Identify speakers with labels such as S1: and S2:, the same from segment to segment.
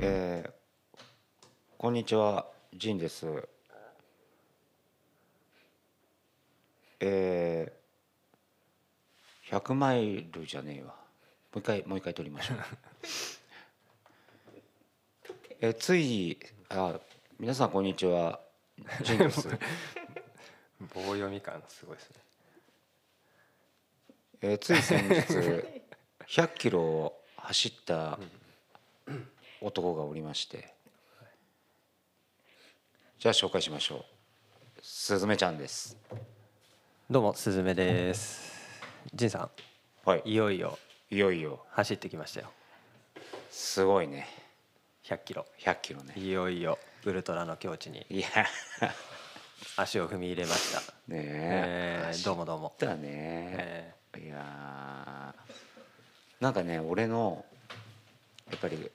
S1: えーこんにちは、ジンです。えー、100マイルじゃねえわ。もう一回、もう一回撮りましょう。えーつい、あ、皆さんこんにちは、ジンです。
S2: 棒読み感すごいですね
S1: えーつい先日、100キロを走った男がおりまして、じゃあ紹介しましょう。すずめちゃんです。
S2: どうもすずめですじんさ
S1: はい
S2: んい。よいよ
S1: いよいよ
S2: 走ってきましたよ
S1: すごいね
S2: 100キロ
S1: 100キロね
S2: いよいよウルトラの境地に
S1: いや
S2: 足を踏み入れました
S1: ねえ
S2: えーどうもどうも
S1: だね、
S2: え
S1: いやーなんかね俺のやっぱり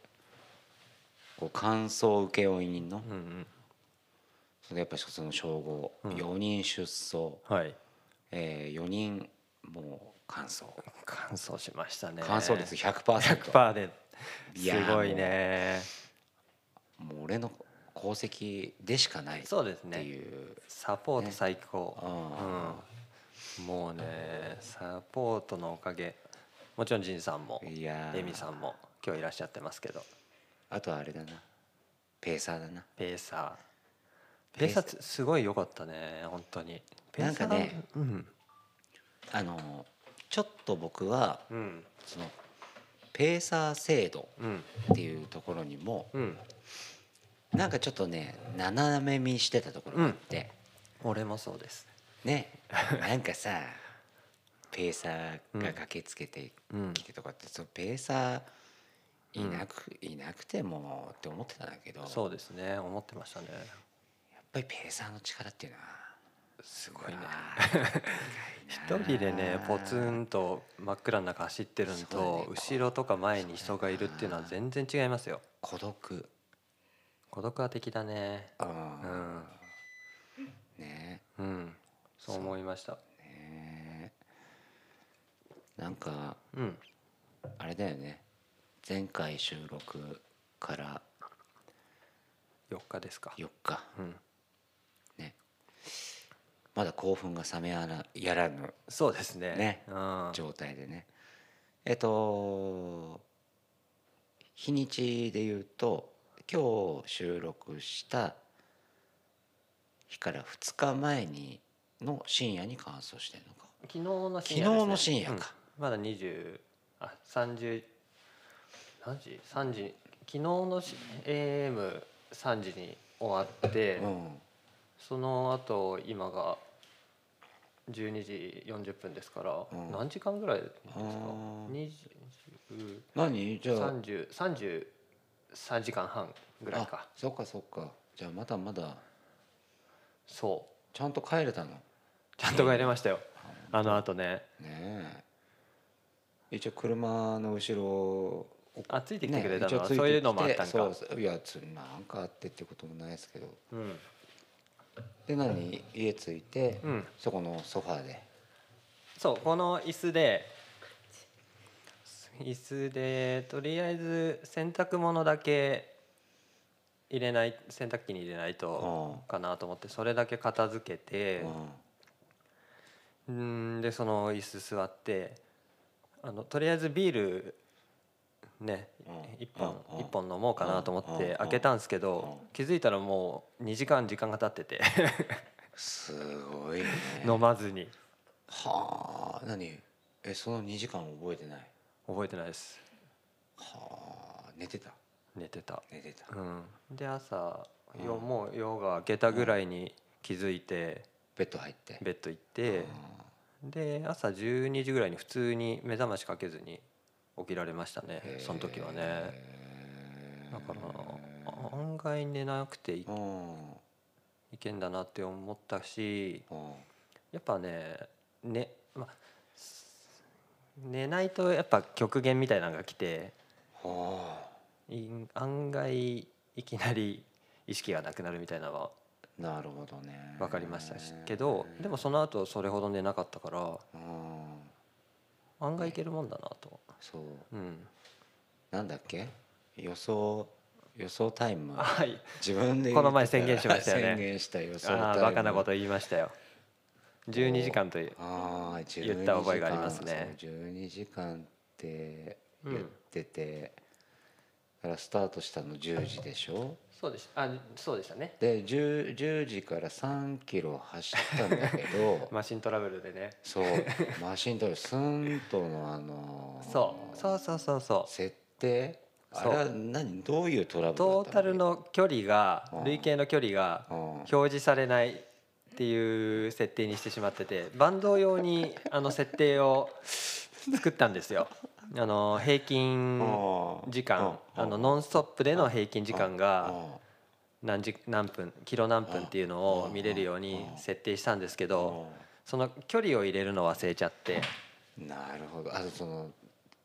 S1: こう感想請負人の
S2: ー、うんうん
S1: そのやっぱりその称号、
S2: うん
S1: 4人出走、
S2: はい
S1: え4人もう完走
S2: 完走しましたね
S1: 完走率100%,
S2: 100%です
S1: いやー
S2: ごいね
S1: もう俺の功績でしかないっ
S2: そうです
S1: て
S2: ね
S1: いう
S2: サポート最高、
S1: あ
S2: うん、もうねサポートのおかげもちろん仁さんも
S1: いやー
S2: エミさんも今日いらっしゃってますけど
S1: あとはあれだなペーサーだな
S2: ペーサー
S1: ペ
S2: ペ
S1: ー
S2: ー
S1: サ
S2: サ
S1: ー
S2: ーつすごい良かったね本当にペーサー
S1: なんかね
S2: うん
S1: あのちょっと僕は
S2: うん
S1: そのペーサー制度
S2: うん
S1: っていうところにも
S2: うん
S1: なんかちょっとね斜め見してたところがあって、
S2: 俺もそうです
S1: ね なんかさペーサーが駆けつけて
S2: うん
S1: きてとかって、そのペーサーいなく、いなくてもって思ってたんだけどやっ
S2: そうですね思ってましたね
S1: ぱりペーサーの力っていうのはすごいな
S2: ね一人でねポツンと真っ暗の中走ってるの
S1: そうだね
S2: と後ろとか前に人がいるっていうのは全然違いますよ
S1: 孤独
S2: 孤独は的だね
S1: あ
S2: う
S1: ー
S2: ん
S1: ね
S2: うんそう思いました
S1: ねなんか
S2: うん
S1: あれだよね前回収録から
S2: 4日ですか
S1: 4日
S2: うん
S1: ねまだ興奮が冷めやらやらぬ
S2: そうですね
S1: ね
S2: うん
S1: 状態でねえっと日にちで言うと今日収録した日から2日前にの深夜に乾燥してるのか
S2: 昨日の深夜です、ね、
S1: 昨日の深夜か
S2: うんまだ20あ30何時3時昨日のし AM3 時に終わって、
S1: うん
S2: その後今が12時40分ですから、
S1: うん
S2: 何時間ぐらいですか
S1: あー
S2: 20
S1: 何じゃあ
S2: 30 33時間半ぐらいか
S1: あそっかそっかじゃあまだまだ
S2: そう
S1: ちゃんと帰れたのね
S2: ちゃんと帰れましたよあのあとね
S1: え一応車の後ろを
S2: あついてき
S1: ね
S2: てくれた
S1: 一
S2: の
S1: 応
S2: は、
S1: つてきて
S2: そういうのもあったんか
S1: そうそういやつなんかあってってこともないですけど
S2: うん
S1: で何家着いて、
S2: うん
S1: そこのソファーで
S2: そうこの椅子で椅子でとりあえず洗濯物だけ入れない洗濯機に入れないとかなと思ってそれだけ片付けて
S1: うん
S2: うんでその椅子座ってあのとりあえずビールね
S1: うん
S2: 一
S1: うん
S2: 本
S1: うん
S2: 一本飲もうかなと思っ
S1: うん
S2: て開けたんですけど
S1: うん
S2: 気づいたらもう2時間時間が経ってて
S1: すごいね
S2: 飲まずに
S1: はあ何えその2時間覚えてない
S2: 覚えてないです
S1: はあ寝てた
S2: 寝てた。
S1: 寝てた
S2: うん、で朝、
S1: うん
S2: よもう夜が明けたぐらいに気づいて
S1: ベッド入って
S2: ベッド行って、で朝12時ぐらいに普通に目覚ましかけずに起きられましたねその時はねだから案外寝なくてい
S1: うん
S2: いけんだなって思ったし
S1: うん
S2: やっぱねねまあ寝ないとやっぱ極限みたいなのが来て
S1: はあ
S2: い案外いきなり意識がなくなるみたいなのは
S1: なるほどね
S2: 分かりましたしけどでもその後それほど寝なかったから
S1: うん
S2: 案外いけるもんだなと、
S1: そう
S2: うん、
S1: なんだっけ予想予想タイム
S2: はい
S1: 自分で言う
S2: この前宣言しましたよね
S1: 宣言した予想タイム
S2: ああバカなこと言いましたよ12時間という
S1: ああ
S2: 言った覚えがありますね
S1: 12時間って
S2: う
S1: 言っ
S2: ん
S1: てて、だからスタートしたの10時でしょ
S2: そうでしたあそうでしたね
S1: で 10, 10時から3キロ走ったんだけ ど
S2: マシントラブルでね
S1: そうマシントレスンとのあの
S2: そうそうそうそうそう
S1: 設定あ
S2: そう
S1: れは何どういうトラブルだった
S2: トータルの距離が
S1: うん
S2: 累計の距離が
S1: うん
S2: 表示されないっていう設定にしてしまっててバンド用にあの設定を作ったんですよ。あの平均時間
S1: うん
S2: あのノンストップでの平均時間が
S1: うん
S2: 何時何分キロ何分っていうのを見れるように設定したんですけどその距離を入れるの忘れちゃって
S1: なるほどあとその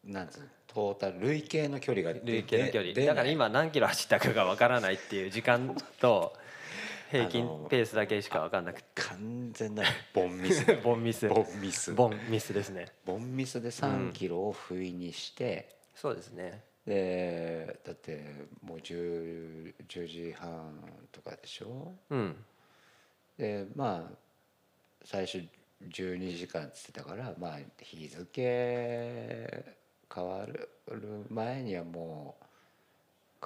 S1: なんつうのトータル累計の距離が出
S2: 累計の距離
S1: 出ない
S2: だから今何キロ走ったかがわからないっていう時間 と平均ペースだけしか分かんなくて
S1: 完全なるボン ミスだ
S2: ボンミス
S1: ボンミス
S2: ボンミスですね
S1: ボンミスで3キロを不意にして、
S2: そうですね
S1: でだってもう 10, 10時半とかでしょ
S2: うん
S1: でまあ最初12時間っつってたからまあ日付変わる前にはもう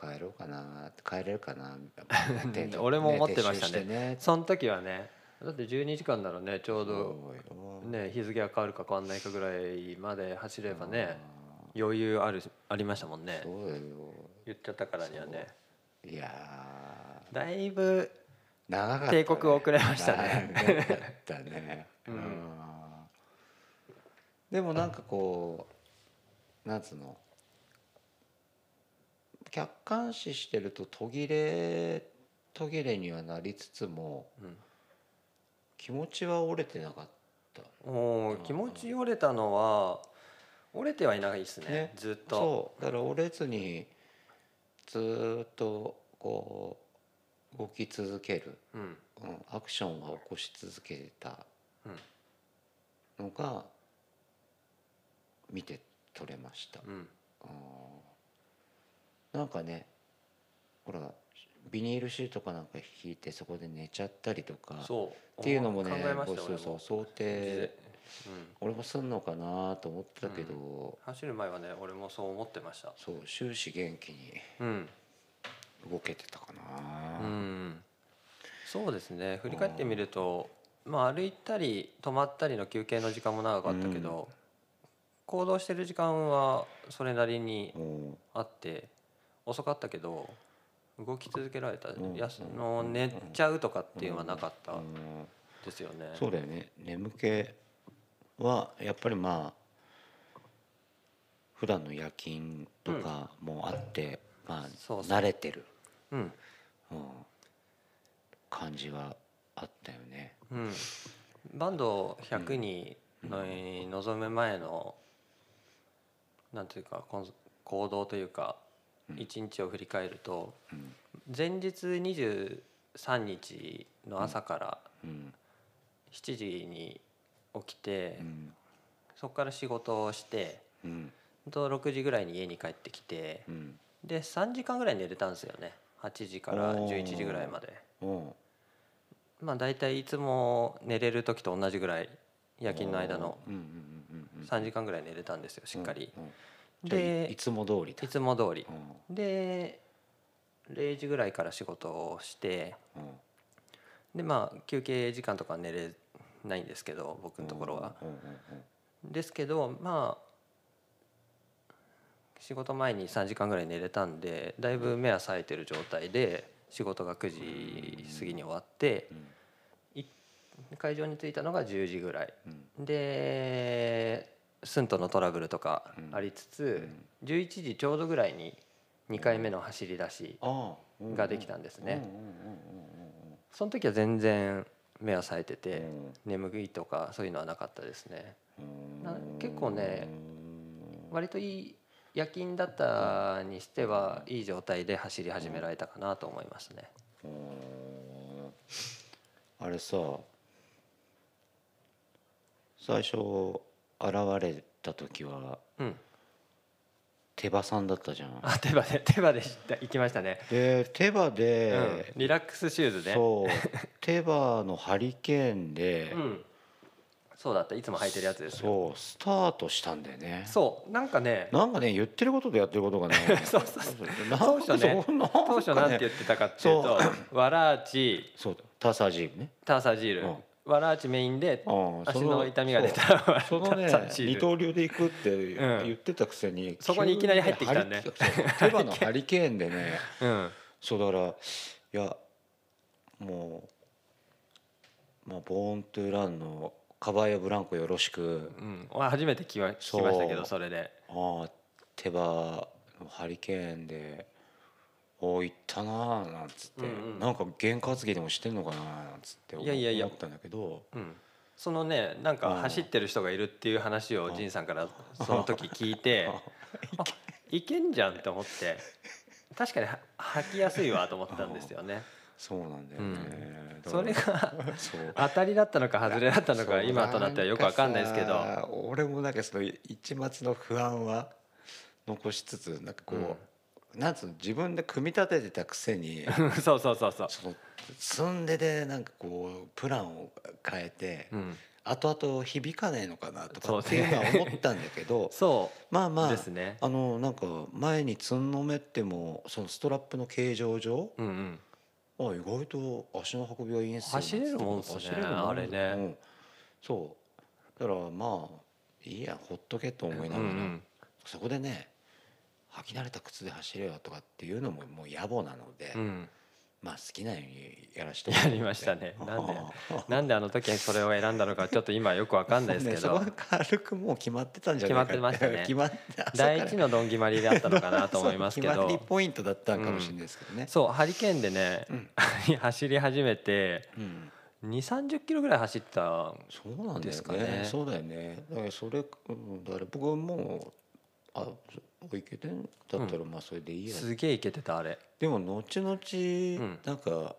S1: 帰ろうかな帰れるかな
S2: うん俺も思ってましたね
S1: ね
S2: その時はねだって12時間ならねちょうど
S1: そうよ
S2: ね日付が変わるか変わんないかぐらいまで走ればね
S1: あ
S2: 余裕あるありましたもん
S1: ー
S2: ね
S1: そうだよ
S2: 言っちゃったからにはね
S1: いやー
S2: だいぶ
S1: 長かった、
S2: 帝国遅れましたね
S1: 長かったね、
S2: うん
S1: でもなんかこうなんつうの客観視してると途切れ途切れにはなりつつも気持ちは折れてなかった
S2: もう気持ち折れたのは折れてはいないですね
S1: ね
S2: ずっと
S1: そうだから折れずにずーっとこう動き続ける、
S2: うん
S1: うん、アクションは起こし続けた
S2: うん
S1: のが見て取れました、
S2: うん
S1: うんなんかねほらビニールシートかなんか引いてそこで寝ちゃったりとかっ
S2: そう
S1: ていうのもね
S2: 考えました
S1: そうそう想
S2: 俺も
S1: 定
S2: うん
S1: 俺もすんのかなと思ってたけど、
S2: 走る前はね俺もそう思ってました
S1: そう終始元気に
S2: うん
S1: 動けてたかな、
S2: うんそうですね振り返ってみると、まあ、歩いたり止まったりの休憩の時間も長かったけど、行動してる時間はそれなりに
S1: うん
S2: あって遅かったけど動き続けられた、
S1: ん
S2: やすの寝ちゃうとかっていうのはなかった
S1: うん
S2: ですよね。
S1: そうだよね眠気はやっぱりまあ普段の夜勤とかもあって、まあ
S2: そうそう
S1: 慣れてる、
S2: うん
S1: うん、感じはあったよね。
S2: うん、バンド100にの臨む前のなんていうかこん行動というか
S1: うん
S2: 一日を振り返ると
S1: うん
S2: 前日23日の朝から
S1: うん
S2: 7時に起きて
S1: うん
S2: そこから仕事をして
S1: うん
S2: と6時ぐらいに家に帰ってきて
S1: うん
S2: で3時間ぐらい寝れたんですよね8時から11時ぐらいまで
S1: うん
S2: まあ大体いつも寝れる時と同じぐらい夜勤の間の
S1: うんうんうんうんうん
S2: 3時間ぐらい寝れたんですよしっかり
S1: うんうんじゃあいい
S2: で
S1: つも通りだ
S2: いつも通り
S1: うん
S2: で0時ぐらいから仕事をして
S1: うん
S2: でまあ休憩時間とかは寝れないんですけど僕のところは。
S1: うんうん
S2: ですけどまあ仕事前に3時間ぐらい寝れたんでだいぶ目は冴えてる状態で仕事が9時過ぎに終わって
S1: うん
S2: 会場に着いたのが10時ぐらい
S1: うん
S2: でスンとのトラブルとかありつつ11時ちょうどぐらいに2回目の走り出し
S1: ああ
S2: ができたんですね
S1: うんうん
S2: その時は全然目は冴えて
S1: うんうんうん
S2: て眠いとかそういうのはなかったですね
S1: うんうん
S2: な結構ね
S1: うん
S2: 割といい夜勤だったにしてはいい状態で走り始められたかなと思いますね。
S1: うーんあれさ最初現れた時は
S2: うん、
S1: 手羽さんだったじゃん
S2: あ手羽で手羽でした行きましたね、
S1: で手羽
S2: うん
S1: で、
S2: リラックスシューズね
S1: そう 手羽のハリケーンで、
S2: ん、そうだったいつも履いてるやつですよ
S1: そうスタートしたんだよね
S2: そうなんかね
S1: なんかね言ってることとやってることがね
S2: そうそうそ
S1: なんか
S2: 当初ね
S1: そうなんかね
S2: 当初なんて言ってたかっていうとワラーチ
S1: そうタサジームね
S2: ターサージール、
S1: うん
S2: ワラーチメインで
S1: あー
S2: 足
S1: そ
S2: の痛みが出たら
S1: そうそのね
S2: ターサージール
S1: 二刀流で行くって
S2: うん
S1: 言ってたくせに、
S2: そこにいきなり入ってきたんで
S1: 急にねハリそう手羽のハリケーンでね
S2: うん
S1: そうだからいやもう、まあ、ボーントゥーランのカバーやブランコよろしく
S2: うん、俺初めて聞きま聞
S1: そう
S2: きましたけどそれで
S1: ああ手羽のハリケーンでおー行ったなーなんつって、
S2: うんうん
S1: なんか験担ぎでもしてんのかなーなんつって思
S2: いやいやいや
S1: 思ったんだけど
S2: うん、そのねなん
S1: う
S2: か
S1: ん
S2: 走ってる人がいるっていう話を仁さんからその時聞 いてあいけんじゃんって思って確かには履きやすいわと思ったんです よね
S1: そうなんだよね、だか
S2: それ
S1: ら
S2: が
S1: そう
S2: 当たりだったのか外れだったの
S1: そ
S2: か
S1: う
S2: 今となってはよくわかんないですけど
S1: なかさ俺もなんかその一末の不安は残しつつなんかこう、なんつうの自分で組み立ててたくせ に
S2: そうそうそうそう
S1: その積んででなんかこうプランを変えて、
S2: うん
S1: 後々響かないのかなとか
S2: そう
S1: っていうのは
S2: ね
S1: 思ったんだけ ど
S2: そ
S1: まあま
S2: う
S1: あ、
S2: ですね
S1: あのなんか前につんのめってもそのストラップの形状上、
S2: うんうん
S1: あ意外と足の運びはいいんすよ
S2: 走れるもんっすね
S1: 走れるもん
S2: あれね
S1: うんそうだからまあいいやほっとけと思いな
S2: う
S1: がら、
S2: ん
S1: そこでね履き慣れた靴で走れよとかっていうのももう野暮なので、
S2: うんうん
S1: まあ好きなようにやらして
S2: やりまし たねなんでなんであの時それを選んだのかちょっと今よくわかんないですけ
S1: そこ
S2: ど
S1: は軽くもう決まってたんじゃないかって
S2: 決まってましたね
S1: 決まって朝から
S2: 第一のドン決まりだったのかなと思います け
S1: 決まり
S2: ど
S1: ポイントだったんかもしれないですけどね、
S2: そうハリケーンでね
S1: うん
S2: 走り始めて
S1: うん
S2: 2 3 0キロぐらい走った
S1: そうなんだよね
S2: ですかね
S1: そうだよねだからそれ、うん、だから僕はもうあいけてんだったらまあそれでいいや、
S2: すげえいけてたあれ
S1: でも後々、
S2: ん
S1: なんか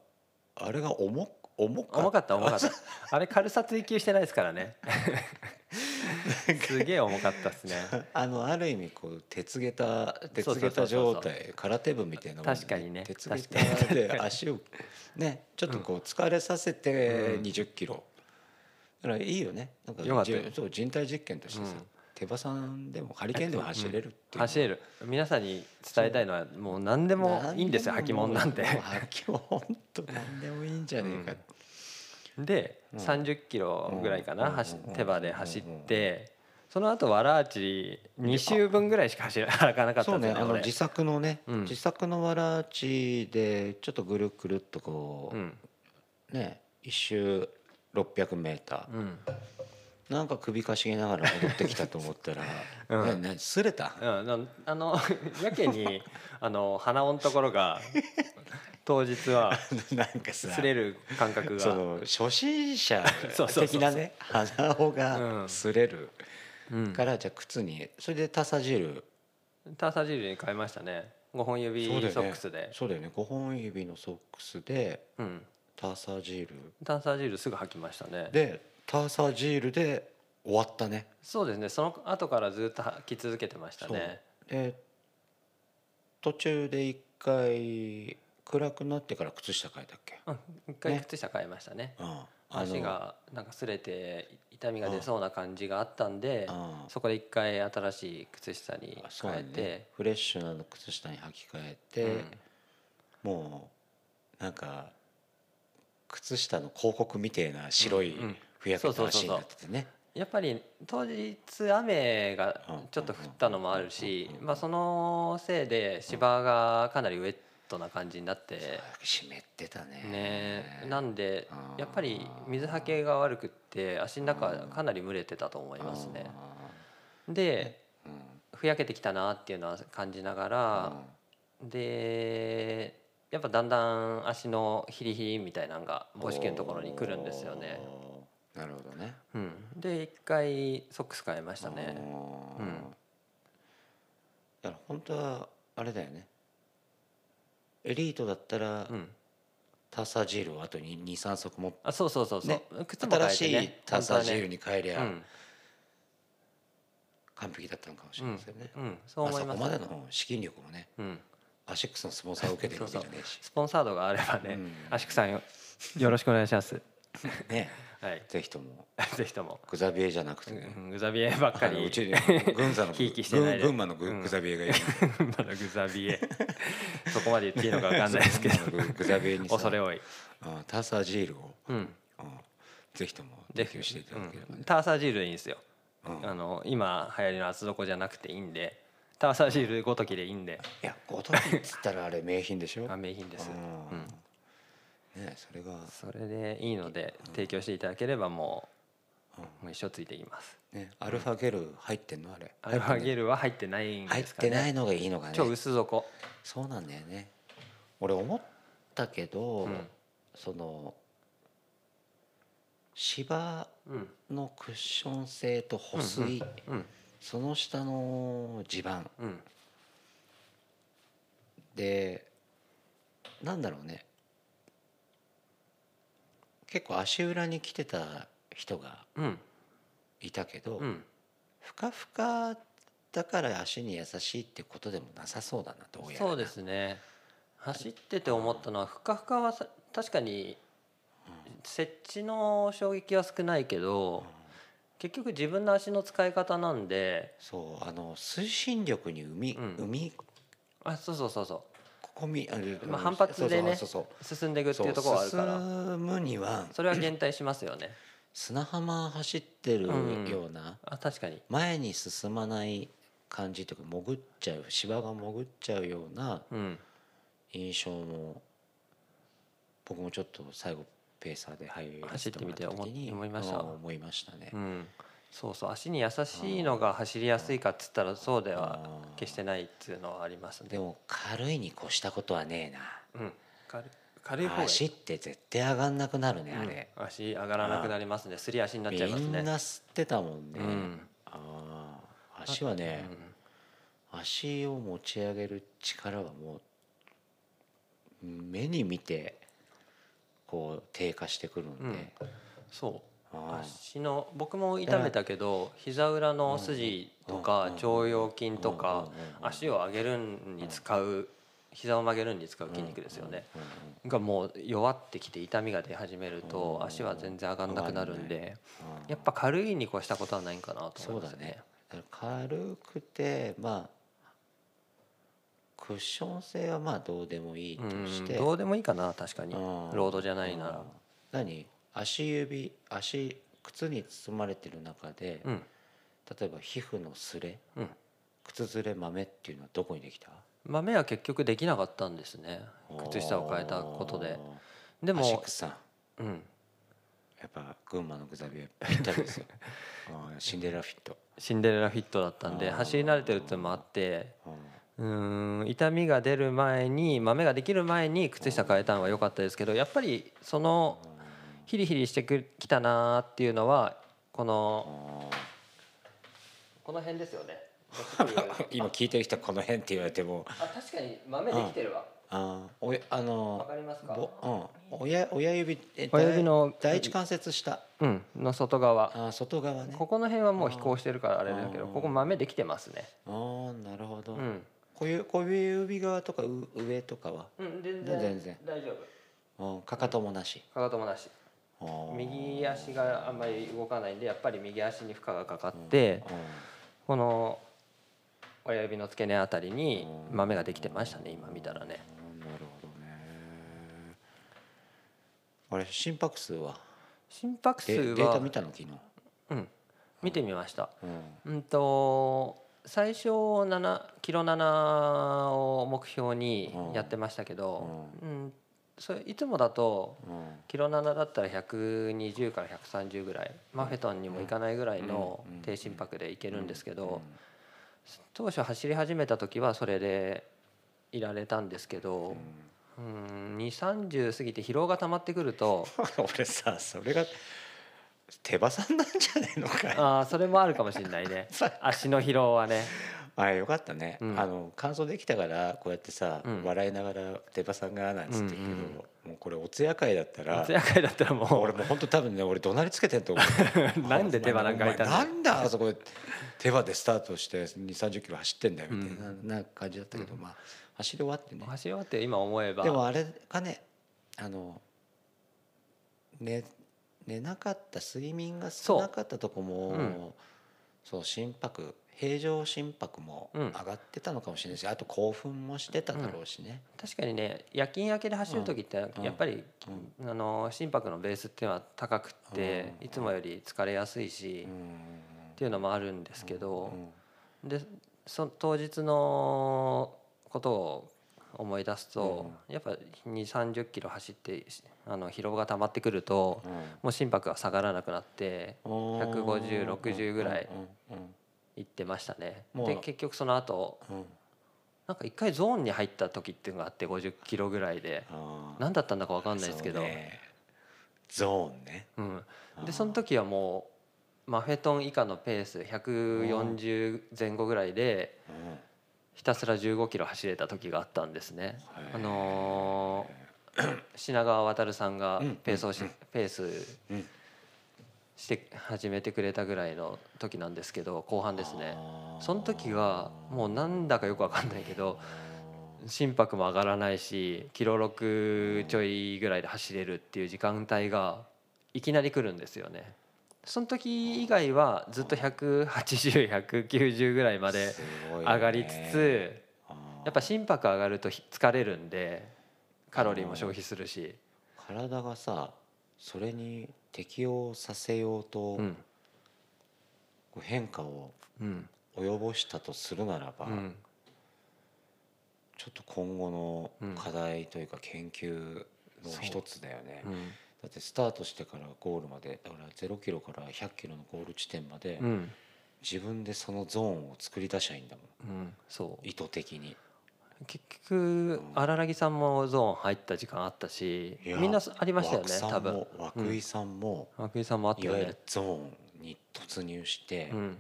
S1: あれが重く重か
S2: 重か
S1: っ
S2: った重かったあれ軽さ追求してないですからねすげえ重かったっす ね
S1: たあのある意味こう鉄下駄
S2: そうそ
S1: 鉄
S2: うそう
S1: 下
S2: そう
S1: 駄状態空手部みたいなもんだよ
S2: 確かにね
S1: 鉄
S2: 確
S1: 下駄で足をねちょっとこう疲れさせて
S2: うん
S1: 2 0キロ、だからいいよねなんか
S2: よかったよ
S1: じそう人体実験としてさ、
S2: うん
S1: 手羽さんでもハリケーンでも走れるっていうのは
S2: 走れる皆さんに伝えたいのはもう何でもいいんですよ履き物なんて
S1: 履物ほんと何でもいいんじゃねえか、
S2: で
S1: うん
S2: 3 0キロぐらいかな
S1: うん
S2: 走
S1: うん
S2: 手羽で走ってその後わらあち2周分ぐらいしか走ら歩かなかっ
S1: そ
S2: た
S1: うん
S2: で
S1: ね
S2: す
S1: あ
S2: よ
S1: の
S2: ね
S1: 自作のね、
S2: うん
S1: 自作のわらちでちょっとぐるくるっとこ
S2: 俺
S1: う、
S2: うん
S1: ね一周 600m、
S2: うん
S1: なんか首かしげながら戻ってきたと思ったら、
S2: うん
S1: ねねすれた、
S2: うん な、あのやけにあの鼻音のところが当日は
S1: なんかさ
S2: 擦れる感覚
S1: そ
S2: が、
S1: の初心者
S2: そうそうそうそう
S1: 的なね鼻緒が
S2: うん
S1: 擦れる
S2: うん、
S1: か
S2: タ
S1: らじゃあ靴にそれでタサ汁
S2: ーサージールに変えましたね5本指
S1: そうだよね
S2: ソックスで
S1: そうだよね5本指のソックスで
S2: うん、
S1: タサ汁
S2: ターサージールすぐ履きましたね
S1: でターサージールで終わったね
S2: そうですねその後からずっと履き続けてましたね
S1: で途中で一回暗くなってから靴下変えたっけ、
S2: うん一回靴下変えましたね
S1: うん、あの
S2: 足がなんか擦れて痛みが出そうな感じがあったんで
S1: あ
S2: そこで一回新しい靴下に
S1: あそう
S2: 変
S1: だ
S2: え
S1: ね
S2: て、
S1: フレッシュな靴下に履き替えて、もうなんか靴下の広告みてえな白い
S2: うんうん
S1: ふやけた
S2: そうそうそうそう
S1: 足になっててね
S2: やっぱり当日雨がちょっと降ったのもある
S1: う
S2: し
S1: んうんうんうん
S2: まあそのせいで芝がかなりウェットな感じになって
S1: 湿ってたね
S2: ねなんで
S1: あー
S2: やっぱり水はけが悪くって足の中かなり蒸れてたと思いますね
S1: あ
S2: で
S1: ーうん
S2: ふやけてきたなっていうのは感じながらでやっぱだんだん足のヒリヒリみたいなのが
S1: うん
S2: 母子球のところに来るんですよね、
S1: おーなるほどね
S2: うん、で一回ソックス変えましたね
S1: あー
S2: うん
S1: だから本当はあれだよねエリートだったら
S2: うん、
S1: ターサージールをあとに23足も
S2: あそうそうそうそう、
S1: ね
S2: 靴も
S1: 新
S2: 変え
S1: してい
S2: ね
S1: ターサージール
S2: 本
S1: に変えり
S2: 当は
S1: ゃ
S2: ね
S1: 完璧だったのかもし
S2: う
S1: れ
S2: ん
S1: ませんね、
S2: うんうん、そう思い
S1: ま
S2: ま
S1: あ、
S2: す
S1: そこまでの資金力もね
S2: うん、
S1: アシックスのスポンサーを受けてるわけ じゃねえし
S2: スポンサードがあればね、
S1: うん
S2: アシックさんよ よろしくお願いします。
S1: ね
S2: はい、
S1: ぜひとも
S2: ぜひとも、
S1: グザビエじゃなく
S2: う
S1: て、ね
S2: んグザビエばっか
S1: あの
S2: り
S1: うちに群 馬の
S2: ひいきしてないで
S1: 群馬のグ
S2: うん
S1: グザビエがいる
S2: 群馬のグザビエそこまで言っていいのかわかんないですけど
S1: 群馬のグザビエにさ
S2: 恐れ多い、
S1: あターサージールを、
S2: うん、
S1: うんぜひとも
S2: で
S1: 提供していただければ
S2: うんターサージールでいいんですよ、
S1: うん
S2: あの今流行りの厚底じゃなくていいんでターサージールごときでいいんで、
S1: いやごときっつったらあれ名品でしょ、
S2: あ名品です、
S1: う
S2: うんん、
S1: ねそれが、
S2: それでいいので提供していただければもうもう一生ついていきます
S1: うんね、アルファゲル入ってんのあれ
S2: アルファゲルは入ってないん
S1: 入
S2: で
S1: っ
S2: すかね
S1: てないのがいいのがね
S2: 超薄底、
S1: そうなんだよね俺思ったけど、
S2: うん
S1: その芝
S2: うん
S1: のクッション性と保水、
S2: うん
S1: その下の地盤
S2: うん
S1: でなんだろうね結構足裏に来てた人が
S2: うん
S1: いたけど、
S2: うん
S1: ふかふかだから足に優しいってことでもなさそうだなどうやらな
S2: そうですね走ってて思ったのはふかふかはさ確かに設置の衝撃は少ないけど結局自分の足の使い方なんで
S1: そうあの推進力に生み,、
S2: うん
S1: 生み
S2: あそうそうそうそ
S1: 込みあの
S2: まあ反発でね
S1: そうそう
S2: う進んでいくって
S1: そうそう
S2: いうところはある
S1: 進
S2: から
S1: むには
S2: それは減退しますよね
S1: 砂浜走ってる
S2: うん
S1: ような
S2: あ確かに
S1: 前に進まない感じというか潜っちゃう芝が潜っちゃうような
S2: うん
S1: 印象も僕もちょっと最後ペーサーで俳優やらせもら
S2: 走ってみて思思いました
S1: うん思いましたね、
S2: うんそうそう足に優しいのが走りやすいかっつったらそうで
S1: あ
S2: は
S1: ー
S2: 決してないっていうのはあります
S1: で
S2: ね
S1: も軽いに越したことはね
S2: うん軽
S1: え
S2: 軽い
S1: な
S2: 方がいい
S1: 足って絶対上がんなくなるね、あれ
S2: うん足上がらなくなりますねすり足になっちゃいます
S1: みん
S2: ね
S1: な吸ってたもんね、
S2: うん
S1: ああ足はね、足を持ち上げる力はもう目に見てこう低下してくるんで、
S2: そう
S1: あー
S2: 足の僕も痛めたけど膝裏の筋と
S1: うん
S2: か
S1: うん
S2: 腸腰筋とか
S1: うんうんうんうん
S2: 足を上げるんに使う膝を曲げるんに使う筋肉ですよね
S1: うんうん
S2: がもう弱ってきて痛みが出始める
S1: うんうん
S2: と足は全然上がんなくなるん
S1: 上
S2: で
S1: うんうん
S2: やっぱ軽いに越したことはないんかなと
S1: そ
S2: 思
S1: う
S2: いま
S1: だ
S2: す
S1: ね
S2: ね。
S1: だから軽くてまあクッション性はまあどうでもいいと
S2: うん
S1: して、
S2: どうでもいいかな確かに
S1: うん
S2: ロードじゃないなら
S1: うん何足指足靴に包まれてる中で、
S2: うん
S1: 例えば皮膚のすれ
S2: うん
S1: 靴ずれ豆っていうのはどこにできた
S2: 豆は結局できなかったんですね靴下を変えたことでで
S1: でアシッ
S2: も
S1: クスさん
S2: うん
S1: やっぱ群馬のグザビエぴったりです ようんシンデレラフィット、
S2: シンデレラフィットだったんで
S1: あー
S2: 走り慣れてるっていうのもあって
S1: うん
S2: うーん痛みが出る前に豆ができる前に靴下変えたのは良かったですけどやっぱりそのヒリヒリしてくきたなーっていうのはこの
S1: あ
S2: この辺ですよ ね
S1: ー今聞いてる人はこの辺って言われても
S2: あ確かに豆できてるわ
S1: あーおやあ
S2: わ
S1: の
S2: かりますか
S1: ぼ、うん、親親指え
S2: 親指の
S1: 第第一関節下
S2: うんの外側
S1: あー外側ね
S2: ここの辺はもう飛行してるからあれだけど
S1: うん
S2: ここ豆できてますね
S1: あーなるほど、
S2: うん
S1: 小指小指側とかう上とかは
S2: うん
S1: 然
S2: 全然
S1: 全然
S2: 大丈夫
S1: うんかかともなし
S2: かかともなし
S1: あー
S2: 右足があんまり動かないんでやっぱり右足に負荷がかかってこの親指の付け根あたりに豆ができてましたね今見たらね
S1: うんなるほどねあれ心拍数は
S2: 心拍数
S1: でデータ
S2: は
S1: 見たの昨日、
S2: うん見てみました
S1: うん
S2: うんと最初7キロ7を目標にやってましたけどうんそれいつもだと
S1: うん
S2: キロ7だったら120から130ぐらいマフェトンにも行かないぐらいの
S1: うん
S2: 低心拍でいけるんですけど当初走り始めた時はそれでいられたんですけどうん230過ぎて疲労が溜まってくると
S1: 俺さそれが手羽さんなんじゃないのかい
S2: あーそれもあるかもしれないね足の疲労はね
S1: あよかったね、
S2: うん
S1: あの感想できたからこうやってさ、
S2: うん
S1: 笑いながら「デバさんが」なんつって言うけど、
S2: うんうん
S1: もうこれお通夜会だったら
S2: お通夜会だったらも
S1: 俺もう本当多分ね俺怒鳴りつけてんと思
S2: う
S1: う
S2: なんで手羽なんかいた
S1: お
S2: ん
S1: 前な
S2: だ
S1: んだあそこで手羽でスタートして2 3 0キロ走ってんだよみたいな,、な感じだったけど、まあ走り終わってね
S2: 走り終わって今思えば
S1: でもあれがねあの寝寝なかった睡眠が少なかったとこもそう
S2: う,、ん
S1: 心拍平常心拍も
S2: うん
S1: 上がってたのかもしれないし、あと興奮もしてただろうしね、
S2: 確かにね夜勤明けで走る時って
S1: うん
S2: やっぱり、あの心拍のベースっていうのは高くて、
S1: うん
S2: いつもより疲れやすいし、
S1: うん
S2: っ、ていうのもあるんですけど、
S1: うん
S2: でそ当日のことを思い出すと、やっぱ2 3 0キロ走ってあの疲労が溜まってくると、もう心拍が下がらなくなって
S1: うん
S2: 150 60ぐらい
S1: うんうん
S2: いってましたね。
S1: もう
S2: で結局その後
S1: うんうん
S2: なんか一回ゾーンに入った時っていうのがあって50キロぐらいで
S1: あー
S2: 何だったんだか分かんないですけど、
S1: そうねゾーンね
S2: うん、
S1: あー
S2: でその時はもうマフェトン以下のペース140前後ぐらいで
S1: うん
S2: ひたすら15キロ走れた時があったんですね
S1: へ。ー
S2: あのー品川渉さんが
S1: うん
S2: ペースをし、ペース
S1: うん
S2: して始めてくれたぐらいの時なんですけど後半ですね
S1: あー
S2: その時はもうなんだかよくわかんないけど心拍も上がらないしキロ6ちょいぐらいで走れるっていう時間帯がいきなり来るんですよね。その時以外はずっと180190ぐらいまです
S1: ごいよね
S2: 上がりつつ
S1: あー
S2: やっぱ心拍上がるとひ疲れるんでカロリーも消費するし、
S1: 体がさそれに適応させようと
S2: うん
S1: こう変化を
S2: うん
S1: 及ぼしたとするならば、
S2: うん、
S1: ちょっと今後
S2: う
S1: の
S2: ん
S1: 課題というか研究の一つだよね、
S2: う
S1: だ
S2: ん
S1: ってスタートしてからゴールまでだから0キロから100キロのゴール地点まで、
S2: うん
S1: 自分でそのゾーンを作り出しゃいいんだも
S2: うん、そうん
S1: 意図的に
S2: 結局荒木さんもゾーン入った時間あったし
S1: いや
S2: みんなありましたよ
S1: 枠
S2: ね
S1: さ
S2: 多
S1: んも
S2: 分
S1: 涌井さんも、
S2: 荒木さんもあった
S1: い
S2: よ
S1: わゆ
S2: ね
S1: る、ゾーンに突入して、
S2: うん、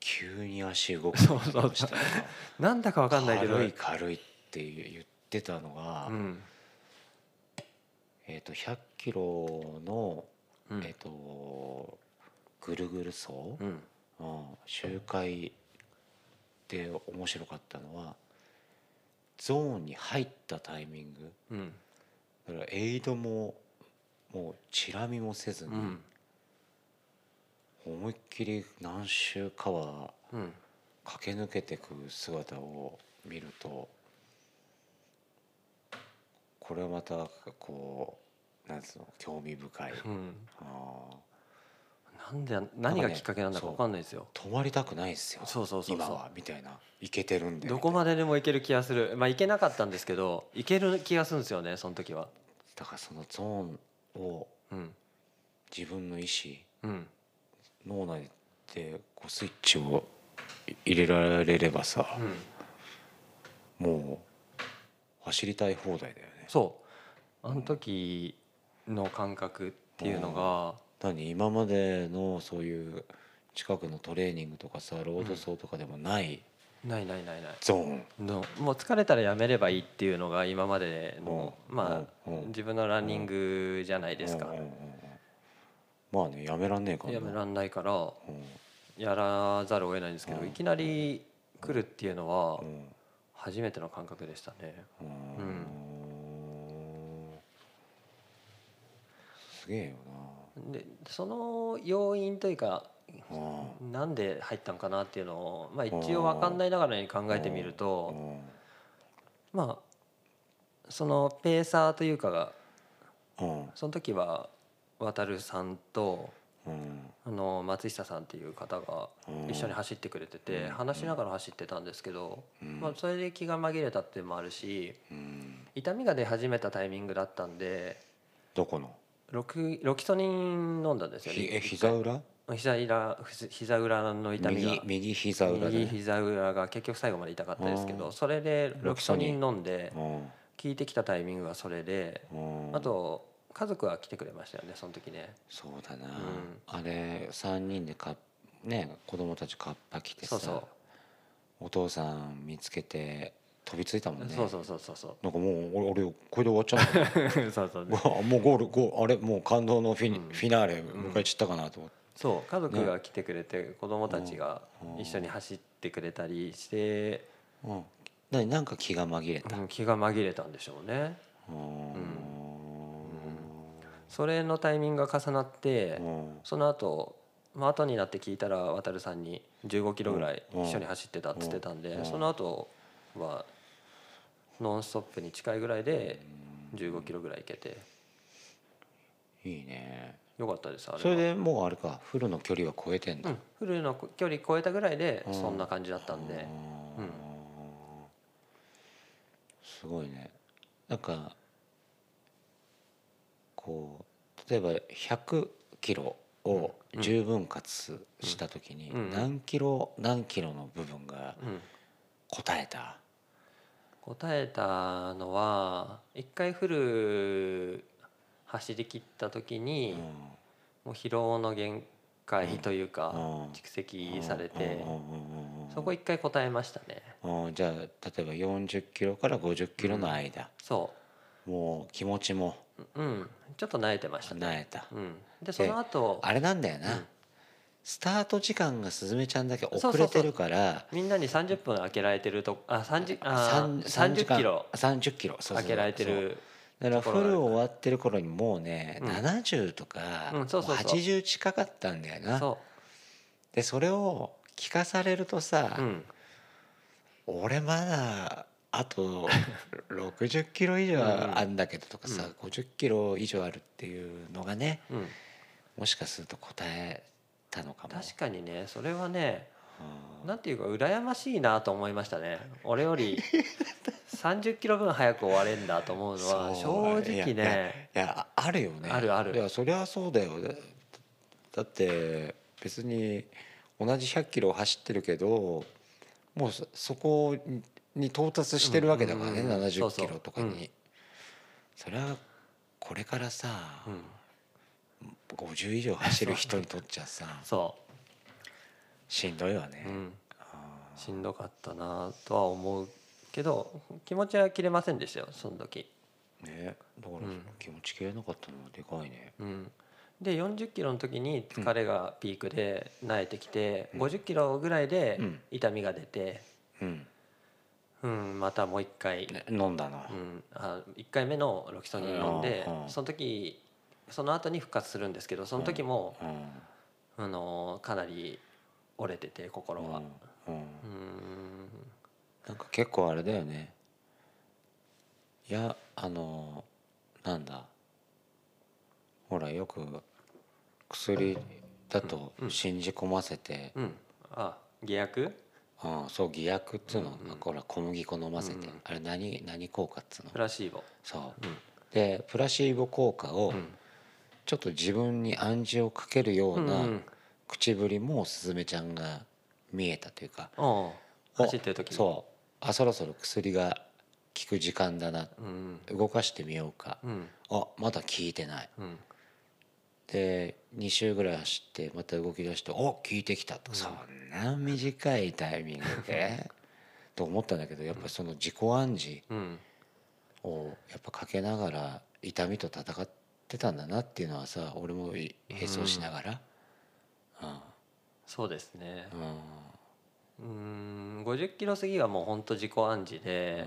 S1: 急に足動 くようになりましたよ
S2: なんだかわかんないけど
S1: 軽い軽いって言ってたのが、
S2: うん
S1: えー、と100キロの、
S2: うん
S1: えー、とぐるぐる走、
S2: うん
S1: うん周回で面白かったのはゾーンに入ったタイミング
S2: うん
S1: だからエイドももうチラ見もせずに、
S2: うん
S1: 思いっきり何周かは
S2: うん
S1: 駆け抜けてく姿を見るとこれはまたこうなんつうの興味 深い、
S2: うん
S1: あー
S2: なんで何がきっかけなんだかわかんないですよ
S1: 止まりたくないですよ
S2: そうそうそうそう
S1: 今はみたいなイケてるんで
S2: どこまででも行ける気がするまあ行けなかったんですけど行ける気がするんですよねその時は
S1: だからそのゾーンを
S2: うん
S1: 自分の意思
S2: うん
S1: 脳内でこうスイッチを入れられればさ、
S2: うん
S1: もう走りたい放題だよね
S2: そうあの時の感覚っていうのが
S1: 何今までのそういう近くのトレーニングとかさロード走とかでもない
S2: ないないないない
S1: ゾーン、
S2: のもう疲れたらやめればいいっていうのが今までの
S1: うん
S2: まあ
S1: うん
S2: 自分のランニングじゃないですか
S1: うんうんうんまあねやめらんねえからな
S2: やめらんないから
S1: うん
S2: やらざるを得ないんですけど
S1: うん
S2: いきなり来るっていうのは
S1: うん
S2: 初めての感覚でしたね
S1: うーんすげえよ
S2: でその要因というか
S1: なうん
S2: なんで入ったんかなっていうのを、まあ、一応分かんないながらに考えてみる
S1: う
S2: と
S1: ん
S2: まあそのペーサーというかが
S1: うん
S2: その時は渉さんと
S1: うん
S2: あの松下さんっていう方が
S1: うん
S2: 一緒に走ってくれて
S1: う
S2: て
S1: ん
S2: 話しながら走ってたんですけど、
S1: うん
S2: まあ、それで気が紛れたっていうのもあるし
S1: うん
S2: 痛みが出始めたタイミングだったんで
S1: どこの
S2: ロキロキソニン飲んだんですよ
S1: ひ
S2: ね
S1: え膝裏
S2: 膝裏膝裏の痛みが
S1: 右右膝裏だね
S2: 右膝裏が結局最後まで痛かったですけ
S1: う
S2: ど
S1: ん
S2: それでロキソニン飲んで
S1: うん
S2: 効いてきたタイミングがそれで
S1: うん
S2: あと家族は来てくれましたよねその時ね
S1: そうだな、
S2: ん
S1: あれ3人でかね子供たちカッパ着て
S2: そ
S1: さ
S2: うそ
S1: お父さん見つけて飛びついたもんね
S2: そうそ うそうそうそう
S1: なんかもう俺俺これで終わっちゃう
S2: そうそう、
S1: のわあ もうゴールゴールあれもう感動のフィ,、
S2: うん
S1: フィナーレ迎えちゃったかなと思って、
S2: そう家族が来てくれて、子供たちが一緒に走ってくれたりして、
S1: うんななんか気が紛れた、
S2: うん気が紛れたんでしょうね
S1: うーん
S2: それのタイミングが重なって、
S1: うん
S2: その後まあ後になって聞いたら渡さんに15キロぐらい
S1: うん
S2: 一緒に走ってたって言ってたんで、
S1: うん
S2: その後はノンストップに近いぐらいで15キロぐらい行けて
S1: いいね
S2: よかったですあれは
S1: それでもうあれかフルの距離は超えてん
S2: う
S1: だ、
S2: ん、フルの距離超えたぐらいで
S1: うん
S2: そんな感じだったんで、
S1: う
S2: うんん
S1: すごいねなんかこう例えば100キロを十分割した時に
S2: うんうん
S1: 何キロ何キロの部分が
S2: うん
S1: 答えた、
S2: 答えたのは一回フル走り切った時
S1: う
S2: に、
S1: ん
S2: もう疲労の限界というか、
S1: うん
S2: 蓄積されて、
S1: うんうんうんうん
S2: そこ一回答えましたね
S1: うんじゃあ例えば40キロから50キロの間、
S2: そ
S1: もう気持ちも
S2: ううんちょっと慣れてましたね、
S1: 叶えた、
S2: うん、でその後
S1: あれなんだよな、
S2: うん
S1: スタート時間がすずめちゃんだけ遅れてるから
S2: みんなに30分開けられてるとあ30あ
S1: 三三時
S2: 30
S1: 間
S2: キロ
S1: 30キロそうそう
S2: 開けられて
S1: そう
S2: る
S1: だから
S2: と
S1: フ
S2: ころがある
S1: ル終わってる頃にもうね、
S2: うん
S1: 70とか、
S2: うんそうそうそう
S1: も80近かったんだよな
S2: そ
S1: でそれを聞かされるとさ、
S2: う、うん、
S1: 俺まだあと60キロ以上あんだけどとかさ、
S2: うん
S1: 50キロ以上あるっていうのがね
S2: うん、
S1: もしかすると答えたのかも
S2: 確かにねそれはね
S1: うん
S2: なんていうか羨ましいなと思いましたね俺 より30キロ分早く終われんだと思うのは
S1: そう
S2: 正
S1: いや
S2: 直
S1: いや
S2: ね
S1: いやああるよね
S2: あるある
S1: いやそりゃそうだよだだって別に同じ100キロを走ってるけどもうそそこにに到達してるわけだからね、
S2: うんうんうんそ
S1: 70
S2: うそ
S1: キ
S2: う
S1: ロとかにそりゃこれからさ、
S2: うん
S1: 50以上走る人にとっちゃ さ
S2: そ
S1: しんどいわね
S2: う、う、ん、
S1: あー
S2: しんどかったなとは思うけど気持ちは切れませんでしたよその時、
S1: ねだから
S2: うん
S1: 気持ち切れなかったのはでかいね
S2: うん、で40キロの時に疲れがピークで慣れてきて、50キロぐらいで
S1: うん
S2: 痛みが出て、
S1: うん
S2: うん、またもう一回、
S1: ね飲んだの、
S2: うん、あ1回目のロキソニン飲んで
S1: うんうん
S2: その時その後に復活するんですけどその時も、
S1: うん
S2: あのーかなり折れてて心は
S1: うんうん
S2: うん
S1: なんか結構あれだよねいやあのなんだほらよく薬だと
S2: うんうん
S1: 信じ込ませて、
S2: うんあ下薬
S1: ああそう偽薬っつうの、
S2: うんうん
S1: ほら小麦粉飲ませて、
S2: うんうん
S1: あれ何何効果っつうの
S2: プラシーボ
S1: そう
S2: うん
S1: でプラシーボ効果を
S2: うん
S1: ちょっと自分に暗示をかけるよう
S2: うんう
S1: なん口ぶりもすずめちゃんが見えたというか、
S2: うん走ってる時に
S1: そうあそろそろ薬が効く時間だな
S2: うん
S1: 動かしてみようか、
S2: うん
S1: あまだ効いてない
S2: うん
S1: で2周ぐらい走ってまた動き出してお効いてきたと、そんな短いタイミング でと思ったんだけどやっぱりその自己暗示
S2: うん
S1: をやっぱかけながら痛みと戦ってたんだなっていうのはさ俺もい並走しながら、
S2: そうですね
S1: うんうん
S2: うん50キロ過ぎはもう本当自己暗示で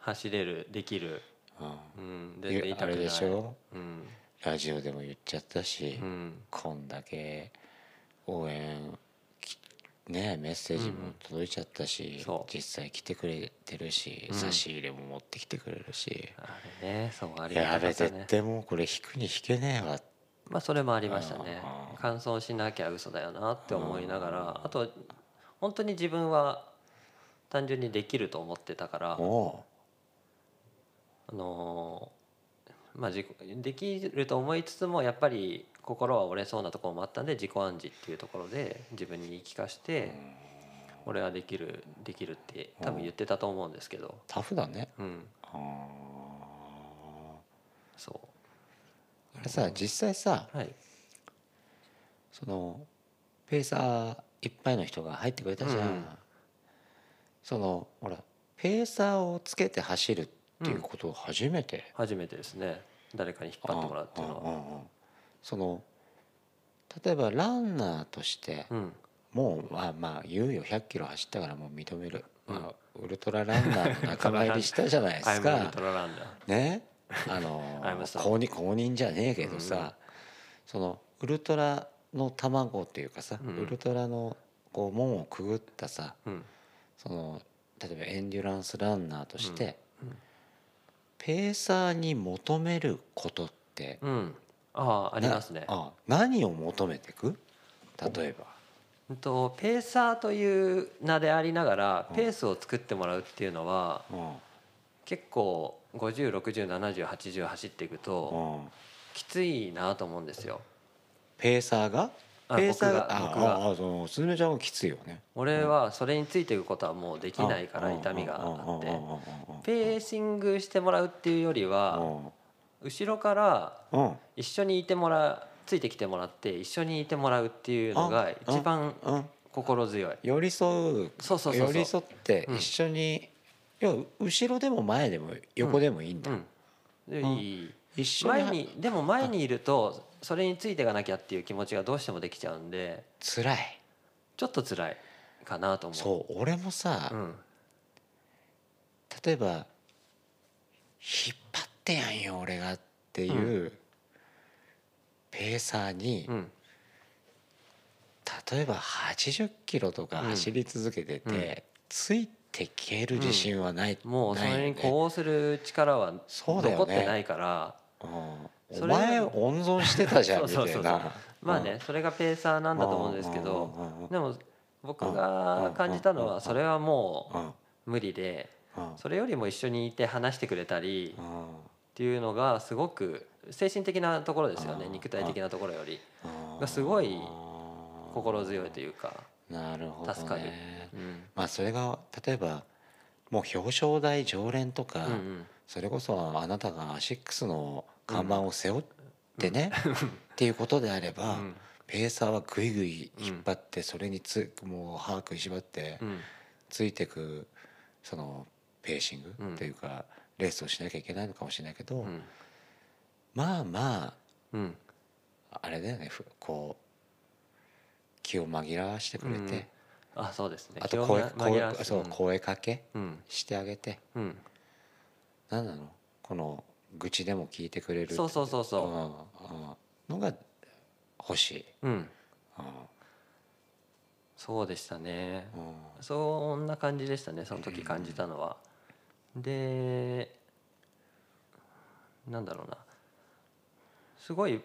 S2: 走れるできる
S1: うん
S2: うん
S1: い
S2: 全然痛く
S1: あ
S2: ない
S1: れでしょ
S2: うん
S1: ラジオでも言っちゃったし、
S2: うん
S1: こんだけ応援きねメッセージも届いちゃったし、
S2: そう
S1: 実際来てくれてるし、
S2: うん
S1: 差し入れも持ってきてくれるし、
S2: あれねそうあり
S1: や
S2: がたか
S1: べ
S2: った
S1: 絶
S2: ね
S1: 対もうこれ引くに引けねえわ
S2: まあそれもありましたね
S1: あー
S2: 乾燥しなきゃ嘘だよなって思いなが
S1: あ
S2: らあと本当に自分は単純にできると思ってたから
S1: も
S2: あのーまあ自己できると思いつつもやっぱり心は折れそうなところもあったんで自己暗示っていうところで自分に言い聞かして俺はできるできるって多分言ってたと思うんですけど
S1: うタフだね
S2: うん
S1: あー
S2: そ
S1: あれさ実際さ
S2: うはい
S1: そのペーサーいっぱいの人が入ってくれたじゃん、
S2: うん
S1: そのほらペーサーをつけて走るっていうことを初めて、
S2: 初めてですね誰かに引っ張ってもらうっていうのは
S1: うんうんうんその例えばランナーとして、
S2: うん
S1: もうまあまあ言うよ100キロ走ったからもう認める、
S2: うん
S1: まあ、ウルトラランナーの仲間入りしたじゃないで
S2: アイ
S1: す
S2: ムウル
S1: か
S2: トラランダー
S1: ねあの
S2: I'm sorry
S1: 公認公認じゃねえけどさ、
S2: うんうん
S1: そのウルトラの卵っていうかさ、
S2: うんうん
S1: ウルトラのこう門をくぐったさ
S2: うん
S1: その例えばエンデュランスランナーとして、
S2: うんうん
S1: ペーサーに求めることって
S2: うんああありますね
S1: なあ何を求めてく例えば
S2: うんとペーサーという名でありながら
S1: うん
S2: ペースを作ってもらうっていうのは
S1: うん
S2: 結構50607080走っていくと
S1: うん
S2: きついなと思うんですよ
S1: ペーサーが
S2: あ
S1: ペーサーが
S2: 僕が
S1: あ
S2: 僕が
S1: ああそのすずめちゃんはきついよね
S2: 俺はそれについていくことはもうできないから痛みがあってペー
S1: サ
S2: シングしてもらうっていうよりは後ろから
S1: うんうん
S2: 一緒にいてもらうついてきてもらって一緒にいてもらうっていうのが一番
S1: うん
S2: 心強い
S1: 寄り添う
S2: そうそうそ
S1: 寄
S2: うそう
S1: り添って
S2: うん
S1: 一緒に要は後ろでも前でも横でもいいんだ
S2: うんでいい
S1: 一緒
S2: 前
S1: に
S2: にでも前にいるとそれについていかなきゃっていう気持ちがどうしてもできちゃうんで
S1: 辛い
S2: ちょっと辛いかなと思う
S1: そう俺も
S2: う
S1: さ
S2: ん
S1: 例えば「引っ張ってやんよ俺が」っていうペーサーに
S2: うん
S1: 例えば80キロとか走り続けてて、
S2: うんうん
S1: ついてける自信はない、
S2: もうそ
S1: ないよ
S2: れ
S1: ね
S2: に呼応する力は
S1: そうだよね
S2: 残ってないから
S1: うん
S2: そ
S1: お
S2: れ
S1: 前温存してたじゃんみた
S2: そ
S1: いう
S2: そうそうそう
S1: な
S2: まあねそれがペーサー
S1: な
S2: な
S1: ん
S2: だと思うんですけどでも僕が感じたのはそれはもう無理でそれよりも一緒にいて話してくれたりっていうのがすごく精神的なところですよね
S1: うん
S2: 肉体的なところよりがすごい心強いと
S1: いう
S2: いうか、
S1: なるほど、ね、
S2: 助かる
S1: まあそれが例えばもう表彰台常連とか、
S2: うんうん
S1: それこそあなたがアシックスの看板を背負ってね、っていうことであれば、
S2: うん
S1: ペーサーはぐいぐい引っ張って、それにつもう歯食いしばって
S2: うん
S1: ついてくそのペーシン
S2: うん
S1: グっていうか、レースをしなきゃいけないのかもしれないけど、
S2: うん
S1: まあま
S2: うん
S1: ああれだよねふこう気を紛らわしてくれて、
S2: うんあそうですね
S1: あと
S2: 気を
S1: 声
S2: 紛らわ
S1: 声
S2: す
S1: そう声かけ
S2: うん
S1: してあげて、
S2: うん
S1: なん、なのこの愚痴でも聞いてくれる
S2: そうそうそ
S1: う
S2: う
S1: ん
S2: そ
S1: うんのが欲しい。
S2: ううん
S1: うん
S2: そうでしたね
S1: うん
S2: そんな感じでしたねその時感じたのは。でなんだろうなすごい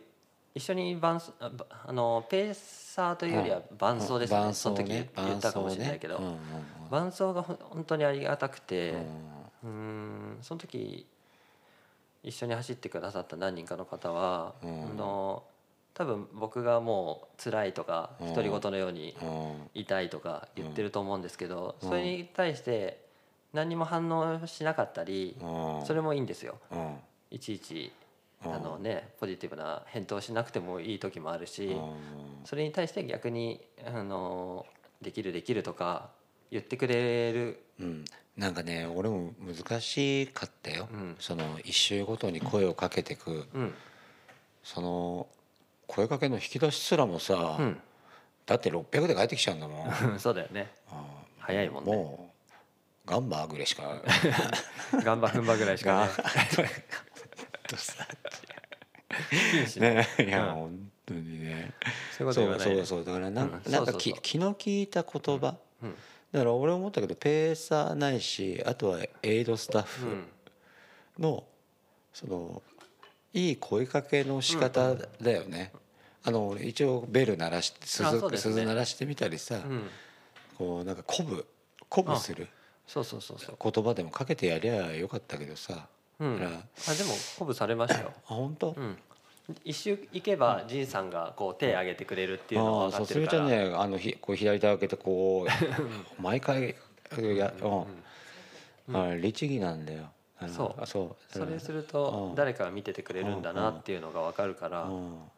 S2: 一緒に伴奏あばあのペーサーというよりは伴奏ですね,、
S1: 伴
S2: そ
S1: 奏
S2: の時
S1: ね
S2: 言ったかもしれないけど、
S1: 伴奏ね
S2: 伴奏がほん本当にありがたくて、
S1: うんうんうん
S2: うーんその時一緒に走ってくださった何人かの方は、
S1: うん
S2: あの多分僕がもう辛いとか
S1: うん
S2: 独り言のように
S1: うんうん
S2: 痛いとか言ってると思うんですけど、
S1: うん
S2: それに対して何にも反応しなかったり、
S1: うん
S2: それもいいんですよ
S1: うんうん
S2: いちいち、
S1: うん
S2: あのねポジティブな返答しなくてもいい時もあるし、それに対して逆にあのできるできるとか言ってくれる
S1: うんなんかね俺も難しかったよ、
S2: うん
S1: その一周ごとに声をかけてく、
S2: うん
S1: その声かけの引き出しすらもさ、
S2: うん、
S1: だって600で帰ってきちゃうんだもん
S2: そうだよね
S1: あー
S2: 早いもんね
S1: もうガンバーぐらいしか
S2: 頑張踏んばぐらいしか
S1: が
S2: ね
S1: とさ
S2: 禁止ね
S1: ねいや、
S2: うん
S1: 本当にね
S2: そういうこと
S1: そ
S2: 言わ
S1: う
S2: ない
S1: そ
S2: ね
S1: うそうだからなん,、
S2: うん
S1: なん
S2: そうそう
S1: か
S2: そう
S1: き気の利いた言葉、
S2: うん
S1: だから俺思ったけどペーサーないしあとはエイドスタッフ、
S2: うん
S1: のそのいい声かけの仕方だよね。あの俺一応ベル鳴らして鈴,、
S2: あそうですね
S1: 鈴鳴らしてみたりさ、
S2: うん
S1: こうなんか鼓舞鼓舞する
S2: そうそうそうそう
S1: 言葉でもかけてやりゃよかったけどさ、
S2: うん、
S1: だから
S2: あでも鼓舞されましたよ
S1: あ、本当、
S2: うん、一周行けば仁さんがこう手挙げてくれるっていうの
S1: あ
S2: が
S1: あ
S2: 分か
S1: そう
S2: って
S1: す
S2: る
S1: る
S2: か
S1: と
S2: ら
S1: ねあのひこう左手開けてこ う毎回や、うんあ律儀なんだよ。あの
S2: そう
S1: あそう
S2: それする
S1: う
S2: と
S1: ん
S2: 誰かが見ててくれるんだなっていうのが分かるか
S1: う
S2: ら
S1: ん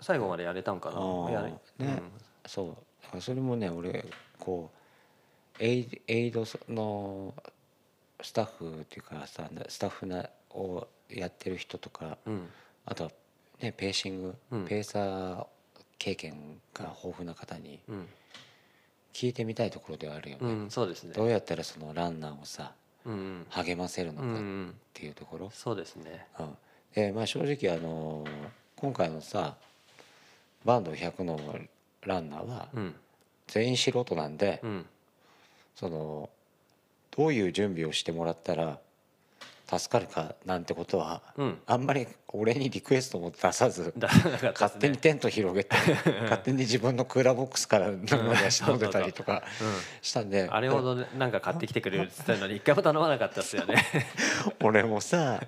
S2: 最後までやれたんかな
S1: うん
S2: やれ
S1: ねそうだからそれもね俺こうエイエイドのスタッフっていうかさスタッフなをやってる人とか
S2: うん
S1: あとは、ね、ペーシング、
S2: うん
S1: ペーサー経験が豊富な方に
S2: うん
S1: 聞いてみたいところではあるよね、
S2: うんそうですね
S1: どうやったらそのランナーをさ
S2: うんうん
S1: 励ませるの
S2: う
S1: か
S2: ん
S1: っ
S2: うん
S1: ていうところ、
S2: そうですね
S1: うんでまあ、正直あの今回のさバンド100のランナーは
S2: うん
S1: 全員素人なんで、
S2: うん
S1: そのどういう準備をしてもらったら助かるかなんてことは
S2: うん
S1: あんまり俺にリクエストも出さず
S2: だからね
S1: 勝手にテント広 げて勝手に自分のクーラーボックスから飲む出し飲んでたりと かしたんで
S2: あれほどねなんか買ってきてくれるって言ってたのに一回も頼まなかったっすよね
S1: 俺も さ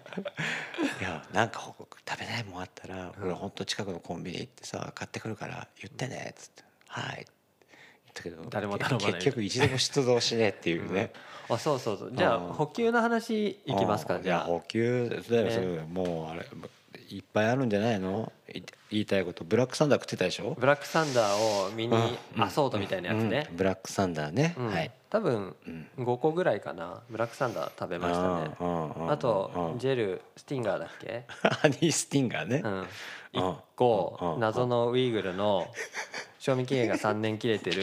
S1: いやなんかほ食べないもんあったら俺ほんと近くのコンビニ行ってさ買ってくるから言ってねっつって「はい」言ったけど
S2: 誰も頼まない
S1: 結局一度も出動しねえっていうね、
S2: あそうそうそうじゃあ
S1: うん
S2: 補給の話いきますか
S1: うん
S2: じゃ
S1: いや
S2: あ
S1: 補給だよ、
S2: ね
S1: それもうあれいっぱいあるんじゃないのい言いたいことブラックサンダー食ってたでしょ
S2: ブラックサンダーをミニアソートみたいなやつね
S1: うんブラックサンダーね、
S2: うん
S1: はい、
S2: 多分
S1: うん、
S2: 5個ぐらいかなブラックサンダー食べましたね
S1: ね
S2: あとジェルスティンガーだっけ
S1: ハニースティンガーね、
S2: うん
S1: うん
S2: 1
S1: うんうんう
S2: 個
S1: ん
S2: 謎のウイグルの賞味期限が3年切れてる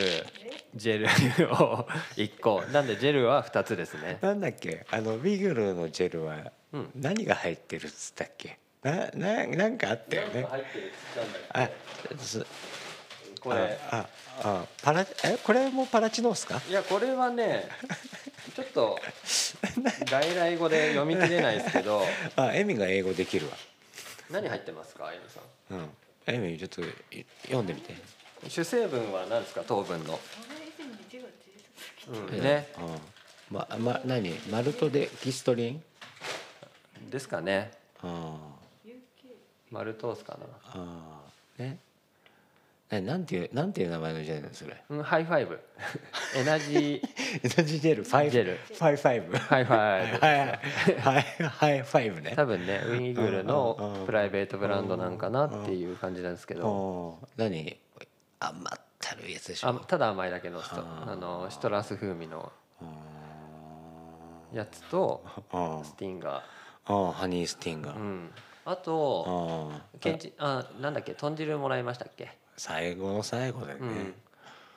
S2: ジェルを1個なんでジェルは2つですね
S1: なんだっけあのウィグルのジェルは
S2: うん
S1: 何が入ってるっつったっけなななんかあったよね
S2: 入ってるっつったんだけど
S1: あす
S2: これ
S1: あああパラえこれもパラチノースか
S2: いやこれ はねちょっと外来語で読み切れないですけ ど
S1: あエミが英語できるわ
S2: 何入ってますかあゆみさん
S1: うんエミちょっとい読んでみて
S2: 主成分は何ですか糖分の、うん、ね
S1: うん、まま何マルトデキストリン
S2: ですかね
S1: あ
S2: マルトースか
S1: あああねえなんていうなんていう名前のジェルなのそれ
S2: な、うん、ハイファイブエナジー
S1: エナジージェルファイブ
S2: ジェル
S1: ファイファイブ
S2: ハイフ
S1: はい
S2: ァイブ
S1: はいはいはいファイブね
S2: 多分ねウィーグル
S1: うんうんう
S2: の
S1: ん
S2: プライベートブランドなんかなっていう感じなんですけど
S1: おー何甘ったるいやつでしょ
S2: あただ甘いだけのスト
S1: あー
S2: あのシトラス風味の
S1: うーん
S2: やつ と
S1: あ
S2: スティン
S1: あ
S2: ガ
S1: ああハニースティンガ
S2: ー、う
S1: ー
S2: ん、あと
S1: ああ
S2: けんちあなんだっけ豚汁もらいましたっけ、
S1: 最後の最後だよ
S2: う
S1: ね
S2: ん、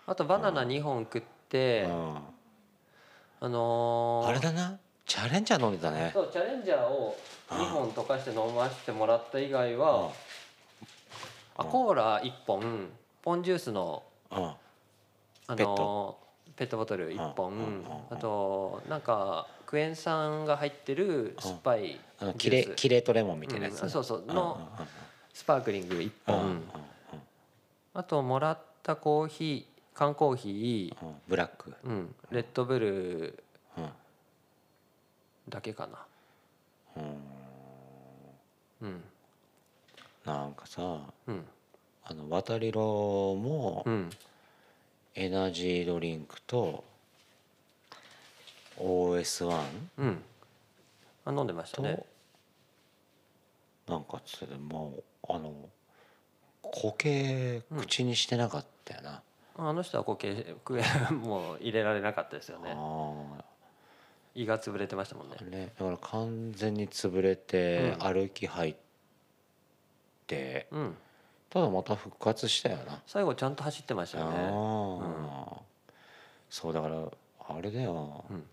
S2: あとバナナ2本食って
S1: うん
S2: あのー、
S1: あれだなチャレンジャー飲んでたね
S2: そうチャレンジャーを2本溶かして飲ませてもらった以外
S1: うん
S2: はあ
S1: うん
S2: コーラ1本ポンジュースの、
S1: うん
S2: あ
S1: ペッ
S2: のーペットボトル1
S1: うんうんうんう
S2: 本
S1: ん
S2: あとなんかクエン酸が入ってる酸っぱい
S1: あの
S2: ジ
S1: キ
S2: ュ
S1: レ
S2: ース
S1: キレートレモンみたいなやつ、
S2: うんそうそう
S1: うん
S2: のスパークリング1
S1: うんうんうん
S2: 本あともらったコーヒー缶コーヒ
S1: うんうんブラック、
S2: ー、うん、レッドブル
S1: うん
S2: だけかな
S1: うん
S2: うん
S1: なんかさ
S2: うん
S1: あの渡りろも
S2: うん
S1: エナジードリンクと OS1
S2: うんあ飲んでました
S1: と、
S2: ね
S1: なんかつってもうあの固形口にしてなかったよな、
S2: あの人は固形食え もう入れられなかったですよね
S1: ああ
S2: 胃が潰れてましたもんね
S1: ねだから完全に潰れて
S2: うん
S1: 歩き入って、
S2: うん
S1: ただまた復活したよな
S2: 最後ちゃんと走ってましたよね
S1: ああ、そうだからあれだよ、
S2: うん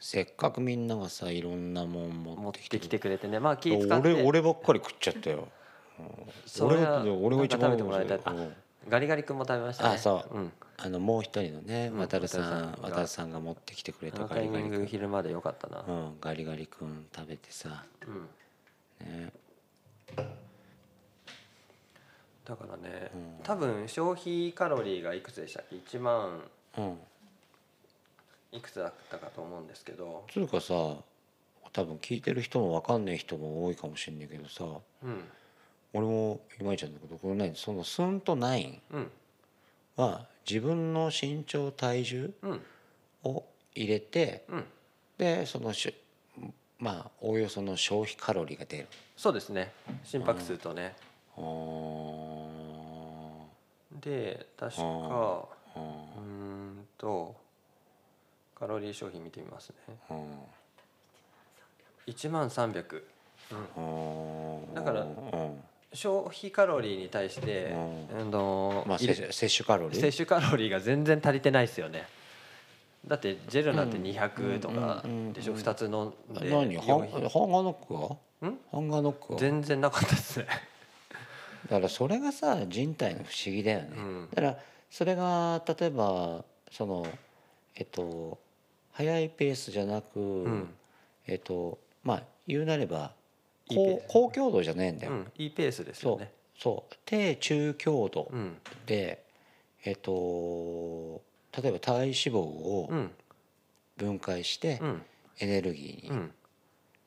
S1: せっかくみんながさいろんなもん持
S2: 持
S1: っ
S2: って
S1: きて
S2: てきてくれてねまあ気使って
S1: 俺俺ばっかり食っちゃったよ
S2: そ
S1: 俺
S2: れは
S1: が俺が一番
S2: 食べてもらいたいあ
S1: うん
S2: ガリガリ君も食べましたね
S1: あそう
S2: うん、
S1: あのもう一人のね
S2: うん
S1: 渡るさん
S2: 渡るさ
S1: 渡るさ
S2: んが
S1: んが持ってきてくれ
S2: あ
S1: た
S2: の
S1: ガ
S2: タイ
S1: リ
S2: ミ
S1: ガ
S2: ン
S1: リ
S2: グ
S1: 君
S2: 昼まで良かったな
S1: うんガリガリ君食べてさ
S2: うん
S1: ね
S2: だからね、
S1: うん
S2: 多分消費カロリーがいくつでしたっけ1万
S1: うん
S2: いくつだったかと思うんですけど
S1: つうかさ多分聞いてる人も分かんない人も多いかもしんないけどさ
S2: うん
S1: 俺も今井ちゃんのことこのねそのスンとナイン
S2: うん
S1: は自分の身長体重
S2: うん
S1: を入れて
S2: うん
S1: でそのしまあおおよその消費カロリーが出る
S2: そうですね心拍数とね、
S1: あー
S2: で確
S1: あ
S2: か
S1: あー
S2: うーんとカロリー消費見てみますね
S1: うん
S2: 1万300
S1: うん
S2: だから
S1: うん
S2: 消費カロリーに対して、
S1: う
S2: うんと
S1: まあ、
S2: 入れ
S1: 摂取摂取カロリー
S2: 摂取カロリーが全然足りてないですよねだってジェルなんて200とかでしょ、
S1: うんうんうんうん
S2: 2つ飲んで
S1: 何ハンハンガ
S2: 400
S1: ーノックは
S2: ん
S1: ハンガーノックは
S2: 全然なかったですね
S1: だからそれがさ人体の不思議だよね、
S2: うん
S1: だからそれが例えばそのえっと速いペースじゃなく、
S2: ん
S1: えっとまあ言うなれば
S2: いいペー
S1: 高
S2: ス
S1: 高強度じゃねえんだ
S2: う
S1: よ、
S2: んいいペースです
S1: そ
S2: よ
S1: う
S2: ね
S1: そう低中強度
S2: うん
S1: で、えっと例えば体脂肪を
S2: うん
S1: 分解して
S2: うん
S1: エネルギー
S2: う
S1: に
S2: ん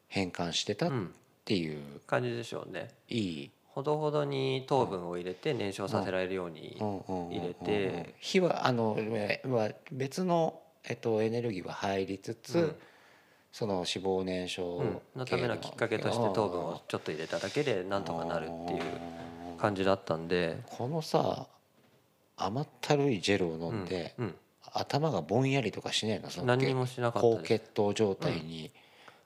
S1: 変換してたっ
S2: うん
S1: ていう、
S2: 感じでしょうね
S1: いい
S2: ほどほどに糖分を入れて燃焼させられるように
S1: 入
S2: 入れて
S1: 火はあのえは別の、えっと、エネルギーは入りつつ、
S2: うん
S1: その脂肪燃
S2: う
S1: 焼
S2: んのためのきっかけとして糖分をちょっと入れただけでなんとかなるっていう
S1: う
S2: 感じだったんで
S1: このさ甘ったるいジェルを
S2: う
S1: 飲ん
S2: ん
S1: で、
S2: うん
S1: 頭がぼんやりとかしないのその
S2: 何にもしなかっ
S1: 高
S2: たです
S1: 血糖状態に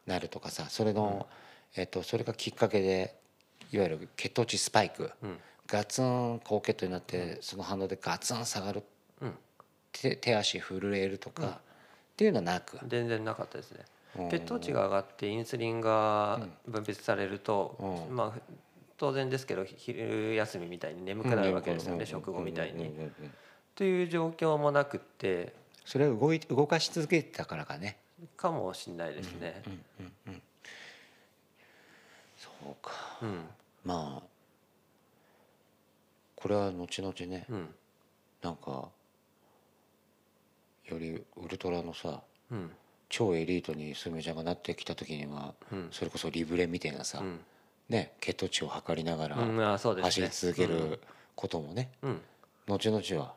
S1: なるとかさ、それの、えっと、それがきっかけでいわゆる血糖値スパイク
S2: うん
S1: ガツン高血糖になってその反応でガツン下がる
S2: うん
S1: 手手足震えるとか、っていうのはなく
S2: 全然なかったですね
S1: うん
S2: 血糖値が上がってインスリンが分泌されると、
S1: うん
S2: まあふ当然ですけど昼休みみたいに眠くなるわけですよね、
S1: うん
S2: 食後みたいに。
S1: うんうんうんうん
S2: という状況もなくって
S1: それを動い動かし続けてたからかね
S2: かもしれないですね。
S1: そうか
S2: うん
S1: まあこれは後々ね
S2: うん
S1: なんかよりウルトラのさ
S2: うん
S1: 超エリートにスミちゃんがなってきた時には
S2: うん
S1: それこそリブレみたいなさ、
S2: うん
S1: ね、血糖値を測りながら
S2: うんあそうです
S1: 走
S2: ね
S1: り続けることもね、
S2: うん
S1: 後々は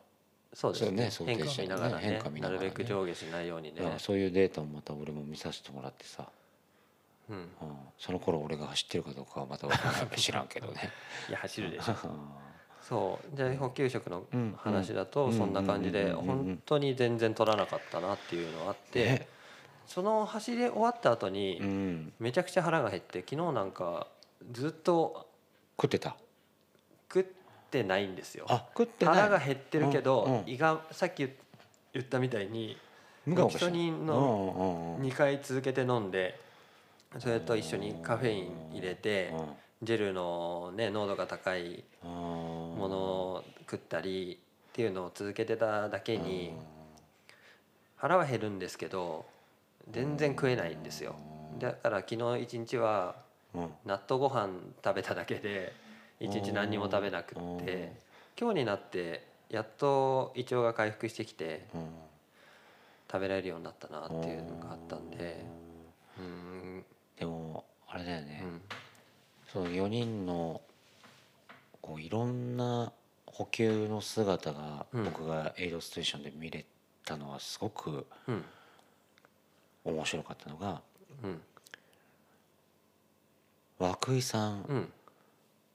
S2: そうですね
S1: そうね
S2: 変化を見なが
S1: 想定し
S2: らね
S1: てね変化見な
S2: な
S1: が
S2: る
S1: らね
S2: べく上下しないようにね
S1: うん、そういうデータもまた俺も見させてもらってさ、
S2: うん、
S1: うん、その頃俺が走ってるかどうかはまたわからない知らんけど ね。
S2: いや走るでしょ
S1: う
S2: そうで補給食の
S1: うん
S2: 話だ
S1: う
S2: と
S1: ん
S2: そんな感じで
S1: うんうんうんうんうん
S2: 本当に全然取らなかったなっていうのがあって
S1: ね
S2: その走り終わった後に
S1: ん、
S2: めちゃくちゃ腹が減って昨日なんかずっと
S1: 食ってた
S2: 食ってないんですよ
S1: あ食ってない
S2: 腹が減ってるけ
S1: うん
S2: ど
S1: うん
S2: 胃がさっき言ったみたいに
S1: 無我をして
S2: ロキソニンの2回続けて飲んでそれと一緒にカフェイン入れてジェルのね濃度が高いも
S1: も
S2: のを食ったりっていうのを続けてただけに腹は減るんですけど全然食えないんですよだから昨日一日は納豆ご飯食べただけで一日何にも食べなくっ
S1: うん
S2: て今日になってやっと胃腸が回復してきて食べられるようになったなっていうのがあったんでうーん
S1: でもあれだよね、
S2: うん
S1: その4人のこういろんな補給の姿が
S2: うん
S1: 僕がエイドステーションで見れたのはすごく
S2: うん
S1: 面白かったのが
S2: うん
S1: 涌井さん
S2: うん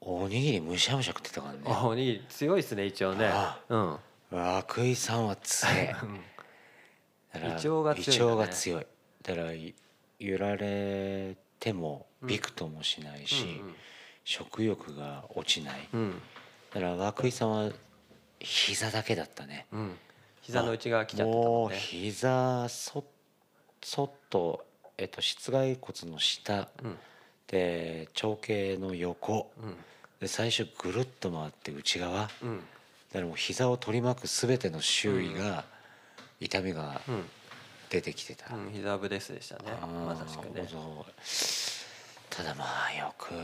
S1: おにぎりむしゃむしゃ食ってたからね
S2: あおにぎり強いですね一応ね
S1: あ
S2: うん
S1: 涌井さんは強 いだから
S2: 胃腸が強いんだね
S1: 胃腸が強いだからい揺られてもびくともしないし、食欲が落ちない
S2: うんうん
S1: だから涌井さんは膝だけだったね
S2: うんうん膝の内側来ちゃってた
S1: も
S2: も
S1: うん
S2: ね
S1: 膝そそっと、えっと、室外骨の下
S2: うん
S1: で長径の横
S2: うん
S1: で最初ぐるっと回って内側だか
S2: うん
S1: らもう膝を取り巻く全ての周囲が痛みが
S2: うん
S1: 出てきてた、
S2: うん、膝ブレスでしたね。
S1: あー
S2: まさしくね。
S1: そうただまあよく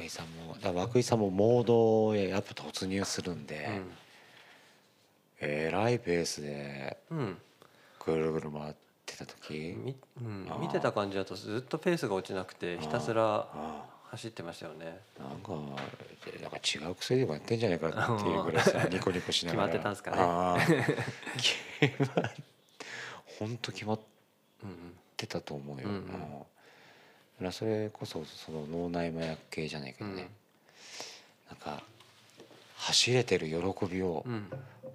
S1: 涌井さんもだから涌井さんもモードへやっぱ突入するんで、えらいペースで
S2: うん、
S1: ぐるぐる回ってた時
S2: うん、み、うん
S1: あー、
S2: 見てた感じだと、ずっとペースが落ちなくて、ひたすら
S1: あ
S2: 走ってましたよね。
S1: あなんかなんか違う薬でもやってんじゃないかっていうぐらい さニコニコしながら
S2: 決まってたんすかね
S1: ああ決まっ 本当決まっ
S2: うん、
S1: てたと思うよ、
S2: うんうん
S1: うんだからそれこそその脳内麻薬系じゃないけ
S2: う
S1: ど
S2: ん
S1: ね、、なんか走れてる喜びを
S2: うん、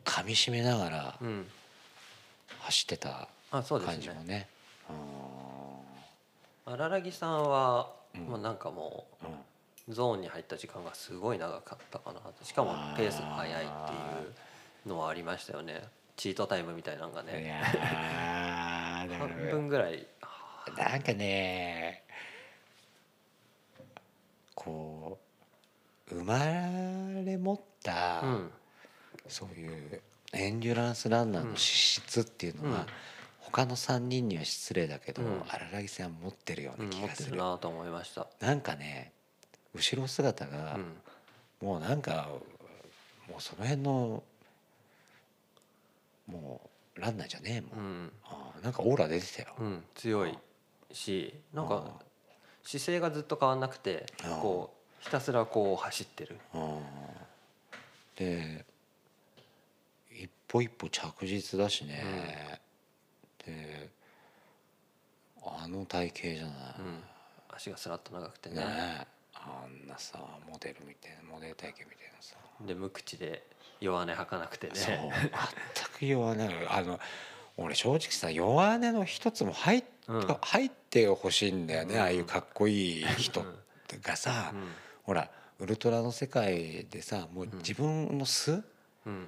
S1: かみしめながら
S2: うん、
S1: 走ってた
S2: あそうです
S1: 感じも
S2: ね
S1: ね。あ
S2: 荒木さんは、
S1: うん
S2: もうなんかも
S1: ーうん
S2: うゾーンに入った時間がすごい長かったかなとしかもペースが速いっていうのはありましたよねチートタイムみたいなのが
S1: い
S2: ね
S1: やーだか
S2: 半
S1: ら
S2: 分ぐらい
S1: なんかねこう生まれ持った、
S2: うん
S1: そういうエンデュランスランナーの資質っていうのは、
S2: うん
S1: 他の3人には失礼だけど、
S2: うん
S1: 荒木さん持ってるよう
S2: う
S1: なん気
S2: 持
S1: が
S2: って
S1: す
S2: る
S1: る、
S2: なと思いました
S1: なんかね後ろ姿が、
S2: うん
S1: もうなんかもうその辺のもうランナーじゃねえもん、
S2: うん
S1: あーなんかオーラ出てたよ、
S2: うん強いしなん
S1: うん
S2: か姿勢がずっと変わんなくて
S1: うん
S2: こうひたすらこう走ってる
S1: うんで一歩一歩着実だしね、であの体型じゃない、
S2: うん足がスラッと長くて
S1: ね
S2: ね
S1: えあんなさモデルみたいなモデル体型みたいなさ、
S2: で無口で弱音吐かなくて
S1: そう
S2: ね
S1: 全く弱音があの俺正直さ弱音の一つも入っ,、
S2: うん
S1: 入ってほしいんだよね、
S2: うん
S1: ああいうかっこいい人がさ、
S2: うん
S1: ほらウルトラの世界でさもう自分の素、
S2: うん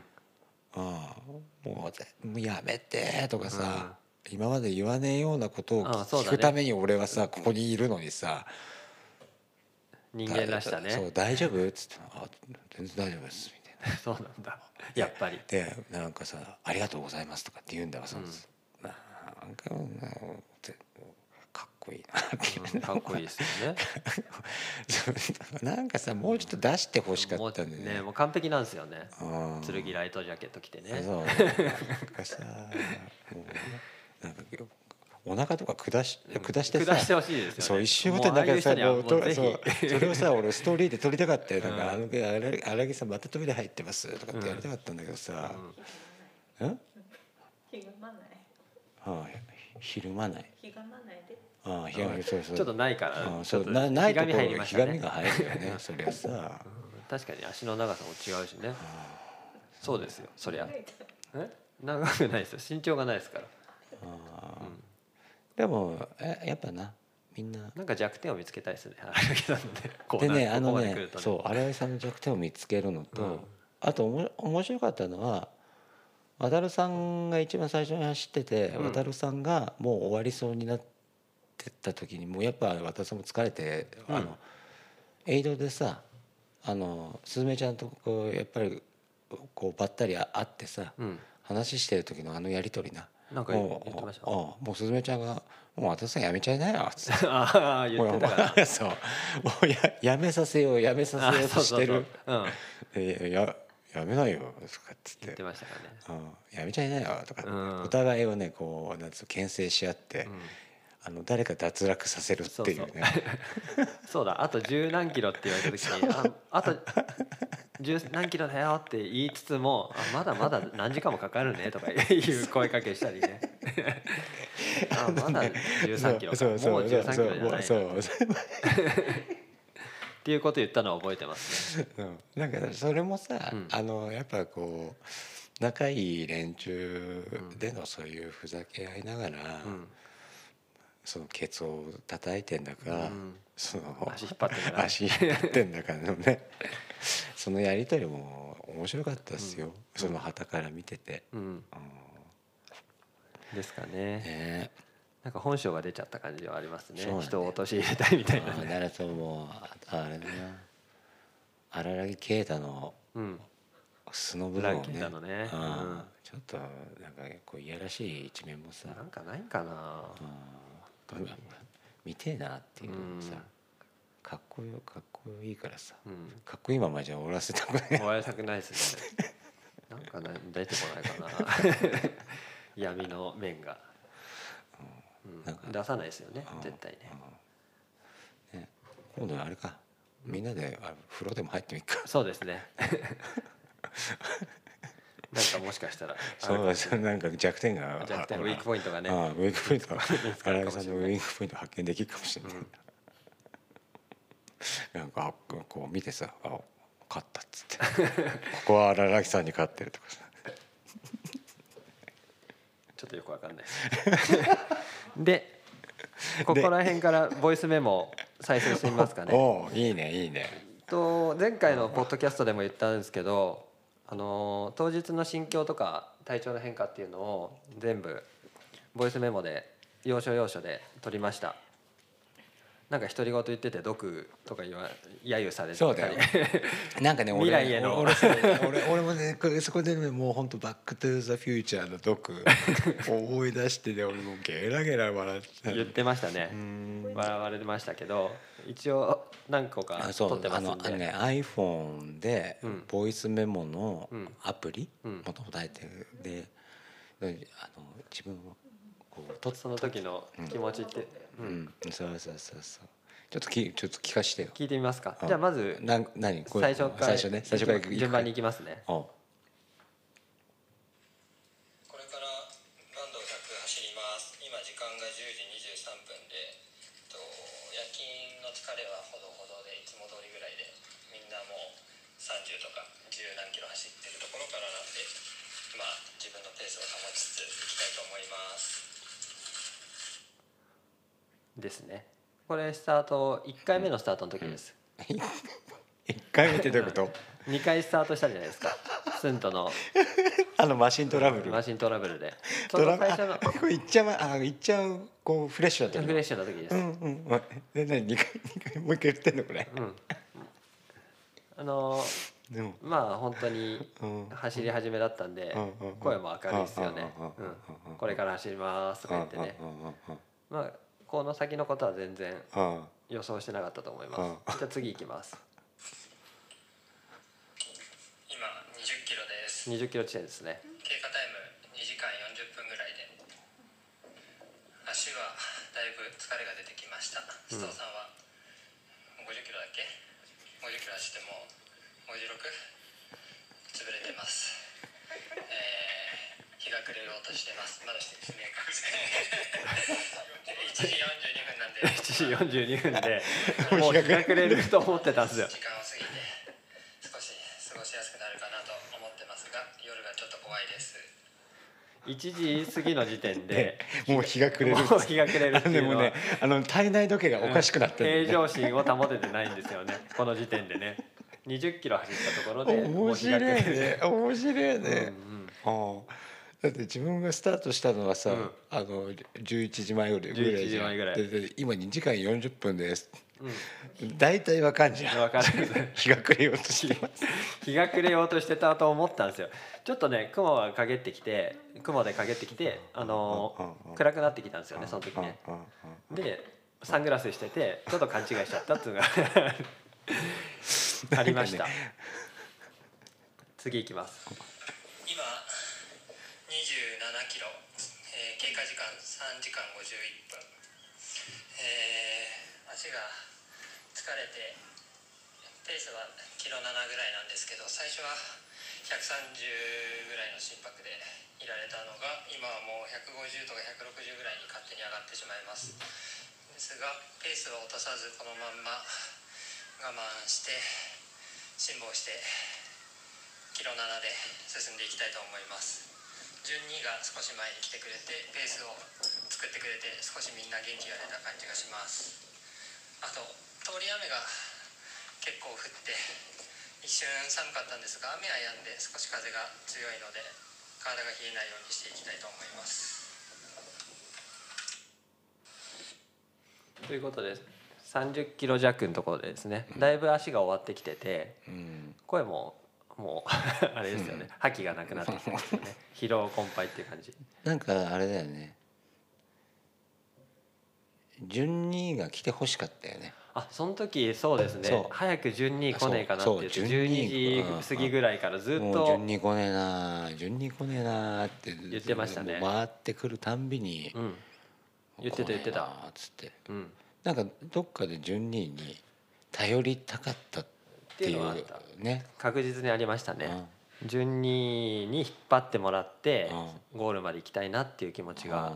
S1: うん、もうぜもうやめてとかさ、今まで言わねえようなことを
S2: ああそう
S1: 聞
S2: だね
S1: くために俺はさ、ここにいるのにさ
S2: 人間らしさ
S1: だそう
S2: ね
S1: 大丈夫?」っつって「あ全然大丈夫です」みたいな。
S2: そうなんだやっぱり
S1: でなんかさ「ありがとうございます」とかって言うんだわ、その
S2: うん
S1: なんかもうなぜかっこいいなっていう
S2: う んかっこいいですよね
S1: なんかさもうちょっと出してほしか
S2: も
S1: ったん
S2: う
S1: だよ
S2: ね
S1: ね
S2: もう完璧なんですよね
S1: うん
S2: 剣ライトジャケット着てね
S1: そうなんかさもうなんかお腹とか下し下してさ、
S2: 下してほしいですよね
S1: そう一瞬ごとになんかさ
S2: もうあ
S1: もう
S2: あいう人にはもう
S1: と
S2: ぜ
S1: そう
S2: ひ
S1: それをさ俺ストーリーで撮りたかったよなんか「あ
S2: う
S1: の荒荒木さんまたトイレ入ってます」とかってやりたかったんだけどさ「うん
S3: ひがまない。
S1: ああひひるまない」
S3: ひがまないで。
S1: ああひがみそうそう
S2: ちょっとないから
S1: ああ
S2: ち
S1: そ
S2: ょっと
S1: うなない
S2: ひ
S1: と
S2: が
S1: こ
S2: み入り
S1: ろ
S2: まし
S1: ひ
S2: た
S1: がみ
S2: ね
S1: が入るよねそりゃさ
S2: 確かに足の長さも違うしねそうですよそりゃえ長くないですよ身長がないですから
S1: ああでもえやっぱなみんな
S2: なんか弱点を見つけたいですね荒木さんの ねこう
S1: で
S2: な
S1: ねあ
S2: ここ
S1: の
S2: まで来
S1: ね
S2: るとね
S1: そう新井さんの弱点を見つけるのと、
S2: うん
S1: あとおも面白かったのは渡さんが一番最初に走ってて、
S2: うん
S1: 渡さんがもう終わりそうになってった時にもうやっぱ渡さんも疲れて、あ
S2: うん
S1: のエイドでさあのすずめちゃんとこうやっぱりこうばったり会ってさ、
S2: うん
S1: 話してる時のあのやり取りな。
S2: なんか言
S1: も
S2: う
S1: う
S2: 言ってまし
S1: うんもうすずめちゃんが「もう渡さんやめちゃいなよ」つって
S2: た ああ言
S1: も
S2: っ
S1: う
S2: てたから
S1: そうもうややめさせようやめさ
S2: あ
S1: せようとしてる
S2: そうそうそううん
S1: でいややめないよとかっつって
S2: 言ってましたからね
S1: うん、やめちゃいなよとかって、
S2: うん
S1: お互いをねこうなんつうの牽制し合って、あの誰か脱落させるっていうね
S2: そうだあと十何キロって言われた時にああと十何キロだよって言いつつもあまだまだ何時間もかかるねとかいう声かけした りねあまだ13キロか
S1: そ
S2: もう
S1: うそうそうそう
S2: 13キロじゃない
S1: そ
S2: なっ
S1: うそう
S2: ていうこと言ったのは覚えてますね
S1: うんなんかそれもさ、
S2: うん
S1: あのやっぱこう仲いい連中でのそういうふざけ合いながら、
S2: うん
S1: そのケツを叩いてんだか、
S2: うん
S1: その
S2: 足引っ張ってんだから
S1: 足引っ張ってんだからのねそのやり取りも面白かったですよ、その旗から見てて、
S2: うん
S1: うん
S2: ですかね
S1: ね
S2: なんか本性が出ちゃった感じはありますね
S1: そうなんだよ
S2: 人を陥れたいみたいな
S1: あ
S2: ね
S1: なるともうああれだな荒木啓太の
S2: うん
S1: 素の部分を
S2: ランキー
S1: ね
S2: だのね
S1: あ
S2: うん
S1: ちょっとなんかこういやらしい一面もさ、
S2: なんかないんかな
S1: うんどうだ見てえなっていうのもさ、
S2: うん
S1: かっこよかっこいいからさ、
S2: うん
S1: かっこいいままじゃ終わらせたくない
S2: 終わりたくないですね。なんかな出てこないかな。 闇の面が、うん
S1: なんか
S2: 出さないですよね
S1: うん。
S2: 絶対ね。
S1: うんね今度あれかみんなであ風呂でも入ってみっか
S2: そうです ね。なんかもしかしたら
S1: そう
S2: あれ
S1: だそうなんか弱点が
S2: 弱点
S1: あ
S2: ウィークポイントがね
S1: ああウィークポイント
S2: 見 つか
S1: 荒
S2: る
S1: 井
S2: かも
S1: さ
S2: し
S1: ん
S2: れ
S1: の
S2: ない
S1: ウィークポイント発見できるかもし れない、なんかあこう見てさあ勝ったっつってここは荒木さんに勝ってるとかさ
S2: ちょっとよくわかんないです でここら辺からボイスメモ再生してみますか ね
S1: おおいいねいいね
S2: と前回のポッドキャストでも言ったんですけど、あのー当日の心境とか体調の変化っていうのを全部ボイスメモで要所要所で取りましたなんか独り言言ってて毒とか言わ揶揄されてた
S1: そ
S2: り
S1: うだよなんかね俺
S2: 未来への
S1: 俺俺俺俺もねこれそこでねもう本当バック・トゥ・ザ・フューチャーの毒思い出してね俺もうゲラゲラ笑ってた
S2: 言ってました
S1: うー
S2: ね
S1: ん
S2: 笑われてまましたけど一応何個か
S1: あそ
S2: 取っ
S1: う
S2: て
S1: あ
S2: ます
S1: の
S2: ん
S1: あの
S2: で
S1: ね iPhone で
S2: うん
S1: ボイスメモの
S2: うん
S1: アプリ
S2: うん
S1: もともと入ってるでであの自分をこうと
S2: その時の気持ちって、
S1: う
S2: うん
S1: んそうそうそうそうちょっときちょっと聞かしてよ
S2: 聞いてみますか
S1: うん
S2: じゃあまず
S1: なん何これ
S2: 最初から
S1: 最初ね最初から行く
S2: 順番に行きますね
S1: お
S4: これから何度100走ります今時間が10時23分で、えっと、夜勤の疲れはほどほどでいつも通りぐらいでみんなもう30とか10何キロ走ってるところからなんでまあ自分のペースを保ちつついきたいと思います
S2: ですねこれスタート1回目のスタートの時です、
S1: 一回見てどういうこと
S2: 二2回スタートしたじゃないですかスントの
S1: あのマシントラブル
S2: マシントラブ ルでち
S1: ト
S2: ょうど
S1: ラブ
S2: 最
S1: ル
S2: 初の
S1: あ これいっちゃうあいっちゃうこうフレッシュだった
S2: フレッシュな時です、
S1: う
S2: うんん
S1: うんうんえ何二回二回もう一回言ってんのこれ
S2: あのー
S1: でも
S2: まあ本当に
S1: うん
S2: 走り始めだったんで、
S1: うんうんうん
S2: 声も明るいですよね、
S1: うんうんうんうん
S2: うんこれから走りますとか言ってね、
S1: うんうんうんうん
S2: まあこの先のことは全然
S1: うんうん
S2: 予想してなかったと思います、
S1: う
S2: じゃあ次行きます
S4: 今20キロです
S2: 20キロ地点です ね
S4: 経過タイム2時間40分ぐらいで足はだいぶ疲れが出てきました須藤さんは50キロだっけ50キロ走ってもう 56? 潰れてますえー、日が暮れようとしてますまだしてですね1時42分なん
S2: 7時42分で
S4: で
S2: もう日が暮れると思ってたんですよ
S4: 時間を過ぎて少し過ごしやすくなるかなと思ってますが夜がちょっと怖いです
S2: 1時過ぎの時点で
S1: もう日が暮れる
S2: もう日が暮れるって
S1: あの
S2: い
S1: ね
S2: う
S1: も
S2: の
S1: う
S2: は
S1: ねあの体内時計がおかしくなって
S2: 平
S1: る、ね
S2: 常心を保ててないんで すよねこの時点でね20キロ走ったところでも
S1: 面
S2: う日
S1: 白
S2: が
S1: い
S2: 暮れる
S1: ね面白いね、
S2: うん
S1: ああだって自分がスタートしたのはさ、
S2: うん
S1: あの11時前ぐらいぐらいじゃん
S2: 11時前ぐらい
S1: でで今2時間40分です
S2: うんうん
S1: 大体わかんじゃん
S2: 分か る
S1: 日が暮れようとしてます
S2: 日が暮れようとしてたと思ったんですよちょっとね雲が陰ってきて雲で陰ってきてあの
S1: うんうん
S2: ー暗くなってきたんですよねその時ね
S1: うんうんうん
S2: でサングラスしててちょっと勘違いしちゃったっ ていうのがありました、次いきます
S4: 今27キロ、えー経過時間3時間51分、えー足が疲れてペースはキロ7ぐらいなんですけど最初は130ぐらいの心拍でいられたのが今はもう150とか160ぐらいに勝手に上がってしまいますですがペースを落とさずこのまんま我慢して辛抱してキロ7で進んでいきたいと思います順2が少し前に来てくれてペースを作ってくれて少しみんな元気が出た感じがしますあと通り雨が結構降って一瞬寒かったんですが雨は止んで少し風が強いので体が冷えないようにしていきたいと思います
S2: ということで30キロ弱のところでですねだいぶ足が終わってきてて
S1: うん
S2: 声ももう あれですよね覇気がなくなってきてますよね疲労困憊っていう感じ
S1: なんかあれだよね順二が来てほしかったよね
S2: あその時そうです
S1: そう
S2: ね早く順に来ねえかなって言って
S1: そうそう順に
S2: 12時過ぎぐらいからずっ
S1: もう
S2: と
S1: 順二来ねえなあ順二来ねえなあって
S2: 言ってましたね
S1: もう回ってくるたんびに
S2: うん言ってた言ってた
S1: 来ねえなあつって
S2: うんっ
S1: なんかどっかで順二に頼りたかったって
S2: てい
S1: いうう
S2: のはあった
S1: ね
S2: 確実にありましたね、順にに引っ張ってもらってゴールまで行きたいなっていう気持ちが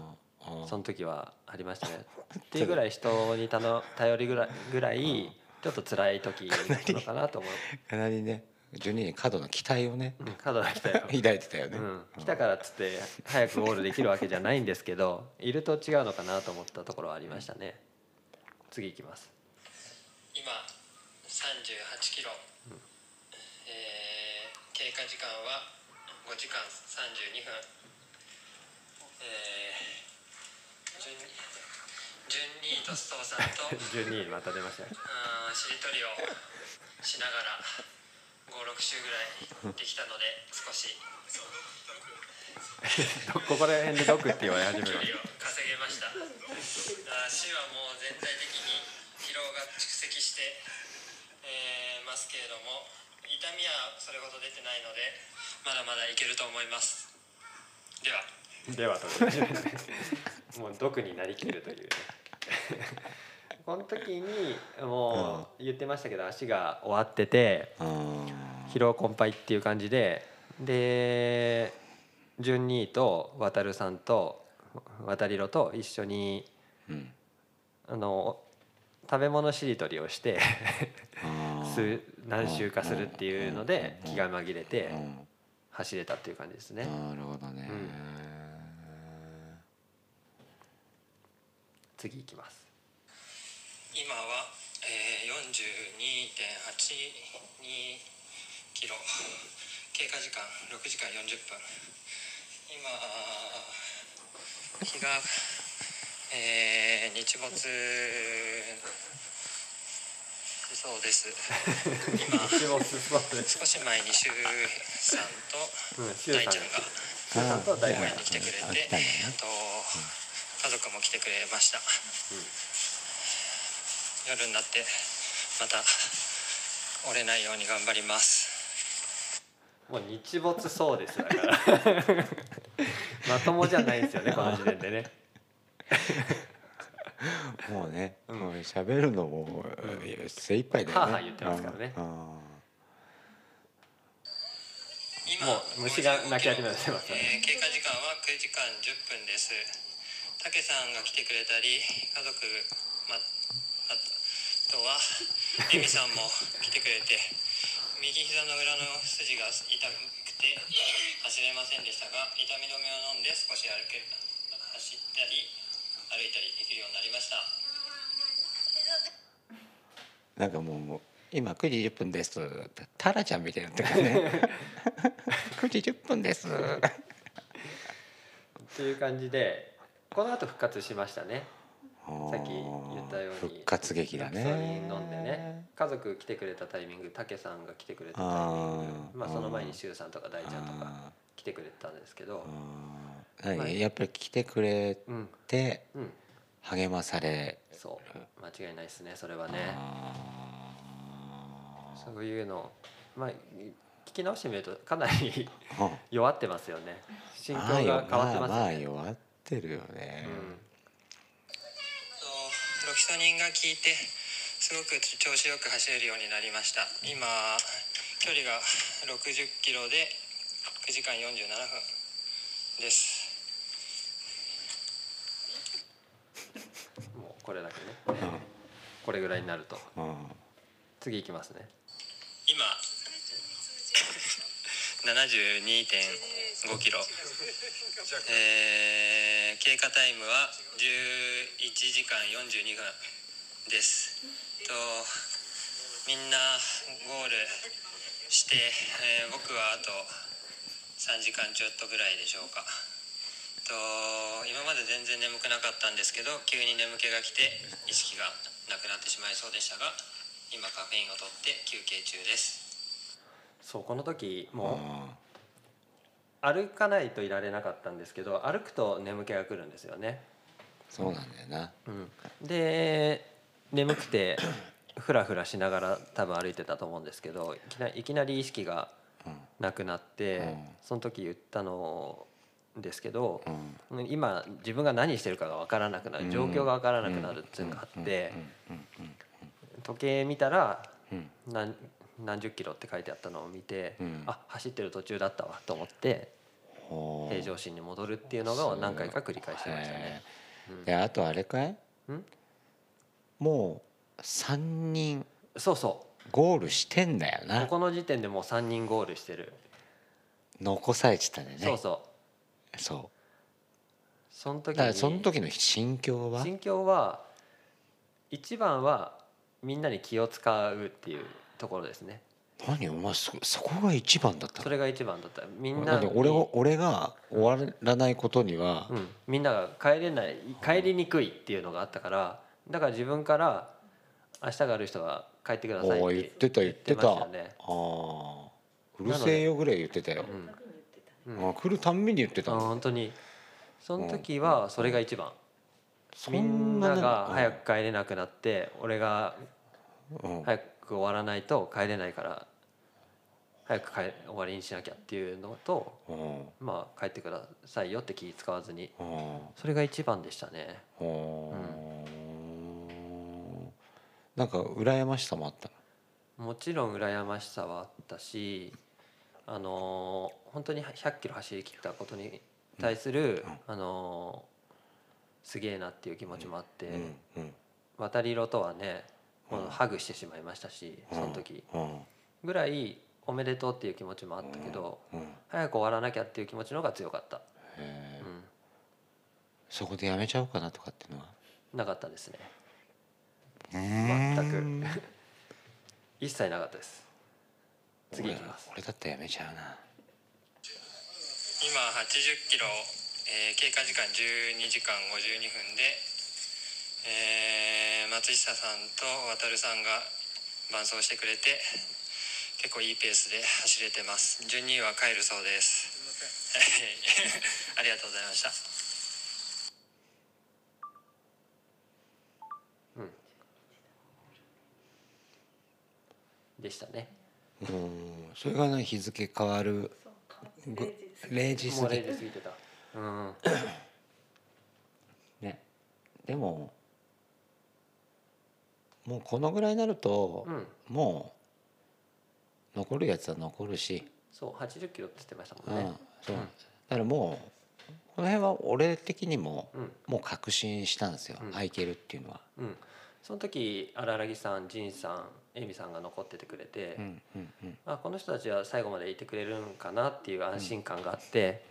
S1: うんうん
S2: その時はありました ね。っていうぐらい人に頼頼りぐらいぐらいちょっと辛い時だったのかなと思う。
S1: かなりね12に過度の期待をね、
S2: うん角が来たよ
S1: 抱いてたよ
S2: う
S1: ね、
S2: ん、来たからっつって早くゴールできるわけじゃないんですけどいると違うのかなと思ったところはありましたね次行きます
S4: 今38キロ、えー経過時間は5時間32分、えー、順順にと須藤さん と
S2: 12位また出ましたよ
S4: あーしりとりをしながら56週ぐらいできたので少し
S2: どここら辺でドクって言われ始め
S4: 距
S2: る
S4: 離を稼げました足はもう全体的に疲労が蓄積して、えーますけれども痛みはそれほど出てないのでまだまだいけると思いますでは
S2: ではとか言ってもう毒になりきるというねこの時にもう言ってましたけど足が終わってて
S1: うん
S2: 疲労困憊っていう感じでで順兄と渡るさんと渡りろと一緒に
S1: うん
S2: あの食べ物しりとりをして
S1: あー
S2: 数何周かするっていうので
S1: うん
S2: 気が紛れて
S1: うん
S2: 走れたっていう感じですね
S1: なるほどね、
S2: 次行きます
S4: 今は、えー、42.82キロ経過時間6時間40分今日が、えー日没そうです今
S2: 一応スポーツ
S4: 少し前に周さんと
S2: うんシュウ
S4: 大
S2: さん
S4: ちゃんが
S2: シュウさんと大
S4: 応
S2: ちゃんが
S4: 援に来てくれて、えっと家族も来てくれました、夜になってまた折れないように頑張ります
S2: もう日没そうですだから まともじゃないですよねこの時点でね
S1: もうね、
S2: うん
S1: もう喋るのも
S2: うん
S1: いや精一杯だよね。
S2: はあはあ言ってますからね
S1: うんうん
S4: 今
S2: もう虫が鳴き始めてますね
S4: えー経過時間は9時間10分ですたけさんが来てくれたり家族まあと はえみさんも来てくれて右膝の裏の筋が痛くて走れませんでしたが痛み止めを飲んで少し歩ける走ったり歩いたりできるようになりました
S1: なんかもうもう今9時10分ですとタラちゃんみたいになってるから ね9時10分です
S2: っていう感じでこの後復活しましたね
S1: さ
S2: さっき言ったように
S1: 復活劇だ
S2: 薬
S1: ね
S2: 草に飲んでね家族来てくれたタイミングたけさんが来てくれたタイミン
S1: あー
S2: グまあその前
S1: う
S2: に
S1: ん
S2: しゅうさんとか大ちゃんとか
S1: あ
S2: 来てくれてたんですけど
S1: ーあー
S2: まあ
S1: やっぱり来てくれ
S2: うん
S1: て
S2: うん
S1: 励まされ
S2: そう間違いないですねそれはね
S1: あ
S2: そういうのまあ聞き直してみるとかなり
S1: ーうん
S2: 弱ってますよ ね心境
S1: まあよ
S2: が変わって
S1: まあ
S2: ますよね
S1: まあ弱ってるよね、
S4: とロキソニンが効いてすごく調子よく走れるようになりました今距離が60キロで9時間47分です
S2: うんもうこれだけねこれぐらいになると
S1: うん
S2: 次いきますね
S4: 今72.5キロえー経過タイムは11時間42分ですとみんなゴールして、えー僕はあと3時間ちょっとぐらいでしょうかと今まで全然眠くなかったんですけど急に眠気が来て意識がなくなってしまいそうでしたが今カフェインを取って休憩中です
S2: そうこの時
S1: うん
S2: もう歩かないといられなかったんですけど歩くと眠気が来るんですよね、
S1: そうなんだよな
S2: うん、で眠 くてふらふらしながら多分歩いてたと思うんですけどいきないきなり意識が
S1: う
S2: なくなって、
S1: うん
S2: その時言ったのですけど、
S1: んうん
S2: 今自分が何してるかが分からなくなる状況が分からなくなるっていうのがあって
S1: うんうん
S2: 時計見たら
S1: うん
S2: 何何十キロって書いてあったのを見て、
S1: うん
S2: あ走ってる途中だったわと思って
S1: ほう
S2: 平常心に戻るっていうのが何回か繰り返してましたね。
S1: へえであとあれかい
S2: うん
S1: もう3人
S2: そうそ
S1: ゴールしてんだよ
S2: こ
S1: な
S2: この時点でもう3人ゴールしてる、
S1: 残されてたんだよね
S2: そうそう
S1: そ
S2: その
S1: う
S2: 時
S1: だから
S2: に
S1: その時の心境は
S2: 心境は一番はみんなに気を使うっていうところですね
S1: 何お前そそこが一番だった
S2: そ
S1: の
S2: れが一番だったみん
S1: な
S2: なん
S1: で
S2: に
S1: 俺を俺が終わらないことには
S2: うん、みんなが帰れない帰りにくいっていうのがあったからだから自分から明日がある人は帰ってください
S1: おー言ってた言って
S2: ま
S1: た
S2: したよね
S1: ああうるせえよぐらい言ってたよ、
S2: うん
S3: 言ってたね
S2: う
S1: あ
S2: ん
S1: ー来るたんびに言ってた
S2: あ
S1: んだ
S2: 本当にその時はそれが一番
S1: そ
S2: みんなが早
S1: く、
S2: く帰れなくなって俺が
S1: うん
S2: 早く終わらないと帰れないから早く帰終わりにしなきゃっていうのと
S1: うん
S2: まあ帰ってくださいよって気使わずに
S1: うん
S2: それが一番でしたね
S1: うんなんか羨ましさもあった
S2: もちろん羨ましさはあったしあのー本当に1 0 0キロ走り切ったことに対する、
S1: うんうん
S2: あのーすげえなっていう気持ちもあって、
S1: の、うんうん
S2: 渡り色とはねも
S1: うん
S2: うハグしてしまいましたし、
S1: うん
S2: その時
S1: うん
S2: ぐらいおめでとうっていう気持ちもあったけど、
S1: うんへ
S2: 早く終わらなきゃっていう気持ちの方が強かった、
S1: え
S2: う
S1: そこでやめちゃおうかなとかっていうのは
S2: ん、なかったですね
S1: 全
S2: 全く一切なかったです次いきます
S1: 俺だったらやめちゃうな
S4: 今80キロ、えー経過時間12時間52分で、えー松下さんと渡さんが伴走してくれて結構いいペースで走れてます12位は帰るそうですはい ありがとうございました
S2: でしたね
S1: うんそれがね日付変わる
S3: そうか
S1: ぐ
S3: 0時で
S1: 0時
S3: す
S2: も
S1: 過ぎ
S2: う0時過ぎてたうん
S1: ねでももうこのぐらいになると
S2: う、ん
S1: もう残るやつは残るし、
S2: そう80キロって言ってました
S1: う
S2: もん
S1: ん
S2: ね
S1: そう
S2: うん
S1: だからもうこの辺は俺的にも
S2: うん
S1: もう確信したんですよ、
S2: うん
S1: あいけるっていうのは。
S2: うんその時荒木さん仁さん恵美さんが残っててくれて、
S1: うんうんうん
S2: あこの人たちは最後までいてくれるんかなっていう安心感があって、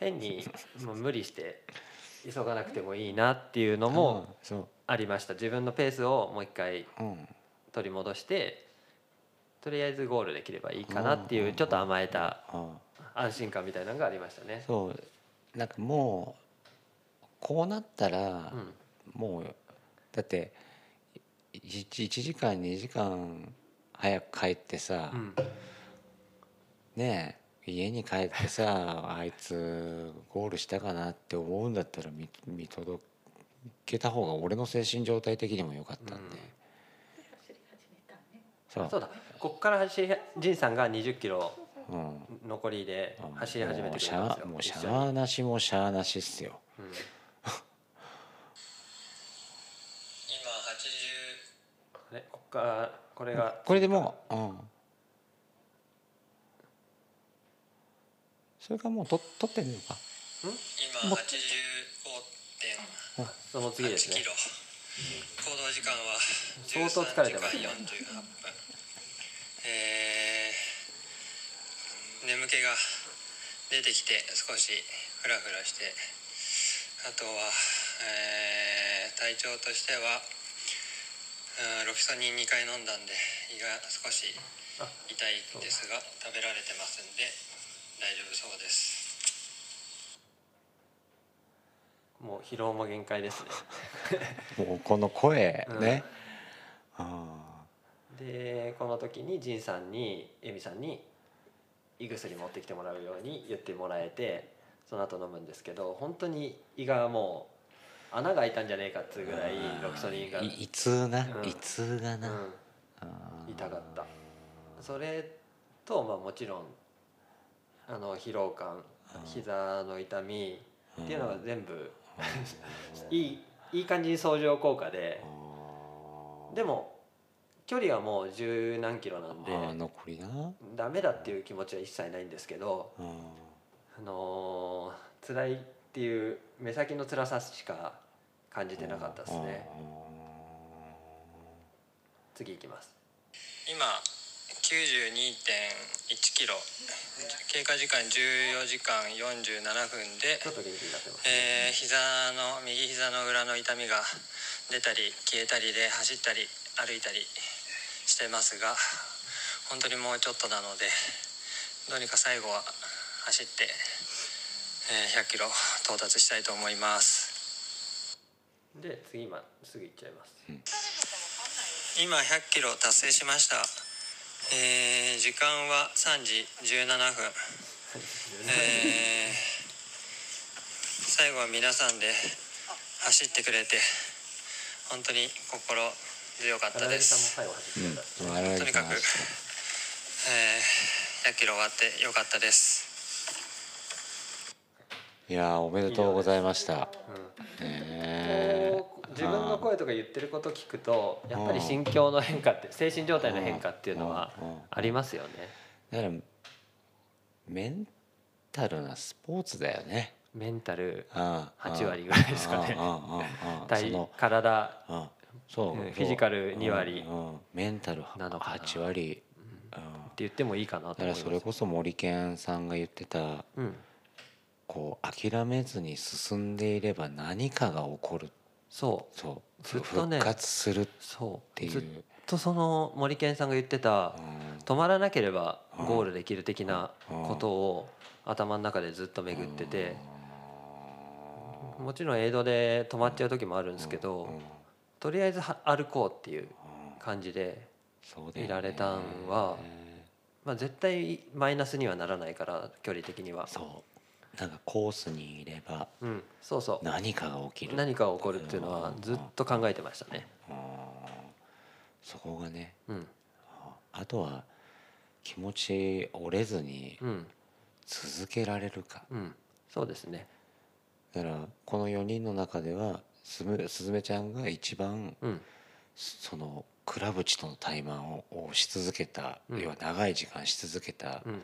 S2: 変にもう無理して急がなくてもいいなっていうのも
S1: うんそ
S2: ありました自分のペースをもう一回
S1: う、うん、
S2: 取り戻してとりあえずゴールできればいいかなっていうちょっと甘えた
S1: あ
S2: 安心感みたいなのがありましたね。
S1: そうなんかもうこうなったら、
S2: うん
S1: もうだって1時間2時間早く帰ってさ、
S2: うん
S1: ねえ家に帰ってさあいつゴールしたかなって思うんだったら見見届けた方が俺の精神状態的にも良かったんで、
S2: うん
S3: 走り始めたね
S1: そう
S2: そうだこっから走り仁さんが20キロ
S1: うん、
S2: 残りで走り始めてくれたんですよ
S1: もうシャ
S2: 一緒
S1: ワもうシャワ
S2: に
S1: なしもシャワなしっすよ
S2: うん
S4: 今80
S2: あれこっからこれが
S1: これでもう、うん、それかもうと取ってんのか
S4: 今
S1: も
S4: 85.8
S2: その次ですね
S4: キロ行動時間は
S2: 相当疲れてます
S4: 13
S2: ね
S4: 時間48分えー眠気が出てきて少しフラフラしてあとは、えー体調としてはうんロキソニン2回飲んだんで胃が少し
S2: あ
S4: 痛いんですが食べられてますんで大丈夫そうです
S2: もう疲労も限界ですね
S1: もうこの声ね、あ
S2: でこの時に仁さんに恵美さんに胃薬持ってきてもらうように言ってもらえてその後飲むんですけど本当に胃がもう穴が開いたんじゃねえかっつうぐらい
S1: あ
S2: ロキソニンが、う
S1: い胃痛な、
S2: うん
S1: 胃痛がな、
S2: ん、
S1: あー
S2: 痛かったそれと、まあ、もちろんあの疲労感
S1: うん
S2: 膝の痛みっていうのが全部
S1: う
S2: いいいい感じに相乗効果ででも距離はもう十何キロなん
S1: あー
S2: で
S1: 残りな、うん
S2: ダメだっていう気持ちは一切ないんですけど、あのー辛いっていう目先の辛さしか感じてなかったですね次いきます
S4: 今92.1キロ経過時間14時間47分で
S2: ちょっと元気になってます
S4: えー膝の右膝の裏の痛みが出たり消えたりで走ったり歩いたりしてますが本当にもうちょっとなのでどうにか最後は走って、えー100キロ到達したいと思います
S2: で次今すぐ行っちゃいます
S4: 今100キロ達成しました、えー時間は3時17分えー最後は皆さんで走ってくれて本当に心強かった
S2: 荒
S4: で
S2: 井さん
S4: す、
S2: も最後走ってくれたんですね、
S1: 笑い
S4: とにかく、えー100キロ終わってよかったです
S1: いやーおめでとうございました。
S2: うん
S1: ね
S2: こう自分の声とか言ってること聞くとやっぱり心境の変化って精神状態の変化っていうのは
S1: うんうん
S2: ありますよね
S1: えだからメンタルなスポーツだよね。
S2: メンタル
S1: 8
S2: 8割ぐらいですかね体体
S1: うんそううんそう
S2: フィジカル2割
S1: うんうんメンタル
S2: なのかな
S1: 8割、うん
S2: って言ってもいいかな
S1: だか
S2: と思い
S1: ら
S2: ます
S1: それこそ森健さんが言ってた
S2: うん、
S1: こう諦めずに進んでいれば何かが起こる
S2: そう
S1: そう
S2: ずっとね
S1: 復活するっ
S2: そ
S1: て
S2: う
S1: いう
S2: ずっとその森健さんが言ってた
S1: うん
S2: 止まらなければゴールできる的な
S1: うん
S2: ことを頭の中でずっと巡っててもちろんエイドで止まっちゃう時もあるんですけ
S1: う
S2: ど
S1: んうん
S2: とりあえずは歩こうっていう感じで
S1: そうだよね
S2: いられたんはまあ、絶対マイナスにはならないから距離的には
S1: そうなんかコースにいれば
S2: う,、ん、そうそう
S1: 何かが起きる
S2: 何か起こるっていうのはずっと考えてましたね、
S1: うんそこがね
S2: うん
S1: あとは気持ち折れずに
S2: うん
S1: 続けられるか
S2: うん、そうですね
S1: だからこの4人の中ではすずすずめちゃんが一番
S2: うん
S1: そのクラブチとの対マンををし続けた、
S2: うん
S1: 要は長い時間し続けた
S2: う、ん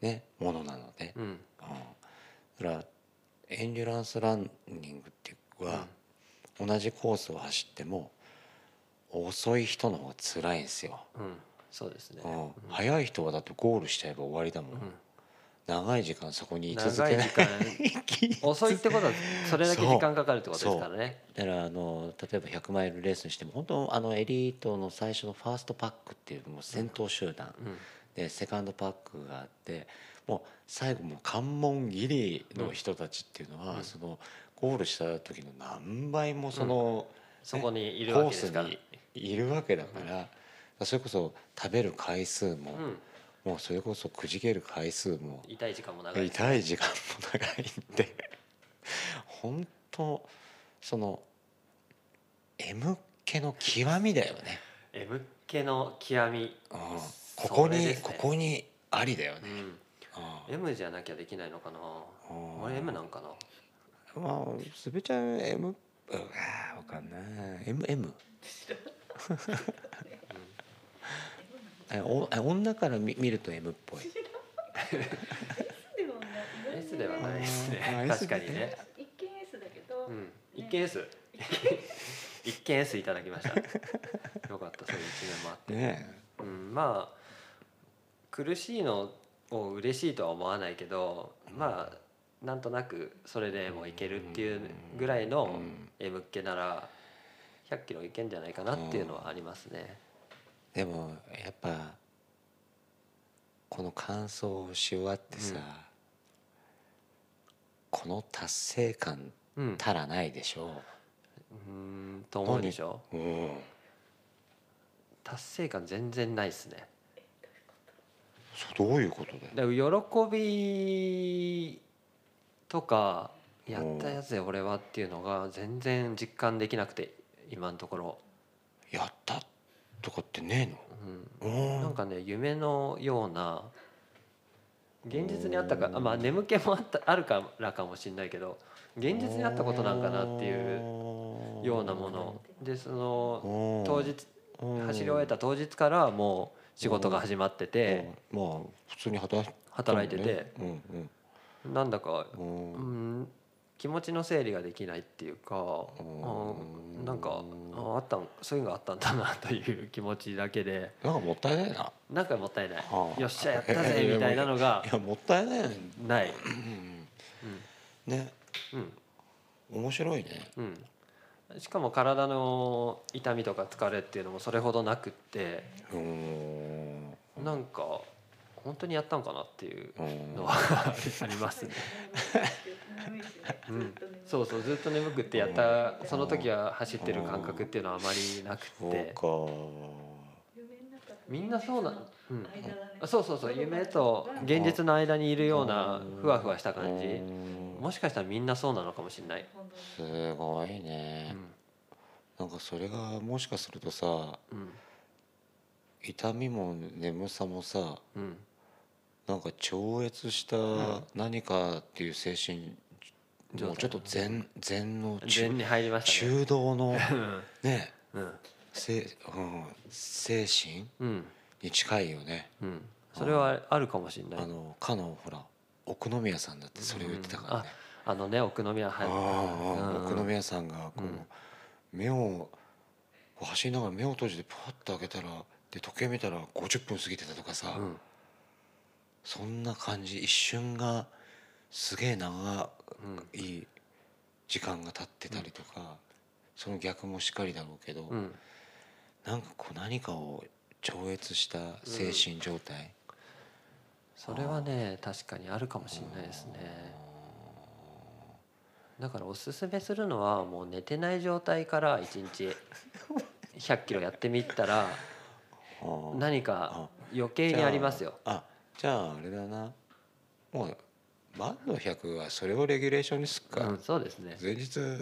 S1: ねものなので、
S2: う
S1: うん
S2: ん
S1: だからエンデュランスランニングっていうのは、同じコースを走っても遅い人の方が辛いんですよ、
S2: うんそうですね、
S1: うん早い人はだってゴールしちゃえば終わりだもん、
S2: う
S1: 長い時間そこに
S2: ん、
S1: 居続
S2: 長
S1: け
S2: い
S1: な
S2: 時
S1: い
S2: 間遅いってことはそれだけ時間かかるってこと
S1: そ
S2: で
S1: う
S2: すからね
S1: だからあの例えば100マイルレースにしても本当あのエリートの最初のファーストパックっていうもう先頭集団、
S2: うん
S1: でセカンドパックがあってもう最後もう関門ギリの人たちっていうのは、
S2: うん
S1: そのゴールした時の何倍もその、
S2: そこにいるわ
S1: コ
S2: け
S1: ー
S2: で
S1: ス
S2: すから
S1: にいるわけだから、それこそ食べる回数も、
S2: うん
S1: もうそれこそくじける回数も
S2: 痛い時間も長いです
S1: 痛い時間も長いんで本当その M 系の極みだよね、
S2: M 系の極み、
S1: うんここ
S2: それ
S1: に、
S2: ですね
S1: ここにありだよ
S2: う
S1: ね、
S2: ん、
S1: うん
S2: M じゃなきゃできないのかな
S1: うん
S2: 俺 M なんかな
S1: まあすべちゃん M うわーわかんない MM えおえ女から見見ると M っぽい
S2: S ではない
S3: い。
S2: です
S1: あ
S2: ね
S1: ー
S2: 確かにね
S3: 一見 S だけど、
S2: うん、一見 S 一見 S いただきましたよかったそういう一面もあって、
S1: ね
S2: うん、まあ苦しいのを嬉しいとは思わないけどまあなんとなくそれでもいけるっていうぐらいの
S1: うん
S2: M っ気なら100キロいけんじゃないかなっていうのはありますね、
S1: えでもやっぱこの感想をし終わってさ、
S2: うん
S1: この達成感
S2: うん、う
S1: たらないでしょ
S2: ーんと思うでしょ
S1: う、うん、
S2: 達成感全然ないですね
S1: そどういうことだよ
S2: だから喜びとかやったやつで俺はっていうのが全然実感できなくて今のところ、
S1: やったとかってね
S2: う
S1: えの
S2: ん、なん
S1: か
S2: かね夢のような現実にあったかあまあ眠気もあったあるからかもしれないけど現実にあったことなんかなって
S1: う
S2: いうようなものでその
S1: 当
S2: 当日走り終えた当日からもう仕事が始まってて
S1: まあ普通に働い
S2: 働いてて
S1: うん
S2: なんだか
S1: うん
S2: うん、昨気持ちの整理ができないっていうか
S1: ー
S2: あなんかああったんそういうのがあったんだなという気持ちだけで
S1: なんかもったいないな
S2: なんかもったいない、
S1: はあ
S2: よっしゃやったぜみたいなのが
S1: いやもったいないね
S2: ない、
S1: ね
S2: うんうん
S1: 面白いね
S2: うん、しかも体の痛みとか疲れっていうのもそれほどなくって
S1: うーんう
S2: なんか本当にやったんかなっていう
S1: ーん
S2: のは ありますね。
S3: 眠いしね
S2: うん
S3: ずっと眠 い
S2: そうそうずっと眠くってやったその時は走ってる感覚っていうのはあまりなく
S1: そう
S2: て
S1: か
S3: 夢の中と
S2: みんなそうな、うん、
S3: 間だね
S2: あそうそうそう夢と現実の間にいるようなふわふわした感
S1: う
S2: じ
S1: ーん
S2: もしかしたらみんなそうなのかもしれない、
S3: 本当に
S1: すごいうね
S2: ん
S1: なんかそれがもしかするとさ
S2: うん
S1: 痛みも眠さもさ
S2: うん、
S1: なんか超越した
S2: ん
S1: 何かっていう精神、
S2: 状態
S1: もうちょっと禅禅の
S2: 禅
S1: 中
S2: に入りましたね
S1: 中道のね
S2: うん
S1: 精,、うん、精神
S2: うん
S1: に近いよね
S2: うんそれはあるかもしれない
S1: あのかのほら奥宮さんだってそれを言ってたからね、
S2: あのね奥宮入
S1: ああ
S2: る
S1: 奥宮さんがこう、
S2: うん
S1: 目をこう走りながら目を閉じてパッと開けたらで時計見たら50分過ぎてたとかさ、
S2: うん
S1: そんな感じ一瞬がすげえ長い時間が経ってたりとか、その逆もしかりだろうけど、
S2: うん、うん
S1: なんかこう何かを超越した精神状態、
S2: それはね確かにあるかもしれないですねだからおすすめするのはもう寝てない状態から一日 100キロやってみたら
S1: ああ
S2: 何か余計にありますよ。
S1: あじゃああれだなもう万の100はそれをレギュレーションにすっか、
S2: うん、そうですね。
S1: 前日前日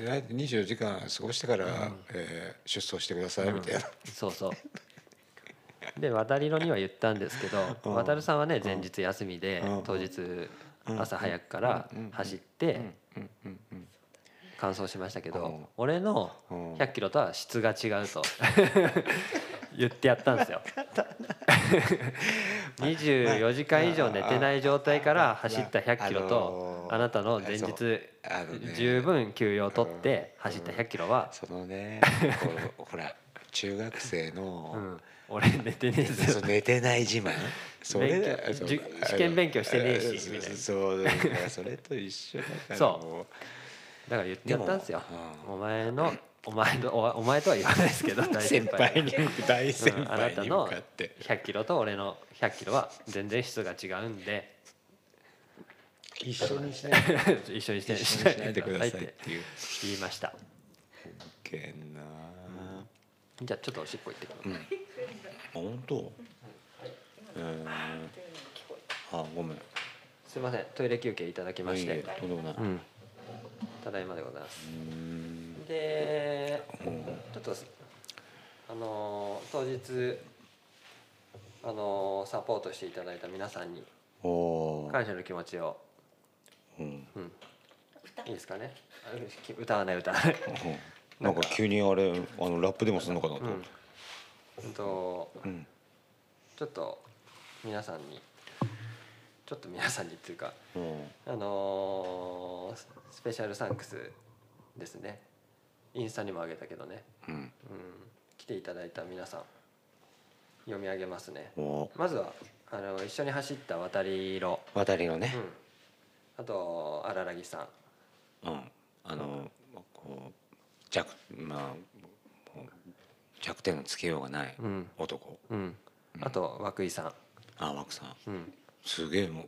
S1: でライト24時間過ごしてから、えー出走してくださいみたいな、
S2: そうそう。で渡り色には言ったんですけど、
S1: うん
S2: 渡るさんはね前日休みで
S1: うん
S2: 当日
S1: うん
S2: 朝早くから
S1: うん
S2: 走っ
S1: う
S2: て
S1: んうんうんうん
S2: 完走しましたけ
S1: う
S2: ど
S1: ん、
S2: 俺の
S1: うん
S2: 100キロとは質が違 うと言ってやったんですよ。24時間以上寝てない状態から走った100キロと
S1: あの
S2: あなたの前
S1: そ
S2: 日
S1: あのね
S2: 十分休養を取って走った100キロは、
S1: そのねこ うほら中学生
S2: う
S1: の、
S2: ん、俺寝てねえぞ
S1: そう寝てない自慢それだ
S2: 勉強
S1: そう
S2: じゅ
S1: あの
S2: 試験勉強してねえし
S1: あの
S2: みたいな
S1: そうそうだからそれと一緒だから
S2: そう
S1: も
S2: だから言ってやったんですよ
S1: でも。うん
S2: お前のお前のおお前とは言わないですけど大
S1: 先
S2: 先輩
S1: 輩に大先
S2: うんあな
S1: 輩
S2: た
S1: に
S2: の
S1: 向かって
S2: 100キロと俺の100キロは全然質が違うんで
S1: 一緒にしないで
S2: 一緒に
S1: 一
S2: し
S1: 緒
S2: て
S1: にし
S2: し
S1: ないでくださいっ
S2: って
S1: ていう
S2: 言いました。
S1: けんなあ
S2: じゃあちょっとおしっこ行ってくる。
S1: 本当うんあ
S3: っていうのが聞こえ
S1: ごめん
S2: すいませんトイレ休憩いただきま
S1: い
S2: し
S1: いえ
S2: て、
S1: とんでもない
S2: うん、ただいまでございます
S1: う。ん
S2: で
S1: うん
S2: ちょっとあのー当日あのーサポートしていただいた皆さんに
S1: おー
S2: 感謝の気持ちを、
S1: うん
S2: うん、
S3: た
S2: いいですかねあよしき歌わない歌わない、
S1: うんなんか急にあれあのラップでもするのかなと
S2: うん
S1: 思って
S2: うんと
S1: うん
S2: ちょっと皆さんにちょっと皆さんにっていうか
S1: うん
S2: あのーススペシャルサンクスですねインスタにもあげたけどね、
S1: うん
S2: うん、来ていただいた皆さん読み上げますね
S1: お
S2: まずはあの一緒に走った渡り色、
S1: 渡りの
S2: う
S1: ね
S2: ん、あと荒木さん
S1: うんあのこう弱まあもう弱点をつけようがない
S2: うん
S1: 男
S2: うん、あと涌井さ
S1: あマクさん
S2: ん、うん、
S1: すげえもう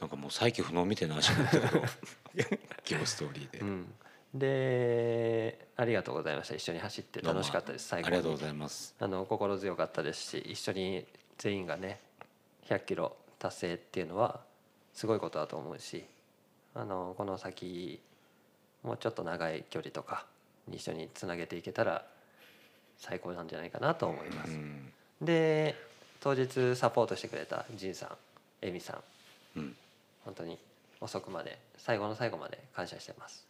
S1: なんかもう再起不能みたいな話になった けど今日ストーリーで、
S2: うん、でありがとうございました一緒に走って楽しかったです
S1: あ
S2: 最
S1: り
S2: 高
S1: がとうご
S2: に
S1: ざいます
S2: あの心強かったですし一緒に全員がね100キロ達成っていうのはすごいことだと思うしあのこの先もうちょっと長い距離とかに一緒につなげていけたら最高なんじゃないかなと思いま
S1: う
S2: す、
S1: ん
S2: で当日サポートしてくれたジンさんエミさん
S1: うん
S2: 本当に遅くまで最後の最後まで感謝してます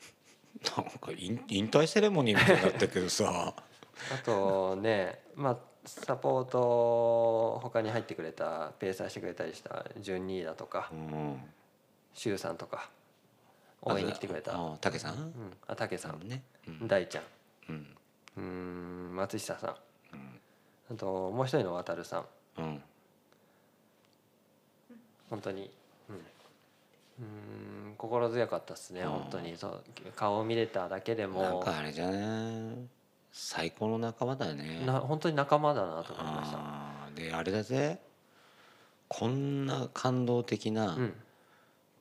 S1: なんか引引退セレモニーみたいになったけど さ
S2: あとね、まあ、サポート他に入ってくれたペーサーしてくれたりした順兄だとか
S1: うん
S2: 柊さんとか応援に来てくれた、う
S1: ああ武さん
S2: ん、あたけさん
S1: ねうん
S2: 大ちゃん
S1: うん
S2: うーん松下さ
S1: う
S2: ん
S1: ん
S2: あともう一人の渡るさん
S1: うん
S2: 本当にうんうーん心強かったですね
S1: うん
S2: 本当にそう顔を見れただけで
S1: なん
S2: も
S1: かあれじゃね最高の仲間だね
S2: な本当に仲間だなと思いました
S1: ああであれだぜこんな感動的な
S2: うん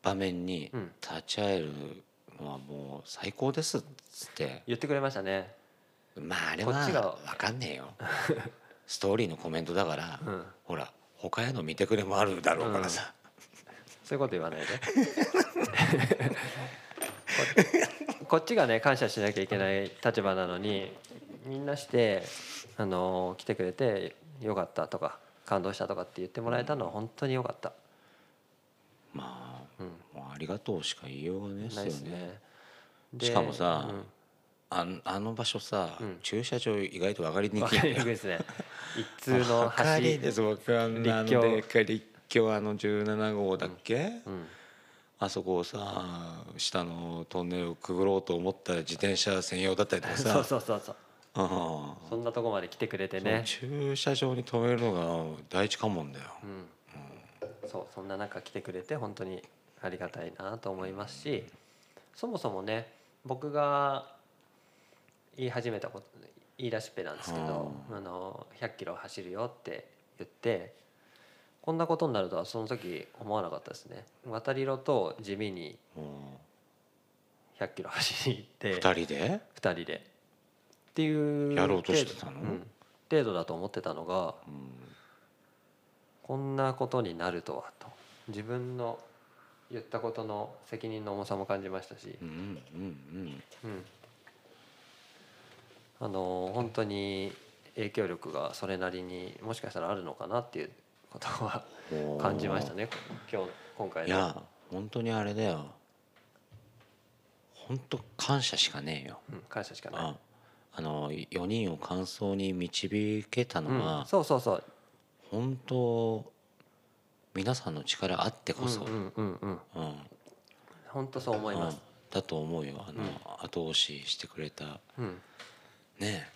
S1: 場面に
S2: うん
S1: 立ち会えるのはもう最高ですっつって
S2: 言ってくれましたね
S1: まああれ
S2: こっちが
S1: は分かんねえ よストーリーのコメントだから、
S2: うん
S1: ほら他への見てくれもあるだろうからさ、
S2: そういうこと言わないでここっちが ね感謝しなきゃいけない立場なのにみんなして、あのー来てくれてよかったとか感動したとかって言ってもらえたのは本当によかった、
S1: まあ
S2: うん、
S1: もうありがとうしか言いようがないです
S2: ない
S1: よ
S2: です
S1: ね
S2: ね
S1: しかもさ
S2: うん
S1: あんあの場所さ、
S2: うん
S1: 駐車場意外と分かりに
S2: わ
S1: くい
S2: かり
S1: ん
S2: に
S1: だ
S2: くい
S1: よ
S2: ですね。一通 の
S1: 分かりです
S2: 橋。
S1: 僕あんな
S2: 立教
S1: でっかい立教あの17号だっけ、
S2: うん、
S1: あそこをさ下のトンネルをくぐろうと思ったら自転車専用だったりとかさ
S2: そうそうそうそう。
S1: うん
S2: そんなとこまで来てくれてね。
S1: その駐車場に止めるのが第一関門だよ、
S2: うん。そう、そんな中来てくれて本当にありがたいなと思いますし、そもそもね、僕が言い始めたこと言い出しっぺなんですけど、あの100キロ走るよって言って。こんなことになるとはその時思わなかったですね渡り色と地味に
S1: うん
S2: 100キロ走りに行って
S1: 二人で
S2: 2人でっていう
S1: やろうとしてたの
S2: 程度うん程度だと思ってたのがこんなことになるとはと自分の言ったことの責任の重さも感じましたし
S1: う、んうん
S2: うんあの本当に影響力がそれなりにもしかしたらあるのかなっていうことは
S1: うんうん
S2: 感じましたね今日今回
S1: い
S2: の。
S1: や本当にあれだよ本当感謝しかねえよ、
S2: うん感謝しか
S1: う
S2: ない
S1: ん、あの4人を完走に導けたの
S2: うん
S1: は、
S2: そうそうそう
S1: 本当皆さんの力あってこそ、
S2: うんうんうんう
S1: う
S2: ん
S1: ん
S2: 本当そう思います、
S1: うん、だと思うよあの、
S2: うん
S1: 後押ししてくれた
S2: うん
S1: ね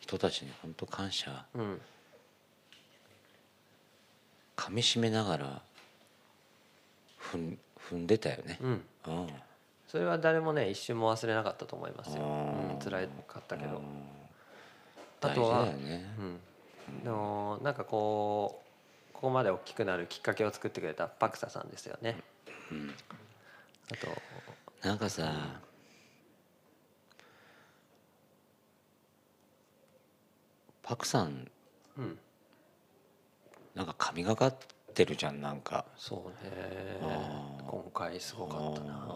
S1: 人たちに本当感謝
S2: うん、
S1: かみしめながら踏ん踏んでたよね、
S2: うん
S1: うん
S2: それは誰もね一瞬も忘れなかったと思いますよ、
S1: あー
S2: うん、辛かったけ
S1: う
S2: ど
S1: ん、
S2: あ
S1: 大事
S2: とは
S1: だよね、
S2: うん、でもなんかこうここまで大きくなるきっかけを作ってくれたパクサさんですよね、
S1: うん
S2: あと
S1: なんかさ、パクさん
S2: うん
S1: なんか神がかってるじゃんなんか
S2: そうね
S1: あー
S2: 今回すごかったな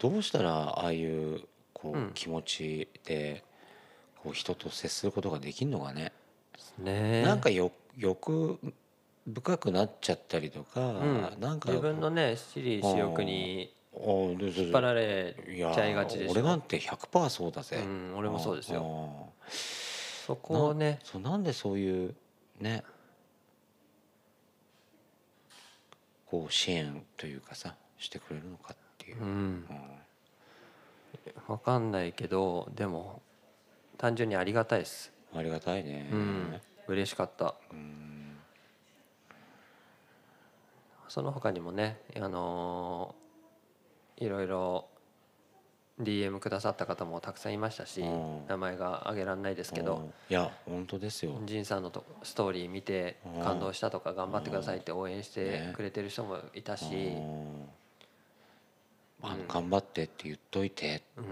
S1: どうしたらああいうこ
S2: うん
S1: う気持ちでこう人と接することができるのかね、
S2: ね
S1: なんかよ欲深くなっちゃったりとか、
S2: うん
S1: なんか
S2: 自分のね私利私欲に
S1: 引
S2: 引っ張られちゃいがちでしょ
S1: 俺なんて100%そうだぜ、
S2: うん、俺もそうですよ
S1: よ
S2: そこをね
S1: そうなんでそういうねこう支援というかさしてくれるのかっていう
S2: う、ん
S1: うん
S2: わかんないけどでも単純にありがたいです
S1: ありがたいね。
S2: うん嬉しかった
S1: うん
S2: その他にもね、あのーいろいろ DM くださった方もたくさんいましたし
S1: うん
S2: 名前が挙げられないですけ
S1: うん
S2: ど
S1: いや本当ですよ。
S2: 仁さんのとストーリー見て
S1: うん
S2: 感動したとか頑張ってくださいって応援して
S1: ね
S2: くれてる人もいたし、
S1: うんあの
S2: うん
S1: 頑張ってって言っといて
S2: うん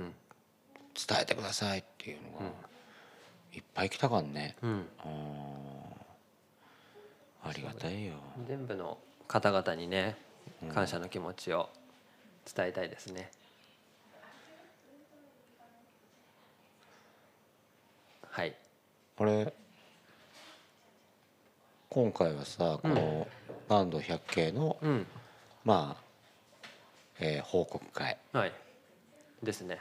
S1: 伝えてくださいっていうの
S2: う
S1: が
S2: ん
S1: いっぱい来たからね。
S2: うん、
S1: うんありがたいよ。
S2: 全部の方々にね
S1: うん
S2: 感謝の気持ちを伝えたいですね。はい、
S1: あれ今回はさこのバンド百景の
S2: うん
S1: まあえー報告会
S2: はいで すね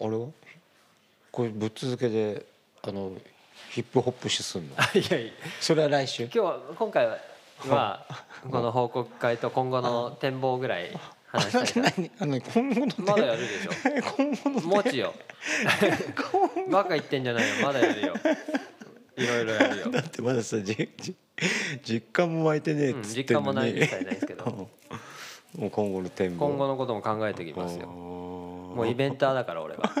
S1: あれはこれぶっ続けであのヒップホップしすんの
S2: いやいや
S1: それは来週
S2: 今日は今回は まあこの報告会と今後の展望ぐらい話したいから
S1: 何あの今後の
S2: まだや
S1: 展
S2: るでしょ
S1: 今後の
S2: も ちよバカ言ってんじゃないよまだやるよいろいろ やるよ
S1: だってまださじじ実感も湧いてねえっ
S2: うん
S1: つっ
S2: 実
S1: てん
S2: 感
S1: の
S2: もない
S1: に、
S2: みたいないですけ
S1: う
S2: ど
S1: んもう今後の展望
S2: 今後のことも考えていきますよも
S1: も
S2: うイベンターだから俺 は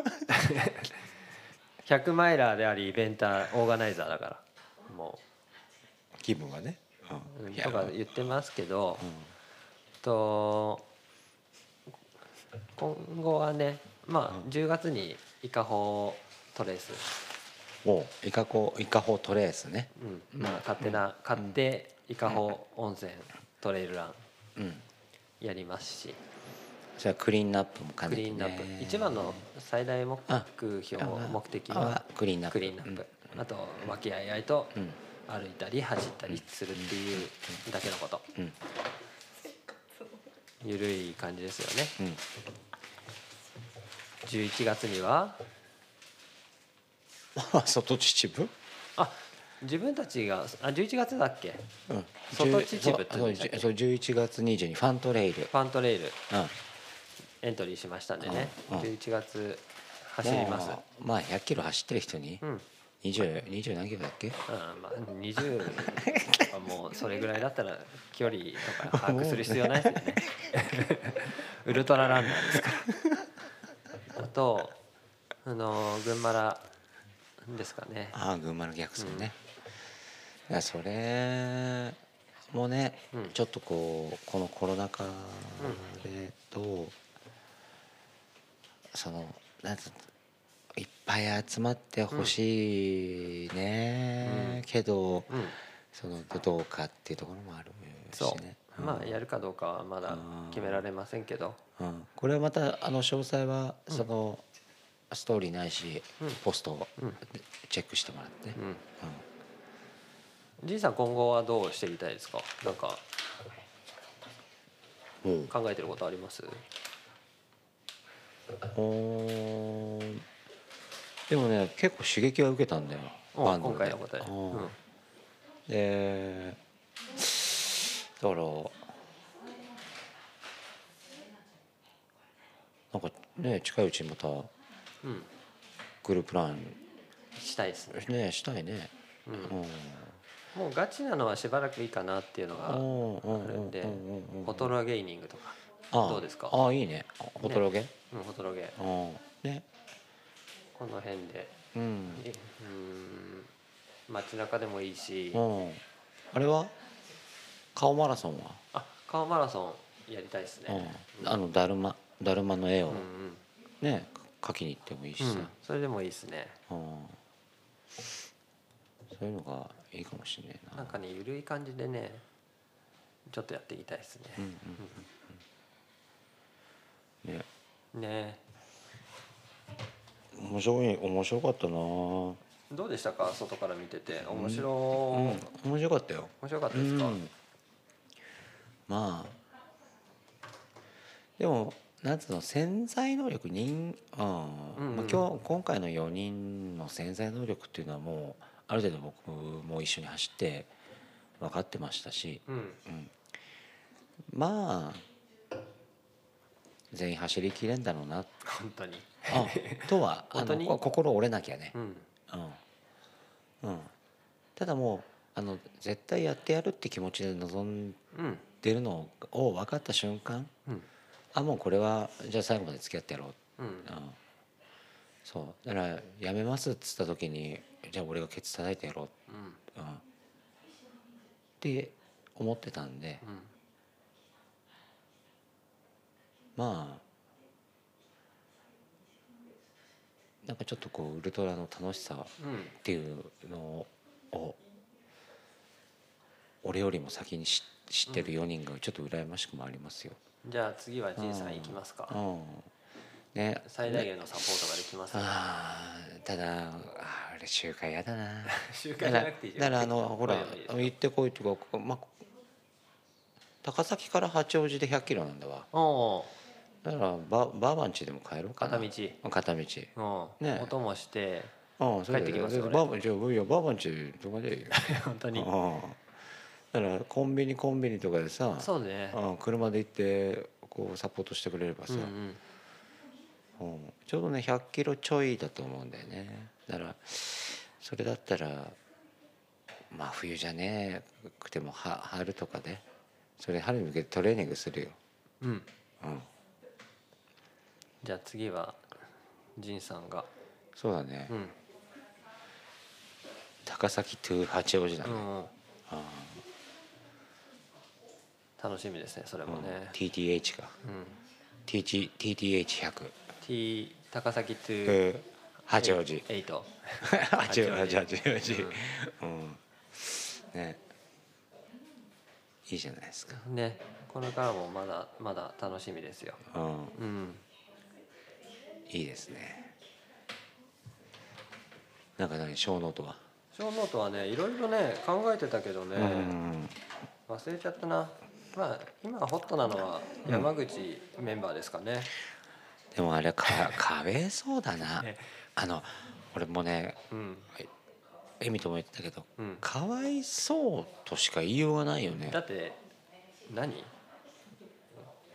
S2: 100マイラーでありイベンターオーガナイザーだからも
S1: 気分がね、う
S2: ううん
S1: いや
S2: とか言ってますけどと今後はねま
S1: う
S2: あ10月にイカホトレース、
S1: うん、おイカホイカホトレースね
S2: うん
S1: うん
S2: まあ、勝手な勝手伊香保温泉トレイルラン
S1: うん
S2: やりますし
S1: じゃあクリーンナップも兼
S2: ク
S1: ねて、
S2: リ
S1: ね、
S2: ーンナップ一番の最大目標目的は
S1: あクリーンナップ
S2: クリーンナップあと和気あいあいと
S1: うん
S2: 歩いたり走ったりするっていうだけのこと
S1: うんうん
S2: ゆるい感じですよね
S1: うん
S2: 11月には
S1: あ外秩父
S2: あ自分たちがあ11月だっけ
S1: うん
S2: 外秩父って
S1: そ
S2: 言う
S1: うん
S2: だっけ
S1: そう11月22ファントレイル、
S2: ファントレイル
S1: うん、
S2: エントリーしましたんでね
S1: うんうん
S2: 11月走ります
S1: もうまあ100キロ走ってる人に
S2: うんうん
S1: 20 20何キロだっけ
S2: まあ20とかもうそれぐらいだったら距離とか把握する必要ないですよね ウルトラランナーですからあとあの群馬らですかね
S1: ああ群馬の逆走ね、いやそれもね、
S2: うん
S1: ちょっとこうこのコロナ禍でどう、そのなんつうのいっぱい集まってほしいね、
S2: うん
S1: けど
S2: うん
S1: そのどうかっていうところもあるし
S2: そう、
S1: ね
S2: まあ
S1: うん
S2: やるかどうかはまだ決められませんけど、
S1: うん、これはまたあの詳細はその、ストーリーないし、
S2: うん
S1: ポストを
S2: うん
S1: チェックしてもらって、ね
S2: うん、
S1: うん
S2: じいさん今後はどうしていきたいですかなんか
S1: うん
S2: 考えてることあります
S1: おーでもね結構刺激は受けたんだよ
S2: お
S1: バンドで
S2: 今回のことで、
S1: うん
S2: うん
S1: でだからなんかね近いうちにまた
S2: うん、
S1: グループラン
S2: したいですね、
S1: ねしたいね
S2: うん
S1: うん
S2: もうガチなのはしばらくいいかなっていうのが、
S1: うんうん
S2: あるんで
S1: うんうんうんうん
S2: ホトロゲイニングとか、
S1: ああ
S2: どうですか
S1: ああいいねホトロゲ
S2: うん、ホトロゲ
S1: うんね
S2: この辺で
S1: うん
S2: えうん街中でもいいし、
S1: うんあれは顔マラソンは
S2: あ川マラソンやりたいですね、
S1: うん、あのだるまだるまの絵を
S2: うんうん
S1: ね描きに行ってもいいし
S2: う
S1: さ、
S2: ん、それでもいいですね
S1: うんそういうのがいいかもしれないな
S2: なんかねゆるい感じでねちょっとやっていきたいですね、
S1: うんうんね
S2: ね
S1: 面白い面白かったなうん
S2: どうでしたか外から見てて面白、面
S1: 面白かったよ
S2: 白かった
S1: う
S2: ですか、
S1: んまあでもなんつうの潜在能力人、うん
S2: うん
S1: まあ、今日今回の4人の潜在能力っていうのはもうある程度僕も一緒に走って分かってましたし、
S2: うん
S1: うん、まあ全員走りきれんだろう な
S2: 本当に
S1: あとはあ
S2: 本当に
S1: の心折れなきゃね
S2: う、ん
S1: うんうん、ただもうあの絶対やってやるって気持ちで臨ん
S2: うん
S1: 出るのを分かった瞬間
S2: うん
S1: あもうこれはじゃあ最後まで付き合ってやろう、
S2: うん
S1: うん、そうだから「やめます」っつった時にじゃあ俺がケツ叩いてやろ
S2: うん
S1: う、うん、って思ってたんで
S2: うん
S1: まあなんかちょっとこうウルトラの楽しさ
S2: うん
S1: っていうのを俺よりも先に知知ってる4人がちょっと羨ましくもありますよ。
S2: じゃあ次はじいさん行きますか、
S1: うんね、
S2: 最大限のサポートができます、ね、
S1: あーただあー俺集会やだな
S2: 集
S1: だか
S2: 会じゃ
S1: ら
S2: なくていいじゃ
S1: だ
S2: ん
S1: からあ のほら
S2: 声を入れて
S1: 行ってこいとか、ここまあ、高崎から八王子で100キロなんだわ
S2: お
S1: だからばばあばんちでも帰ろうかな
S2: 片道
S1: 片道
S2: おう
S1: ね
S2: 音もして
S1: ああそうだよ
S2: 帰ってきますよ俺
S1: バーバンじゃあいやバーバンチとかでいいよ
S2: 本当に
S1: ああだからコンビニコンビニとかでさ
S2: そうね
S1: ああ車で行ってこうサポートしてくれれば
S2: う
S1: さ、
S2: んうん
S1: うんちょうどね100キロちょいだと思うんだよねだからそれだったらまあ冬じゃねえくてもは春とかで、それ春に向けてトレーニングするよ、
S2: うん
S1: うん、
S2: じゃあ次は仁さんが
S1: そうだね、
S2: うん
S1: 高崎トゥ八王子だ
S2: う
S1: ね、
S2: んうん
S1: あ
S2: 楽しみですねそれ
S1: あ
S2: もね
S1: TTH か
S2: うん
S1: TTH100
S2: T 高崎と
S1: 八王子
S2: 8
S1: 八王子
S2: 八王
S1: 八
S2: 子
S1: 王子八王子うんねいいじゃないですか
S2: ねこれからもまだまだ楽しみですよ
S1: うん
S2: うん
S1: いいですね。なんか何小ノートは。
S2: 小ノートはねいろいろね考えてたけどね、
S1: うん
S2: 忘れちゃったなまあ今ホットなのは山口メンバーですかね、
S1: でもあれか壁そうだな
S2: ね。
S1: あの俺もね
S2: うん
S1: エミとも言ってたけど、
S2: うん
S1: かわいそうとしか言いようがないよね
S2: だ。って何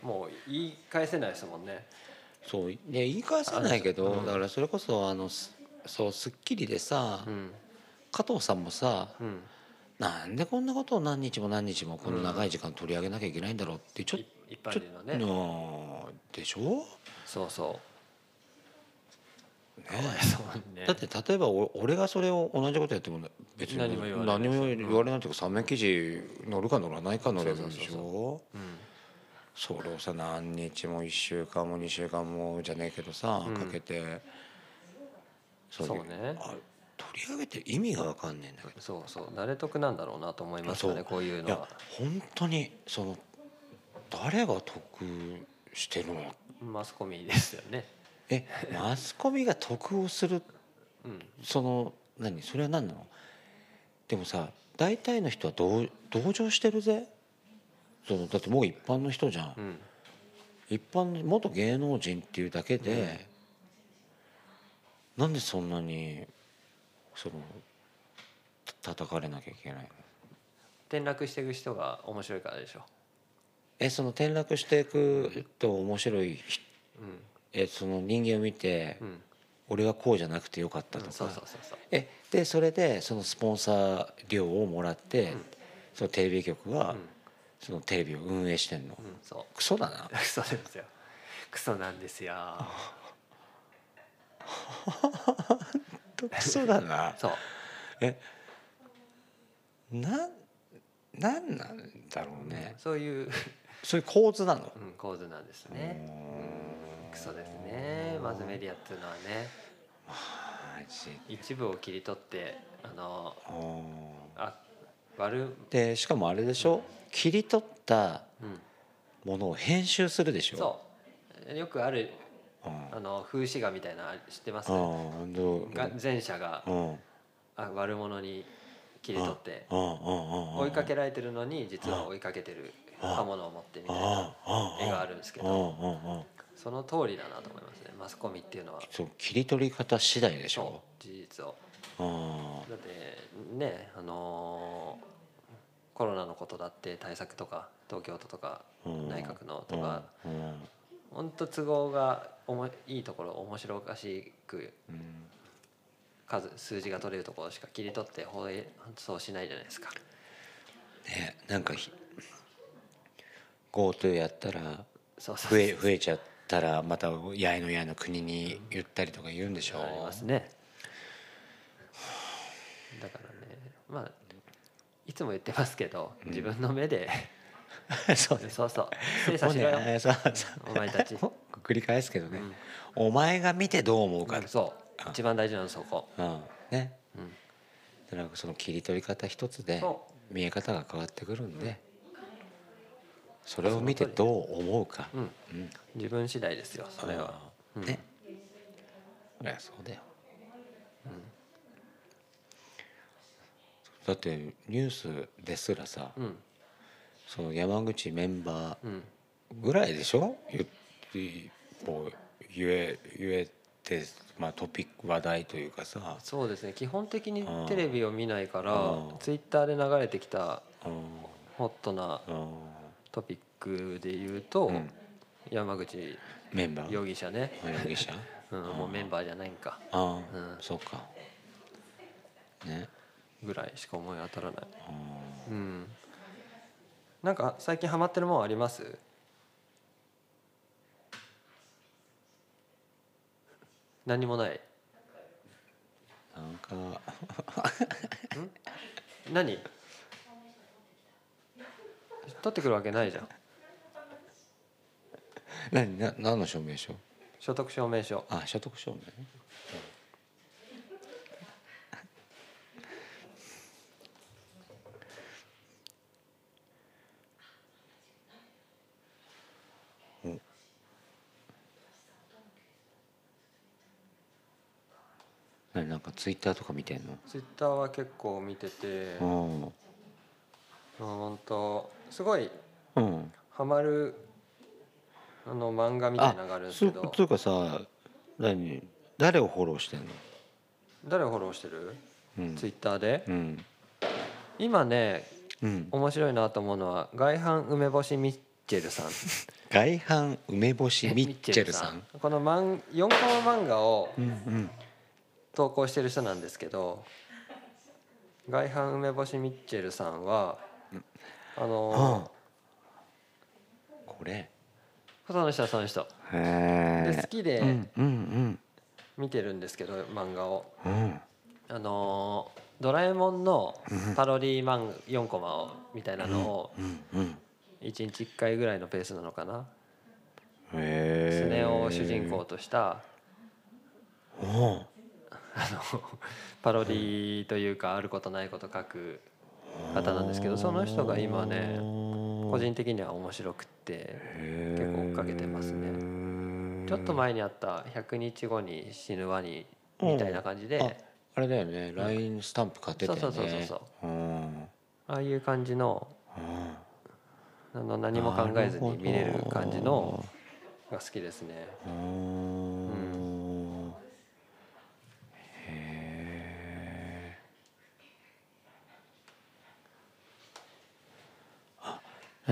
S2: もう言い返せないですもんね
S1: そうね言い返せないけど、
S2: あうん
S1: だからそれこそあのすそうスッキリでさ、
S2: うん
S1: 加藤さんもさ。
S2: うん
S1: なんでこんなことを何日も何日もこの長い時間取り上げなきゃいけないんだろうってちょっ
S2: い一般人のね
S1: と、でしょ、
S2: そうそ
S1: ね
S2: う、そうね
S1: だって例えばお俺がそれを同じことやっても別に
S2: 何も言われない
S1: 何も言われないというか、三面記事乗るか乗らないか乗れるでし
S2: そうそう
S1: ょ
S2: うん
S1: それをさ何日も1週間も2週間もじゃねえけどさ、
S2: うん
S1: かけて
S2: そうね
S1: あ取り上げて意味が分かんねえんだけど
S2: そうそう誰得なんだろうなと思いました
S1: そ
S2: ね
S1: う
S2: こういう
S1: い
S2: の
S1: や
S2: は
S1: 本当にその誰が得してるの
S2: マスコミですよね
S1: えマスコミが得をする
S2: うん
S1: その何それは何なのでもさ大体の人は同同情してるぜそのだってもう一般の人じゃん、
S2: うん
S1: 一般の元芸能人っていうだけで、なんでそんなにそのた叩かれなきゃいけないの
S2: 転落していく人が面白いからでしょ
S1: えその転落していくと面白いひ
S2: うん
S1: えその人間を見て、
S2: うん
S1: 俺はこうじゃなくてよかったとか、
S2: そうそうそうそう
S1: えでそれでそのスポンサー料をもらって、そのテレビ局が、
S2: うん
S1: そのテレビを運営してんの、
S2: うん そう
S1: クソだな
S2: クソですよクソなんですよ
S1: クソだな
S2: そう
S1: ななんなんだろうね
S2: そういう、
S1: そういう構図なの
S2: うん、構図なんですねうんクソですねマスメディアっていうのはね
S1: マジ
S2: 一部を切り取ってあの
S1: あー
S2: あ悪
S1: でしかもあれでしょ切り取った
S2: うん
S1: ものを編集するでしょ
S2: そうよくある
S1: うん
S2: あの風刺画みたいなの知ってます
S1: あーどう
S2: が前者が
S1: うんうん
S2: あ悪者に切り取って
S1: うんうんうん
S2: 追いかけられてるのに実は追いかけてる刃物を持ってみたいな絵があるんですけ
S1: うん
S2: ど
S1: うんうん
S2: その通りだなと思いますねマスコミっていうのは
S1: そう切り取り方次第でしょ
S2: そう事実を
S1: あ
S2: だってねあのーコロナのことだって対策とか東京都とか
S1: うん
S2: 内閣の
S1: ー
S2: とか
S1: うんうん
S2: 本当都合がおもいいところ面白おかしく
S1: うん
S2: 数数字が取れるところしか切り取って放映そうしないじゃないですか
S1: ねなんかひ GoTo やったら
S2: そうそう
S1: 増え増えちゃったらまたやいのやいの国に言ったりとか言うんでしょ
S2: ありますねだからねまあいつも言ってますけど自分の目で、
S1: そうです
S2: そうそう精
S1: も
S2: 査
S1: う
S2: しろよ、
S1: ねそうそう
S2: お前たち、
S1: もう 繰り返すけどね、お前が見てどう思うか、うん
S2: そう一番大事なのそこ、
S1: ね
S2: うん、
S1: だからその切り取り方一つで
S2: そ
S1: 見え方が変わってくるんで、それを見てどう思うか、
S2: うん、
S1: うん
S2: 自分次第ですよそれは、うん
S1: ねそりゃそうだよ、だってニュースですらさ、
S2: うん
S1: その山口メンバー
S2: うん
S1: ぐらいでしょ言ってもう言え言えって、まあ、トピック話題というかさ、
S2: そうですね基本的に
S1: うん
S2: テレビを見ないから
S1: うん
S2: ツイッターで流れてきた
S1: うん
S2: ホットな
S1: うん
S2: トピックで言うと、
S1: うん
S2: 山口
S1: メンバー
S2: 容疑者ね、
S1: 容 疑者
S2: うん、もうメンバーじゃないんか
S1: ああ、
S2: うん
S1: そうかね
S2: ぐらいしか思い当たらない、
S1: うん
S2: うん、なんか最近ハマってるもんあります何もない
S1: なんか
S2: 何取ってくるわけないじゃん
S1: 何な何の証明書
S2: 所得証明書
S1: あ所得証明ね
S5: 何なんかツイッターとか見てんの
S2: ツイッターは結構見てて
S1: うん
S2: 本当すごい
S1: うん
S2: ハマるあの漫画みたいなのがあるんですけど
S1: つうかさ何誰をフォローしてんの
S2: 誰をフォローしてる、
S1: うん
S2: ツイッターで、
S1: うん
S2: 今ね
S1: うん
S2: 面白いなと思うのは外反梅干しミッチェルさん
S1: 外反梅干し ミッチェルさん
S2: この漫4コマ漫画を
S1: うんうん
S2: 投稿してる人なんですけど外反梅干しミッチェルさんはあの
S1: あこれ
S2: 細野久さんの人
S1: へえ
S2: で好きで
S1: うんうん
S2: 見てるんですけど漫画を
S1: うんうん
S2: あのードラえもんのパロディ漫画4コマをみたいなのを
S1: うんうん
S2: 1日1回ぐらいのペースなのかな
S1: へえ
S2: スネ夫を主人公とした
S1: おう
S2: パロディというかあることないこと書く方なんですけどその人が今ね個人的には面白くって結構追っかけてますねちょっと前にあった「100日後に死ぬワニ」みたいな感じ
S1: あ
S2: で
S1: あれだよね LINE スタンプ買ってたよね
S2: そうそうそうそう
S1: ううん
S2: ああいう感じのあの何も考えずに見れる感じのが好きですね
S1: うんうん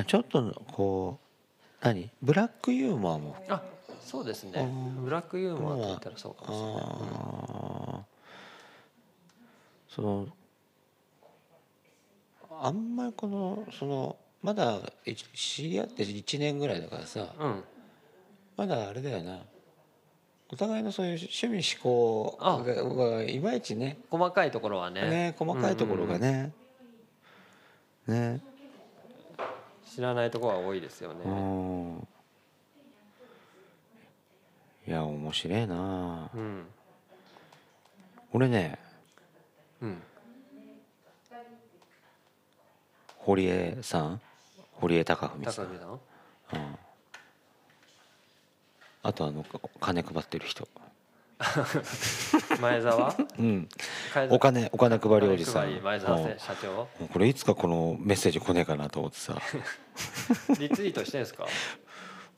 S5: ちょっとこう何ブラックユーモアも
S2: あそうですねブラックユーモアと言ったらそうかもしれない
S1: あーそのあんまりこのそのまだい知り合って1年ぐらいだからさ
S2: うん
S1: まだあれだよなお互いのそういう趣味嗜好
S2: あ
S1: ががいまいちね
S2: 細かいところはね
S1: ね細かいところがねね
S2: 知らないところは多いですよ
S1: う
S2: ね
S1: んいや面白いな
S2: うん
S1: 俺ね
S2: うん
S1: 堀江さん堀江貴文さ
S2: 高
S1: ん
S2: 見さん
S1: うんあとあのお金配ってる人、
S2: 前澤
S1: うん、お金お金配りおじさん、
S2: 前澤
S1: うん
S2: せ社長
S1: もうこれいつかこのメッセージ来ねえかなと思って さ
S2: リツイートしてんですか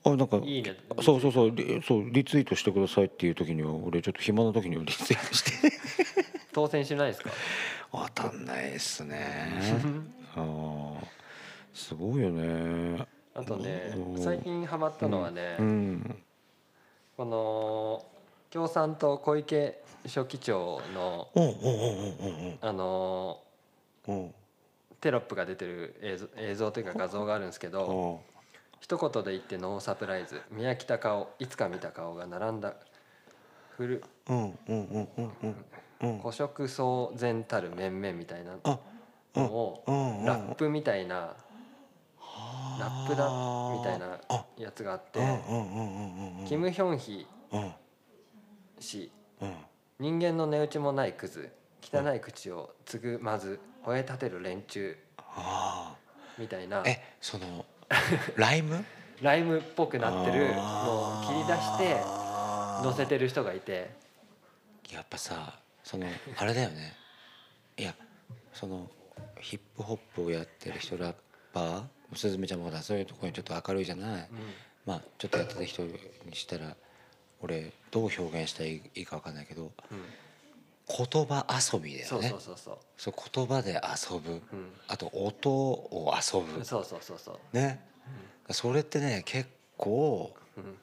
S1: あなんか
S2: いいね
S1: そうそうそうリそうリツイートしてくださいっていう時には俺ちょっと暇な時にはリツイートして
S2: 当選しないですか
S1: 当たんないっすねあーすごいよね
S2: あとね
S1: うん
S2: 最近ハマったのはね、
S1: うん
S2: この共産党小池書記長の
S1: おうおうおうおうおう
S2: あの
S1: おう
S2: テロップが出てる映像映像というか画像があるんですけど
S1: おう
S2: 一言で言ってノーサプライズ「宮北顔いつか見た顔」が並んだ古
S1: うんうんうんうんうんうん
S2: 古色騒然たる面々みたいな
S1: あ
S2: のを
S1: うんうん
S2: ラップみたいなラップだみたいな
S1: あ
S2: やつがあって
S1: うんうんうんうんうん
S2: キム・ヒョンヒ
S1: うん
S2: 氏
S1: うん
S2: 人間の値打ちもないクズ汚い口をつぐまず吠え立てる連中
S1: あ
S2: みたいな
S1: あえそのライム
S2: ライムっぽく なってるの
S1: あ
S2: を
S1: ー
S2: 切り出して載せてる人がいて
S1: やっぱさそのあれだよねいやそのヒップホップをやってる人ラッパーすずめちゃんもほらそういうところにちょっと明るいじゃない、
S2: うん
S1: まあちょっとやってた人にしたら俺どう表現したらいいか分かんないけど
S2: うん
S1: 言葉遊びだよね
S2: そうそうそうそ
S1: そう言葉で遊ぶ
S2: う、うん、
S1: あと音を遊ぶ
S2: そうそうそうそう、
S1: ねそれってね結構
S2: うん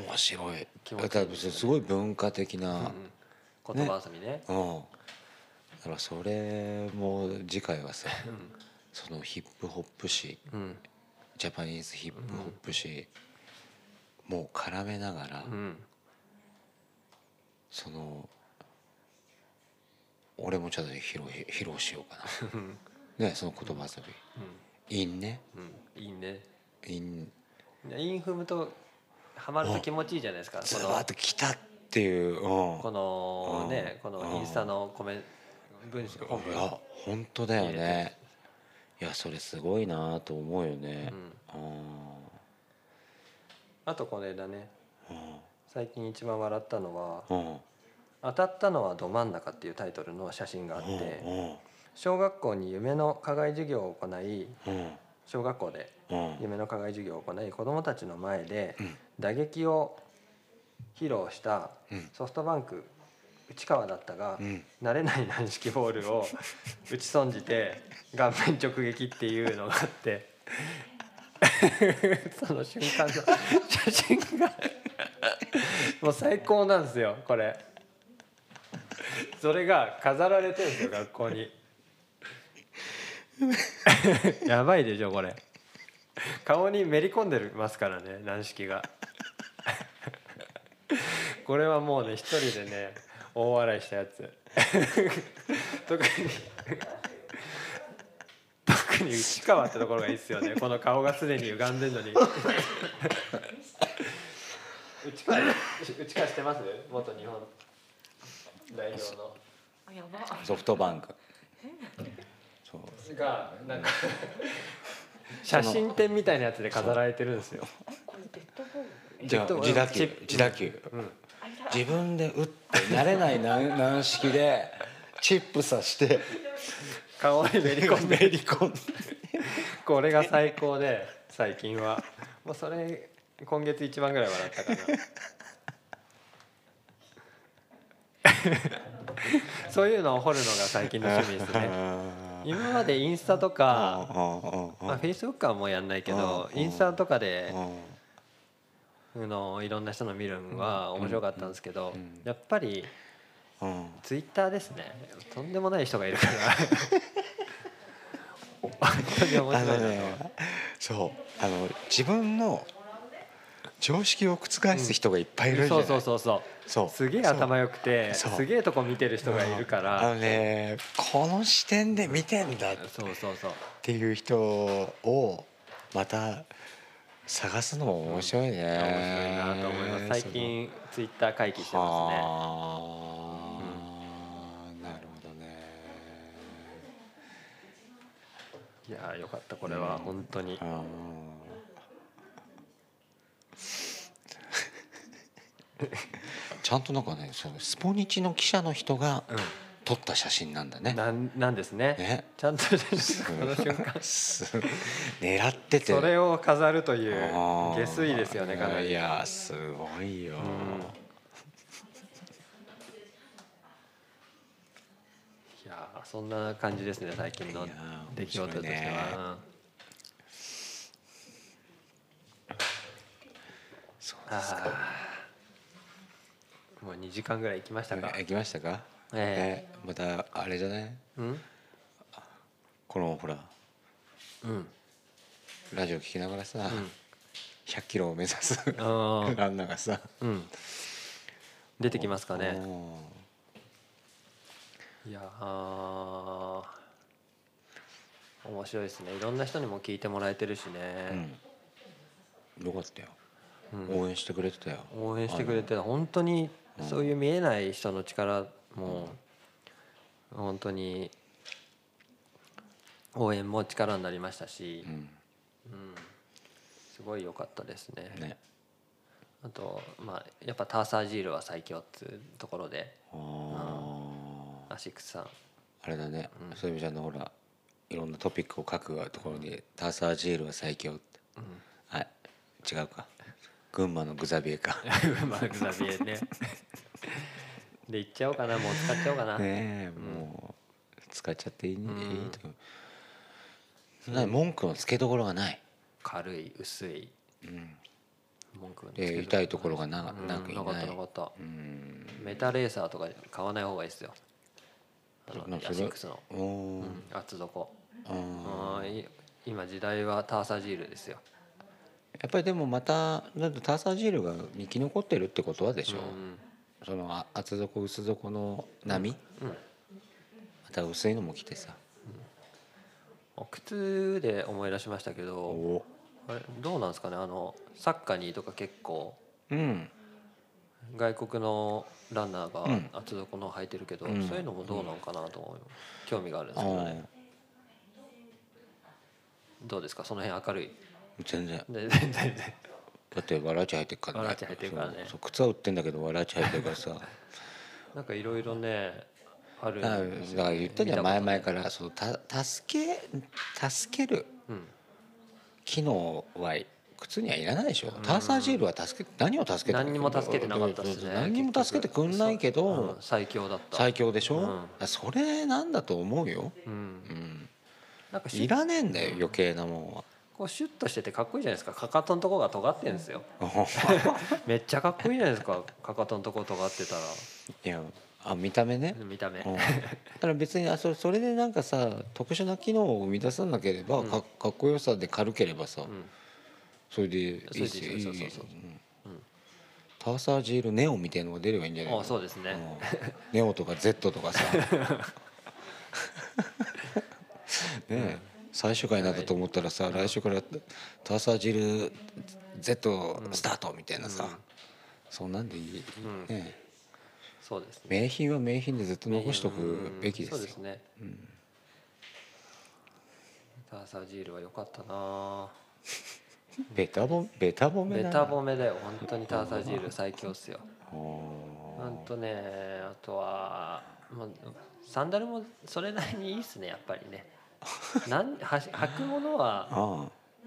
S1: 面白い
S2: 気持ちいい
S1: だからすごい文化的
S2: うん
S1: な、
S2: うん、言葉遊びね
S1: うん、だからそれも次回は さそのヒップホップ史
S2: うんうん
S1: ジャパニーズヒップホップ史もう絡めながら、
S2: うん
S1: その俺もちょっと披露披露しようか
S2: うん
S1: なねその言葉遊び「インね
S2: うんいいね
S1: 「イン
S2: インフムとハマると気持ちいいじゃないですか
S1: ズ
S2: こ
S1: バ
S2: の
S1: ッと来た」っていう、うん、
S2: このねこのインスタのコメン文章本
S1: い
S2: 文
S1: や本当だよ
S2: 入れ
S1: ねいやそれすごいなと思うよね
S2: うん、
S1: うん
S2: あとこれだね
S1: うん
S2: 最近一番笑ったの
S1: う
S2: は
S1: ん
S2: 「当たったのはど真ん中」っていうタイトルの写真があっ
S1: うん
S2: て小学校に夢の課外授業を行い
S1: うん
S2: 小学校で
S1: うん
S2: 夢の課外授業を行い子どもたちの前で
S1: うん
S2: 打撃を披露した
S1: うん
S2: ソフトバンク内川だったが
S1: うん
S2: 慣れない軟式ボールを打ち損じて顔面直撃っていうのがあって その瞬間の 写真がもう最高なんですよこれそれが飾られてるんですよ学校に やばいでしょこれ顔にめり込んでますからね軟式が これはもうね一人でね大笑いしたやつ特に特に内川ってところがいいっすよねこの顔がすでに歪んでるのに内川内川してます元日本代表の
S3: あやば
S1: ソフトバンクそう
S2: がなんか写真展みたいなやつで飾られてるんですよ、
S3: これデッドボール
S1: じゃあ
S2: ちょっと
S1: 自打球
S2: チップ
S1: 自打球
S2: うん、
S3: あや
S1: 自分で打って慣れない 軟軟式でチップさして
S2: 顔にめり込んで
S1: めり込んで
S2: これが最高で最近はもうそれ今月一番ぐらい笑っ たかなそういうのを掘るのが最近の趣味ですね
S1: あ
S2: 今までインスタとかまあ、
S1: あ
S2: Facebook はもうやんないけど
S1: うん
S2: インスタとかであのいろんな人の見るんは面白かったんですけど
S1: うん
S2: やっぱり
S1: うん
S2: ツイッターですねとんでもない人がいる から本当に面
S1: あ
S2: 白
S1: の
S2: いなと
S1: ねそうあの自分の常識を覆す人がいっぱいいるんじゃな
S2: そう
S1: い、
S2: そうそうそう
S1: そう
S2: すげえ頭良くて
S1: そう
S2: すげえとこ見てる人がいるか
S1: あの
S2: ら
S1: ねこの視点で見てんだっ
S2: そうそうそう
S1: ていう人をまた探すのも面白いね、
S2: 面白いなと思います最近ツイッター回帰してま
S1: あー、なるほどね
S2: すねいやーよかったこれは本当に
S1: あー ちゃんとなんかねそのスポニチの記者の人が撮った写真なんだね。
S2: なんなんですね
S1: ね
S2: ちゃんとこの瞬 間
S1: す狙ってて
S2: それを飾るという
S1: あー
S2: 下水ですよねかないり
S1: やすごいよ、
S2: うんいやーそんな感じですね最近の
S1: いやー
S2: 出来事として
S1: 面白いね
S2: は。
S1: そう
S2: あーもう2時間ぐらい行きましたか。
S1: 行きましたか、
S2: え
S1: ねまたあれじゃない
S2: うん、
S1: このほら
S2: うん、
S1: ラジオ聞きながらさ、100キロを目指す
S2: あ ー
S1: ランナーがさ
S2: うん、出てきますかね。いやー面白いですね。いろんな人にも聞いてもらえてるし
S1: う
S2: ね。
S1: んよかったよ、
S2: うん
S1: 応援してくれてたよ
S2: 応援してくれて本当にそういう見えない人の力も本当に応援も力になりましたし
S1: う、ん
S2: うん、すごい良かったですね。
S1: ね
S2: あと、まあ、やっぱターサージールは最強っていうところで
S1: あー
S2: アシックスさん
S1: あれだね、
S2: うん
S1: そういう意味じゃあのほらいろんなトピックを書くところに「ターサージールは最強」って、はい違うか群馬のグザビエか
S2: う まくザビエねで行っちゃおうかなもう使っちゃおうか な、
S1: ねえ
S2: ん
S1: もう使っちゃっていい,、ね
S2: うん
S1: いいと思うな文句のつけどころがない、
S2: 軽い薄い
S1: うん
S2: 文句はね
S1: で
S2: つける
S1: 痛いところがな
S2: うん
S1: なくい
S2: なかった
S1: ない
S2: なかった
S1: うん
S2: メタレーサーとか買わない方がいいですよあ
S1: な
S2: の
S1: んか
S2: ヤシックスの、
S1: おー
S2: うん、厚底
S1: あ
S2: あ
S1: ー
S2: ーい今時代はターサジールですよ
S1: やっぱりでもまただってターサージールが生き残ってるってことはでしょ、そのあ厚底薄底の波、
S2: うんうん
S1: また薄いのも来てさ
S2: あ靴で思い出しましたけど
S1: お
S2: あれどうなんですかねあのサッカニーとか結構
S1: うん
S2: 外国のランナ
S1: う
S2: ー
S1: ん
S2: が厚底の履いてるけど、
S1: うん
S2: そういうのもどうなのかなと思う、興味があるんで
S1: あ
S2: すけど
S1: ー
S2: ねどうですかその辺明るい
S1: 全然
S2: で全然
S1: だってわらち入ってるから
S2: わらち入ってるからね
S1: そうそう靴は売ってんだけどわらち入ってるから さだか
S2: なんかいろいろねあるん
S1: らだ
S2: ですよ
S1: から言ったじゃん前々
S2: 見たこ
S1: からそうた助け助ける
S2: とないうん
S1: 機能は靴にはいらないでしょ、ターサージールは助け何を助けて
S2: 何にも助けてなかったです
S1: そう
S2: ね
S1: そう何にも助けてくんないけ
S2: 結局
S1: ど
S2: うん最強だった
S1: 最強でしょ、
S2: うん
S1: だからそれなんだと思うよ、
S2: うん
S1: うん、
S2: なんかシュ
S1: いらねえんだよ余計なも んは
S2: こうシュッとしててかっこいいじゃないですかかかとのとこが尖ってる んですよめっちゃかっこいいじゃないですかかかとのとこ尖ってたら
S1: いやあ見た目ね、
S2: 見た目
S1: うんだから別にあそれそれでなんかさ特殊な機能を生み出さなければ、
S2: うん
S1: かかっこよさで軽ければさ、
S2: うん
S1: それでいい
S2: そ
S1: し
S2: れでいいそうそうそう
S1: うん
S2: うん
S1: ターサージールネオみたいのが出ればいいんじゃない
S2: あそうですね
S1: うんネオとか Z とか さねえ最終回なんだと思ったらさ、来週からターサージール Z スタートみたいなさ、
S2: うん
S1: そんなんでいい、
S2: うん
S1: ねえ
S2: そうですね
S1: 名品は名品でずっと残しとくべきですよ
S2: そうですね、ターサジールは良かったな
S1: ベタボベタボメ
S2: ベ
S1: だ
S2: タ褒めだよ本当にターサジール最強っすよ
S1: お
S2: ほんとねあとは、まあ、サンダルもそれなりにいいっすねやっぱりねなんは履くものは
S1: ああ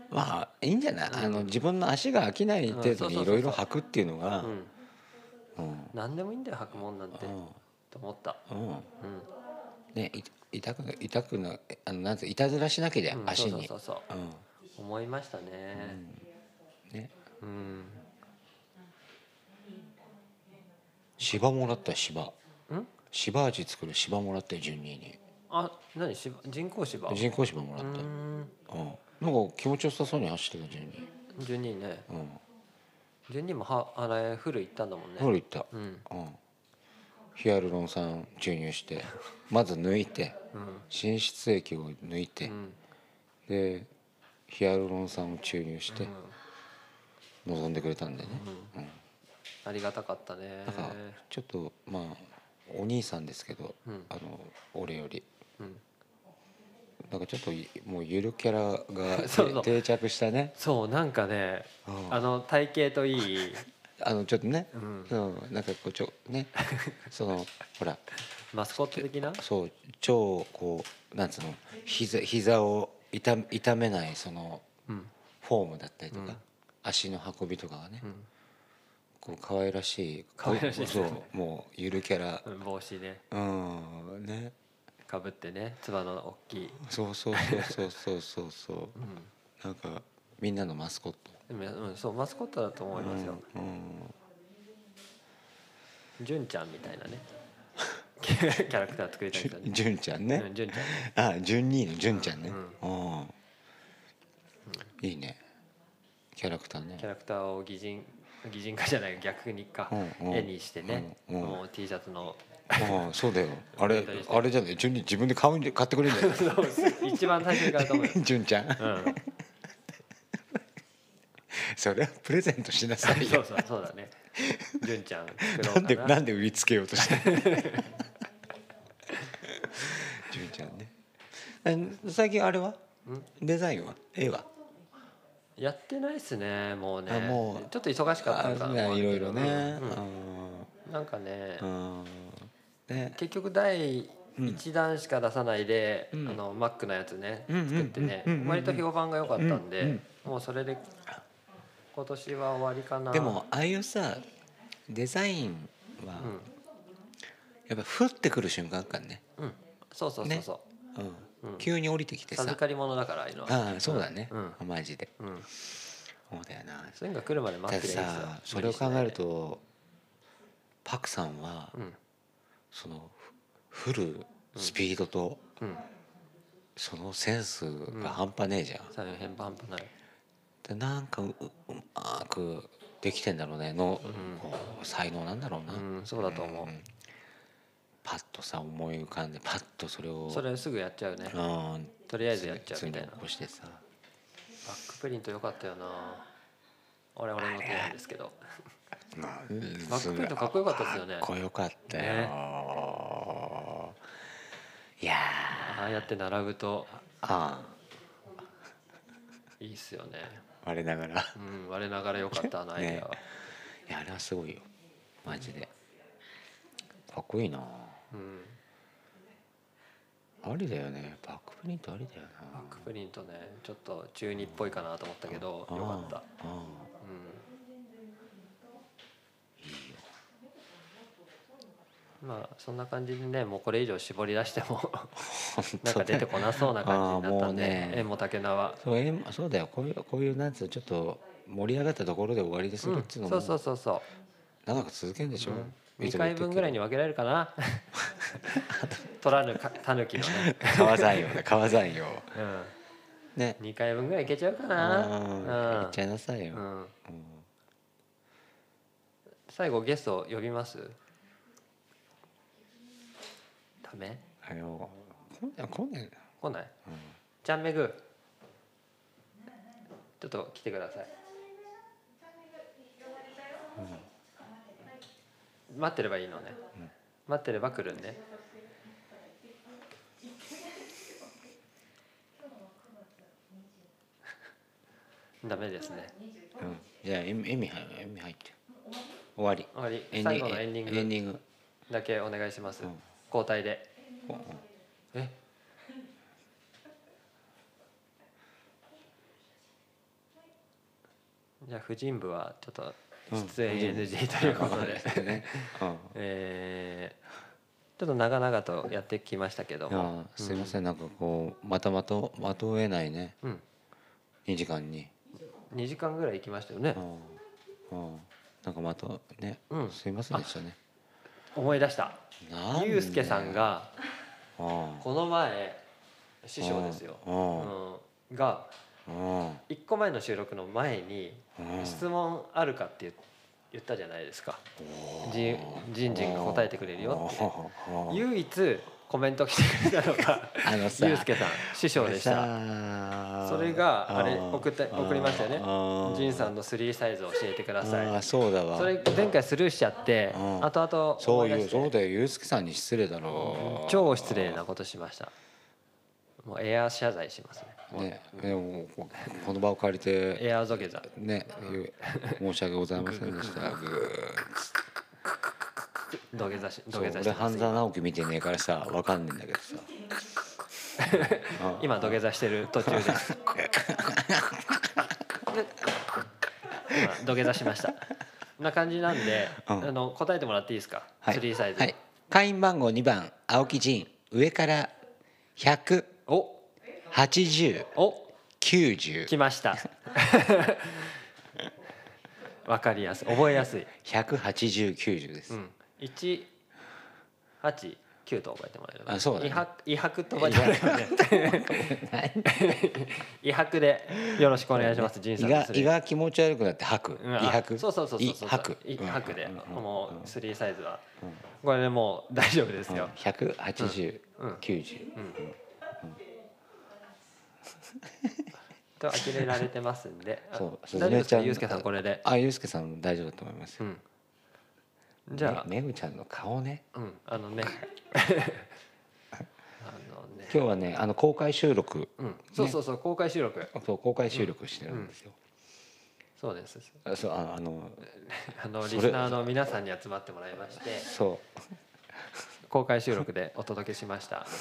S1: まあいいんじゃない、
S2: うん
S1: あの自分の足が飽きない程度
S2: う
S1: に
S2: ん
S1: い
S2: そうそうそうそう
S1: ろいろ履くっていうのが
S2: うん、
S1: うん
S2: 何でもいいんだよ履くもんなんて
S1: う
S2: と思った、
S1: んうん
S2: うん
S1: ねい痛くな痛くなあのなんていたずらしなきゃ
S2: うん
S1: 足に
S2: そうそうそう
S1: うん
S2: そう思いましたね
S1: ね
S2: うん、
S1: 芝もらったよ芝
S2: ん
S1: 芝味作る芝もらったよ順にに
S2: あ何芝人工芝
S1: 人工芝もら
S2: う
S1: ったよう
S2: ん
S1: んなんか気持ちよさそうに走ってた順に
S2: 順にね
S1: うん
S2: 順にもはあれフル行ったんだもんね
S1: ほら行った
S2: うん
S1: うんヒアルロン酸注入 してまず抜いて
S2: うん
S1: 浸出液を抜いて、
S2: うん
S1: でヒアルロン酸を注入し
S2: う
S1: て
S2: ん
S1: 臨んでくれたんでね、うん
S2: ありがたかったね
S1: だからちょっとまあお兄さんですけど、
S2: うん
S1: あの俺より
S2: うん
S1: なんかちょっといもうゆるキャラが
S2: そうそう
S1: 定着したね
S2: そうなんかね
S1: うん
S2: あの体型とい い、
S1: あのちょっとね、
S2: うん、
S1: うん、なんかこうちょねそのほら
S2: マスコット的な
S1: そう超こうなんつうの膝膝を痛痛めないその
S2: うん
S1: フォームだったりとか、
S2: うん
S1: 足の運びとかがね、
S2: うん
S1: こう可愛らしい
S2: 可愛らしい
S1: こうそうもうゆるキャラ
S2: うん帽子ね
S1: うんね
S2: かぶってねつばの大きい、
S1: そうそうそうそうそうそうそう
S2: うん
S1: なんかみんなのマスコット
S2: でもうん、そうマスコットだと思いますよ、
S1: うんうん
S2: 純ちゃんみたいなね キャラクター作りたいみたい
S1: じゅんちゃん
S2: なう
S1: ね
S2: ん、純ちゃんね
S1: あじゅん兄のじゅんちゃんね
S2: う
S1: うんいいねキャラクター
S2: キャ
S1: ね
S2: ラクターを擬人擬人化じゃない逆にか、
S1: うんうん
S2: 絵にしてね、
S1: うんうん
S2: もう T シャツの
S1: あそうだよあれ
S2: たりして
S1: あれじゃないじゅんに自分で買うんじゃ買ってくれるんじ ゃな
S2: 一番最初に買うと思うよ
S1: いじゅんちゃん
S2: うん
S1: それはプレゼントしなさい
S2: そ
S1: よ
S2: うそうそうだね。純ちゃん作
S1: なんで
S2: ろうかな。
S1: なんで売りつけようとした 純ちゃんねえ最近あれはデザインは絵は
S2: やってないっすね。もうね。
S1: あもう
S2: ちょっと忙しかった
S1: あ
S2: んだ
S1: いやいろいろね
S2: うんなんかね、
S1: うんうんね
S2: 結局第一弾しか出さないで、
S1: うん
S2: あのマックのやつね
S1: うんうん
S2: 作ってね
S1: うんうんう、ん
S2: 割と評判が良かったんで、もうそれで。今年は終わりかな
S1: でもああいうさデザインは
S2: うん
S1: やっぱ降ってくる瞬間あっかんね、
S2: うんそうそうそうそ
S1: うん
S2: う、うん、
S1: 急に降りてきてさ
S2: 授かり物だからああいうのは
S1: ああそうだね、
S2: うん
S1: マジで
S2: うん
S1: そうだよな
S2: そういうのが来るまで待
S1: だっ
S2: っ
S1: てて
S2: る
S1: さそれを考える、とパクさんは
S2: 無理しないで
S1: そのふ降るスピードと
S2: うんうん、
S1: そのセンスが半端ねえじゃん、
S2: 大変半端ない、
S1: でなんかうううまくできてんだろうねの、こう才能なんだろうな、
S2: うん、そうだと思う、
S1: んパッとさ思い浮かんでパッとそれを
S2: それすぐやっちゃうね、
S1: うん
S2: とりあえずやっちゃうみたいな
S1: 普通に起こしてさ
S2: バックプリント良かったよな俺俺の手なんですけどバックプリントかっこよかったですよね
S1: かっこよかったよ、いやー
S2: ああやって並ぶと
S1: あ
S2: いいっすよね
S1: あ我ながら
S2: うん我ながら良かったあのアイデアは、
S1: いやあれはすごいよマジでかっこいいな
S2: うん
S1: ありだよねバックプリントありだよな
S2: バックプリントねちょっと中二っぽいかなと思ったけど
S1: うん
S2: 良かった
S1: うん
S2: うんまあそんな感じでねもうこれ以上絞り出して も なんか出て
S1: こ
S2: こなそうな感じになったんで
S1: あーもうね
S2: 縁も竹縄は
S1: そうえーそうだよこういうこういうなんつうのちょっと盛り上がったところで終わりです
S2: う
S1: る
S2: ん
S1: っ、つうのも、
S2: そうそうそうそ
S1: 長く続けんでし
S2: う、
S1: ょ、
S2: う
S1: い
S2: 2
S1: つも言
S2: 回
S1: ってるけど
S2: 分ぐらいに分けられる かな取らぬたぬきのね、
S1: 川山よね川山 よ
S2: うん
S1: ね
S2: 2回分ぐらいいけちゃうか
S1: うん
S2: な
S1: 行っちゃいなさい
S2: うん
S1: よ、
S2: うん
S1: うん
S2: 最後ゲスト呼びますダメ
S1: あの今年今年
S2: 来ない
S1: うん
S2: ちゃんめぐちょっと来てください、待ってればいいのね、
S1: ん
S2: 待ってれば来るんね ダメですね
S1: うんじゃあエミエミ入エミ入って終わり
S2: 終わり
S1: エンディ
S2: 最
S1: ン
S2: 後
S1: グ
S2: のエンデ
S1: エ
S2: ィ
S1: ン
S2: ング
S1: ディング
S2: だけお願いします、
S1: うん
S2: 交代で
S1: うんうん
S2: えじゃあ婦人部はちょっと出演 NG ということで、
S1: ねうん
S2: えーちょっと長々とやってきましたけど
S1: いや
S2: も
S1: ーすいません、なんかこうまたまとまとえないね
S2: うん、
S1: 2時間に、
S2: 2時間ぐらい行きましたよね
S1: う、んうん、なんかまとね、
S2: うん
S1: すいませんでしたね
S2: 思い出した
S1: なんで
S2: ゆうすけさんが
S1: うん
S2: この前師匠ですよ、
S1: う
S2: うん、が
S1: んうん
S2: 1個前の収録の前に
S1: うん
S2: 質問あるかって言言ったじゃないですかじじんじんが答えてくれるよって
S1: うん
S2: 唯一コメント来てくれた のが
S1: あのさ
S2: ゆうすけさん師匠でした
S1: た
S2: それがあれ送って送りましたよねじんさんの3サイズを教えてくださ
S1: あ
S2: い
S1: そうだわ
S2: それ前回スルーしちゃって
S1: うん
S2: 後々
S1: そ
S2: 思
S1: う
S2: い出
S1: い
S2: し
S1: う
S2: て
S1: そうだよゆうすけさんに失礼だろう
S2: 超失礼なことしましたもうエアー謝罪しますねもう
S1: ねでもここの場を借りて
S2: エアー土下座
S1: ねゆ申し訳ございませんでした
S2: 土下座し土
S1: そう
S2: 下座
S1: 俺
S2: してま
S1: 半
S2: す
S1: 沢直樹見てねえからさわかんねえんだけどさ
S2: 今土下座してる途 中です今土下座しましたこんな感じなんで、
S1: うん
S2: あの答えてもらっていいですか、
S1: はい
S2: スリーサイズ、
S1: はい会員番号2番青木仁上から1008090
S2: おお来ました わかりやすい覚えやすい、
S1: 18090です、
S2: うん、189と覚えてもらえれば
S1: あそうだね
S2: ね、違白と覚えてもらえればね違白でよろしくお願いします、仁さ
S1: 胃
S2: んの
S1: が
S2: スリ
S1: 胃
S2: ー
S1: が気持ち悪くなって吐く
S2: うんあ
S1: 胃吐く
S2: そうそうそうそうそう
S1: 胃吐く
S2: 胃吐くで、
S1: うんうん
S2: もうスリーサイズは、
S1: うん
S2: これでもう大丈夫ですよ、
S1: 18090、
S2: うん
S1: 90
S2: と呆れられてますんで あ
S1: そう
S2: 大丈夫
S1: 鈴音
S2: ですか
S1: ちゃん
S2: ゆうすけさんこれで、
S1: あゆうすけさん大丈夫だと思います
S2: う
S1: よ、
S2: ん、じゃあ、
S1: めめぐちゃんの顔ね
S2: うん、あの ねあのね
S1: 今日はねあの公開収録
S2: うん、そうそうそう、公開収録
S1: そう公開収録してるんですよ、
S2: そうです
S1: あそうああの
S2: あの
S1: そ
S2: リ
S1: れ
S2: スナーの皆さんに集まってもらいまして
S1: そ
S2: 公開収録でお届けしました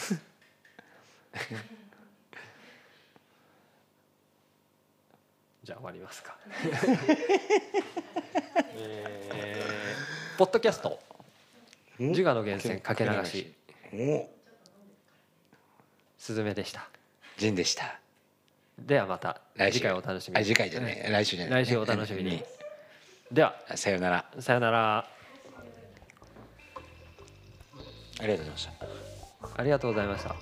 S2: じゃあ終わりますかえーポッドキャスト「
S1: ん
S2: 自我の源泉かけ流し
S1: お」
S2: すずめでした
S1: ジンでした
S2: ではまた
S1: 来週
S2: 次回お楽しみ
S1: あ
S2: に
S1: 次回じゃない来週じゃない
S2: 来週お楽しみにでは
S1: あさようならあ
S2: さよなら
S1: りがとうございました
S2: ありがとうございました